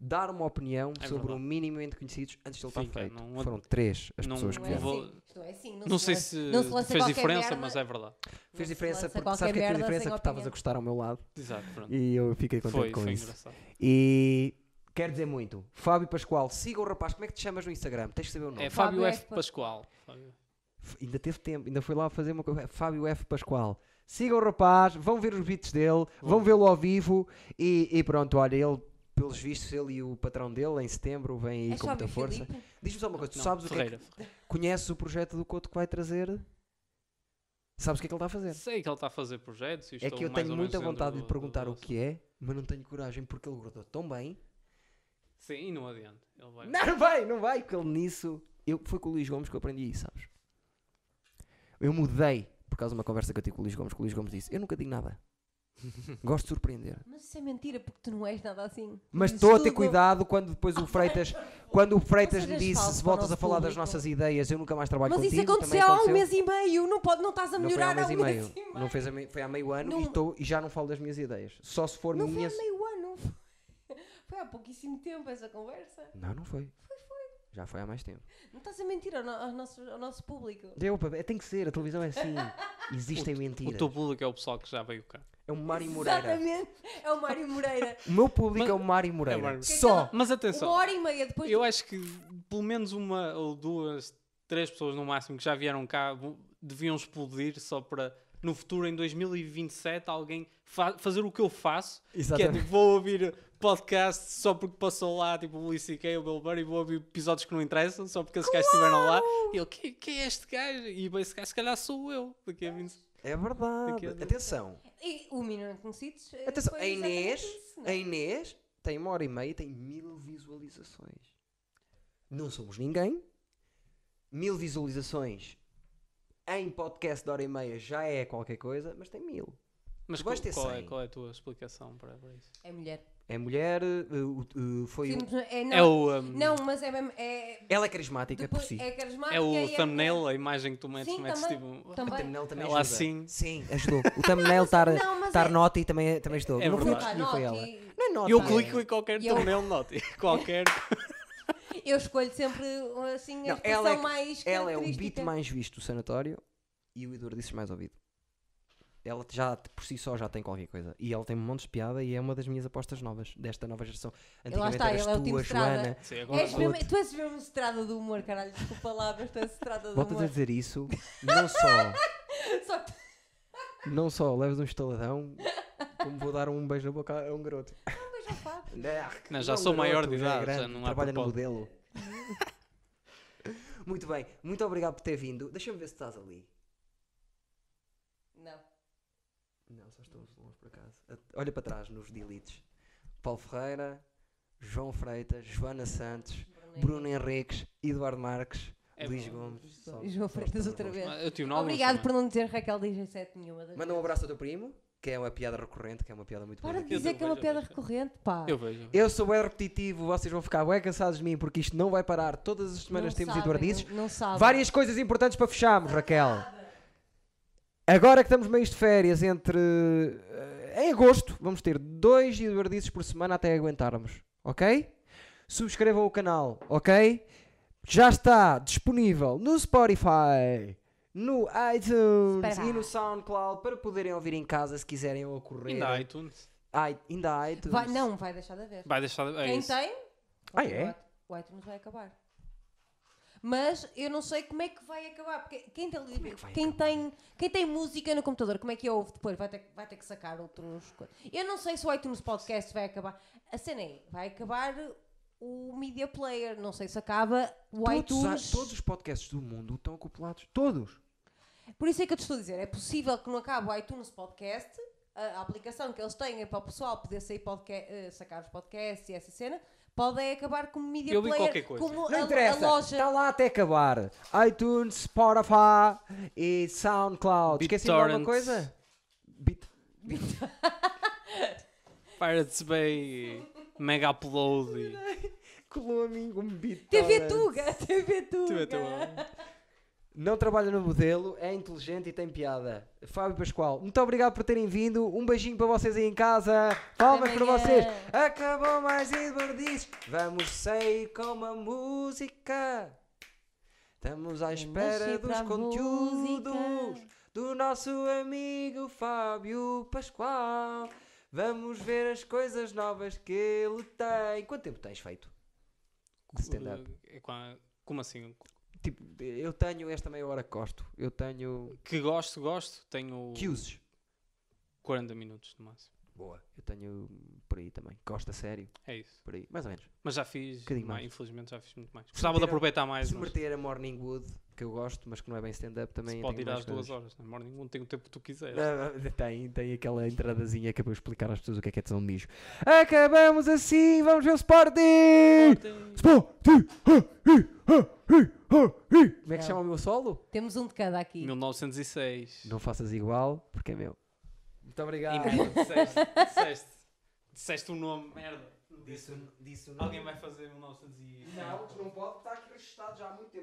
Speaker 1: dar uma opinião
Speaker 3: É
Speaker 1: sobre o
Speaker 3: verdade.
Speaker 1: minimamente conhecidos antes de ele estar
Speaker 3: Fica,
Speaker 1: feito.
Speaker 3: não-
Speaker 1: Foram três as
Speaker 3: não-
Speaker 1: pessoas que
Speaker 2: Não é
Speaker 1: vieram.
Speaker 3: vou-
Speaker 2: assim. Isto é assim.
Speaker 3: Não sei
Speaker 2: lança-
Speaker 3: se
Speaker 2: não se lança
Speaker 3: fez
Speaker 2: qualquer
Speaker 3: diferença,
Speaker 2: merda.
Speaker 3: mas é verdade.
Speaker 2: não
Speaker 1: Fez
Speaker 2: se
Speaker 1: diferença
Speaker 2: lança
Speaker 1: porque, sabes
Speaker 2: qualquer
Speaker 1: que é que fez
Speaker 2: merda
Speaker 1: diferença?
Speaker 2: sem
Speaker 1: Porque estavas a
Speaker 2: opinião.
Speaker 1: gostar ao meu lado
Speaker 3: Exato, pronto.
Speaker 1: e eu fiquei contente
Speaker 3: Foi,
Speaker 1: com
Speaker 3: foi
Speaker 1: isso.
Speaker 3: engraçado.
Speaker 1: E quero dizer muito. Fábio Pascoal, siga o rapaz. Como é que te chamas no Instagram? Tens de saber o nome.
Speaker 3: É Fábio
Speaker 2: Fábio
Speaker 3: F.
Speaker 2: F.
Speaker 3: Pascoal. Fábio.
Speaker 1: F- Ainda teve tempo, ainda foi lá fazer uma coisa. Fábio F. Pascoal. Sigam o rapaz, vão ver os beats dele, vão vê-lo ao vivo e, e pronto, olha, ele, pelos vistos, ele e o patrão dele em setembro vêm aí
Speaker 2: É
Speaker 1: com
Speaker 2: Fábio
Speaker 1: muita força.
Speaker 2: Filipe?
Speaker 1: Diz-me só uma coisa, tu
Speaker 3: Não,
Speaker 1: sabes o que, é que
Speaker 3: Ferreira.
Speaker 1: conheces o projeto do Couto que vai trazer? Sabes o que é que ele está a fazer?
Speaker 3: Sei que ele está a fazer projetos e
Speaker 1: É
Speaker 3: estou
Speaker 1: que eu
Speaker 3: mais
Speaker 1: tenho
Speaker 3: ou menos
Speaker 1: muita
Speaker 3: dentro
Speaker 1: vontade de
Speaker 3: do-
Speaker 1: lhe perguntar
Speaker 3: do-
Speaker 1: o que é, mas não tenho coragem porque ele gordou tão bem.
Speaker 3: Sim, e não adianta. Ele vai...
Speaker 1: Não, não vai, não vai, porque ele nisso. Eu, foi com o Luís Gomes que eu aprendi isso, sabes? Eu mudei por causa de uma conversa que eu tive com o Luís Gomes, que o Luís Gomes disse: Eu nunca digo nada. Gosto de surpreender.
Speaker 2: Mas isso é mentira porque tu não és nada assim.
Speaker 1: Mas
Speaker 2: Dizes
Speaker 1: estou a ter
Speaker 2: tudo.
Speaker 1: cuidado quando depois o Freitas, quando o Freitas
Speaker 2: Não
Speaker 1: me
Speaker 2: sejas
Speaker 1: disse:
Speaker 2: falso
Speaker 1: Se
Speaker 2: para o
Speaker 1: voltas a
Speaker 2: nosso
Speaker 1: falar das
Speaker 2: público."
Speaker 1: nossas ideias, eu nunca mais trabalho
Speaker 2: Mas
Speaker 1: contigo.
Speaker 2: isso
Speaker 1: também
Speaker 2: aconteceu há um mês e meio. Não, pode, não estás a
Speaker 1: Não foi há um
Speaker 2: melhorar
Speaker 1: mês e meio.
Speaker 2: e meio.
Speaker 1: Não fez a me- foi há meio ano
Speaker 2: Não-
Speaker 1: e, estou, e já não falo das minhas ideias. Só se for
Speaker 2: Não foi há
Speaker 1: minhas.
Speaker 2: meio ano. Foi há pouquíssimo tempo essa conversa.
Speaker 1: Não, não foi. Já foi há mais tempo.
Speaker 2: Não estás a mentir ao, no- ao nosso, ao nosso público.
Speaker 1: Deu, pá, tem que ser, a televisão é assim. Existem
Speaker 3: O
Speaker 1: mentiras.
Speaker 3: teu público é o pessoal que já veio cá.
Speaker 1: É o Mário Moreira.
Speaker 2: Exatamente. É o Mário Moreira.
Speaker 1: O meu público
Speaker 3: Mas-
Speaker 1: é o Mário Moreira.
Speaker 3: É o Mário Moreira.
Speaker 1: Só.
Speaker 3: Mas
Speaker 2: Uma
Speaker 3: atenção,
Speaker 2: hora e meia depois.
Speaker 3: eu acho que pelo menos uma ou duas, três pessoas no máximo que já vieram cá vo- deviam explodir só para no futuro, em 2027, alguém fa- fazer o que eu faço. Que é tipo, vou ouvir podcast só porque passou lá, tipo, o Luís C.K. o Bill Burr, e vou ouvir episódios que não interessam, só porque esses gajos estiveram lá. E ele, quem, quem é este gajo? E bem, esse gajo, se calhar sou eu. Daqui a 20...
Speaker 1: É
Speaker 3: Daqui
Speaker 1: verdade.
Speaker 3: a dois-
Speaker 1: Atenção.
Speaker 2: E o Minor Conhecidos. eh,
Speaker 1: Atenção.
Speaker 2: foi
Speaker 1: A
Speaker 2: exatamente
Speaker 1: Inês,
Speaker 2: isso, não é?
Speaker 1: a Inês tem uma hora e meia e tem mil visualizações. Não somos ninguém. Mil visualizações em podcast de hora e meia já é qualquer coisa, mas tem mil.
Speaker 3: Mas
Speaker 1: Tu vais ter
Speaker 3: qual, qual é,
Speaker 1: 100.
Speaker 3: qual é a tua explicação para, para isso?
Speaker 2: É mulher.
Speaker 1: É mulher, eh, o- eh, foi. o-
Speaker 2: Sim, é-
Speaker 3: é
Speaker 2: não,
Speaker 3: o, um,
Speaker 2: não, mas é mesmo. É,
Speaker 1: Ela é carismática por
Speaker 2: depois-
Speaker 1: si.
Speaker 2: é carismática.
Speaker 3: é o
Speaker 2: e mulher.
Speaker 3: thumbnail, a imagem que tu metes,
Speaker 2: Sim,
Speaker 3: metes
Speaker 2: também.
Speaker 3: tipo...
Speaker 1: O
Speaker 2: Também.
Speaker 1: thumbnail também
Speaker 3: Ela
Speaker 1: ajuda.
Speaker 3: assim.
Speaker 1: Sim, ajudou. O thumbnail estar
Speaker 2: Não, mas
Speaker 1: estar
Speaker 2: é-
Speaker 1: noti também, também ajudou.
Speaker 3: é
Speaker 1: não foi eu que
Speaker 3: verdade.
Speaker 1: escolhi, foi
Speaker 2: Não,
Speaker 1: ela.
Speaker 2: e-
Speaker 1: Não é nota.
Speaker 3: Eu
Speaker 1: é-
Speaker 3: clico em qualquer
Speaker 2: tá. Eu-
Speaker 3: thumbnail, note. Qualquer.
Speaker 2: Eu escolho sempre assim a
Speaker 1: Não,
Speaker 2: expressão
Speaker 1: ela, é,
Speaker 2: mais
Speaker 1: ela é o beat
Speaker 2: característica.
Speaker 1: mais visto do sanatório e o Eduardo disse mais ouvido. Ela já, por si só, já tem qualquer coisa. E ela tem um monte de piada e é uma das minhas apostas novas, desta nova geração. Antigamente
Speaker 2: está,
Speaker 1: eras
Speaker 2: ele é o
Speaker 1: tu,
Speaker 2: Tim
Speaker 1: a
Speaker 2: Estrada.
Speaker 1: Joana.
Speaker 3: Sim, agora
Speaker 2: És
Speaker 3: não.
Speaker 2: É mesmo,
Speaker 1: Outro.
Speaker 2: tu és mesmo estrada do humor, caralho. Desculpa lá, mas tu és estrada do
Speaker 1: Voltas a
Speaker 2: humor.
Speaker 1: dizer isso, não só,
Speaker 2: Só que Ah, tu
Speaker 1: não só leves um estaladão, como vou dar um beijo na boca a um garoto. é
Speaker 2: também já fazes.
Speaker 3: Não, já sou maior de idade, já não há
Speaker 1: Trabalha no
Speaker 3: propósito.
Speaker 1: modelo. muito bem, muito obrigado por ter vindo. Deixa-me ver se estás ali.
Speaker 2: Não.
Speaker 1: Não, só estão longe por acaso. Olha para trás nos deletes. Paulo Ferreira, João Freitas, Joana Santos, Bruno Henriques, Eduardo Marques,
Speaker 3: É
Speaker 1: Luís
Speaker 3: bom.
Speaker 1: Gomes. só-
Speaker 2: E João
Speaker 1: só os
Speaker 2: Freitas
Speaker 1: teus
Speaker 2: outra
Speaker 1: nomes.
Speaker 2: vez.
Speaker 3: Eu tive nove.
Speaker 2: Obrigado por não dizer Raquel DJ7 nenhuma. das
Speaker 1: Manda um
Speaker 2: vezes.
Speaker 1: abraço ao teu primo, que é uma piada recorrente, que é uma piada muito boa.
Speaker 2: Para de
Speaker 1: daqui.
Speaker 3: Eu
Speaker 2: dizer
Speaker 3: dou
Speaker 2: que é uma
Speaker 3: beijo,
Speaker 2: piada
Speaker 3: beijo.
Speaker 2: recorrente, pá.
Speaker 3: Eu vejo.
Speaker 1: Eu sou bem repetitivo, vocês vão ficar bem cansados de mim, porque isto não vai parar. Todas as semanas
Speaker 2: Não
Speaker 1: temos
Speaker 2: sabem,
Speaker 1: Eduardices.
Speaker 2: Não, não sabem.
Speaker 1: Várias coisas importantes para fecharmos, Raquel. Agora que estamos meios de férias, entre. eh, Em agosto, vamos ter dois Eduardices por semana até aguentarmos, ok? Subscrevam o canal, ok? Já está disponível no Spotify, no iTunes
Speaker 2: Espera.
Speaker 1: e no SoundCloud para poderem ouvir em casa se quiserem ou correr.
Speaker 3: Ainda há iTunes.
Speaker 1: Ai, ainda há iTunes.
Speaker 2: Vai- não, vai deixar de haver.
Speaker 3: Vai deixar. É
Speaker 2: Quem tá-
Speaker 3: isso.
Speaker 2: tem?
Speaker 1: Ah, é?
Speaker 2: O iTunes vai acabar. Mas eu não sei como é que vai acabar. Porque quem tem,
Speaker 1: é que vai
Speaker 2: quem tem, quem tem música no computador, como é que a ouve depois? Vai ter, que- vai ter que sacar outros. co- Eu não sei se o iTunes Podcast vai acabar. A cena é: vai acabar o Media Player. Não sei se acaba o iTunes.
Speaker 1: Todos, todos os podcasts do mundo estão acoplados. Todos.
Speaker 2: Por isso é que eu te estou a dizer, é possível que não acabe o iTunes Podcast, a, a aplicação que eles têm é para o pessoal poder sair podca- eh, sacar os podcasts e essa cena, pode é acabar como media
Speaker 3: Eu li
Speaker 2: player,
Speaker 3: qualquer coisa.
Speaker 2: como a,
Speaker 1: Não
Speaker 2: a
Speaker 1: interessa.
Speaker 2: loja.
Speaker 1: Está lá até acabar. iTunes, Spotify e SoundCloud. Esqueci de alguma
Speaker 3: BitTorrent.
Speaker 1: coisa? Bit...
Speaker 3: Pirates Bay. Mega Upload. e-
Speaker 1: Colou a mim um BitTorrent.
Speaker 2: TV Tuga, TV
Speaker 3: Tu
Speaker 2: Tuga.
Speaker 3: é tão bom.
Speaker 1: Não trabalha no modelo, é inteligente e tem piada. Fábio Pascoal, muito obrigado por terem vindo. Um beijinho para vocês aí em casa. Palmas para
Speaker 2: Amanhã.
Speaker 1: vocês. Acabou mais Eduardices. Vamos sair com uma música. Estamos à espera
Speaker 2: sair
Speaker 1: dos
Speaker 2: para a
Speaker 1: conteúdos
Speaker 2: música.
Speaker 1: do nosso amigo Fábio Pascoal. Vamos ver as coisas novas que ele tem. Quanto tempo tens feito? De stand-up.
Speaker 3: É qua- Como assim?
Speaker 1: Tipo, eu tenho esta meia hora que gosto. Eu tenho.
Speaker 3: Que gosto, gosto. Tenho
Speaker 1: Que uses?
Speaker 3: 40 minutos no máximo.
Speaker 1: Boa. Eu tenho por aí também. Gosta sério,
Speaker 3: É isso.
Speaker 1: por aí. Mais ou menos.
Speaker 3: Mas já fiz.
Speaker 1: Um Bocadinho
Speaker 3: mais,
Speaker 1: mais.
Speaker 3: Infelizmente já fiz muito mais. Gostava de
Speaker 1: meter a-
Speaker 3: aproveitar mais.
Speaker 1: Se
Speaker 3: mas
Speaker 1: meter a Morning Wood, que eu gosto, mas que não é bem stand-up, também.
Speaker 3: se pode
Speaker 1: tenho
Speaker 3: ir
Speaker 1: mais
Speaker 3: às duas
Speaker 1: coisas.
Speaker 3: horas. Na morning não é? tem o tempo que tu quiseres.
Speaker 1: Ah, Tem, tem aquela entradazinha que é para eu explicar às pessoas o que é que é tesão de mijo. Acabamos assim, vamos ver o Sporting!
Speaker 3: Tem-
Speaker 1: Sporting! Como é que
Speaker 2: Não.
Speaker 1: se chama o meu solo?
Speaker 2: Temos um de cada aqui.
Speaker 3: 1906.
Speaker 1: Não faças igual, porque é meu. Muito
Speaker 3: E
Speaker 1: obrigado.
Speaker 3: merda, disseste. Disseste. Disseste o nome, merda. Disse.
Speaker 1: disse
Speaker 3: Alguém vai fazer 1906.
Speaker 1: não pode, está aqui registado já há muito tempo.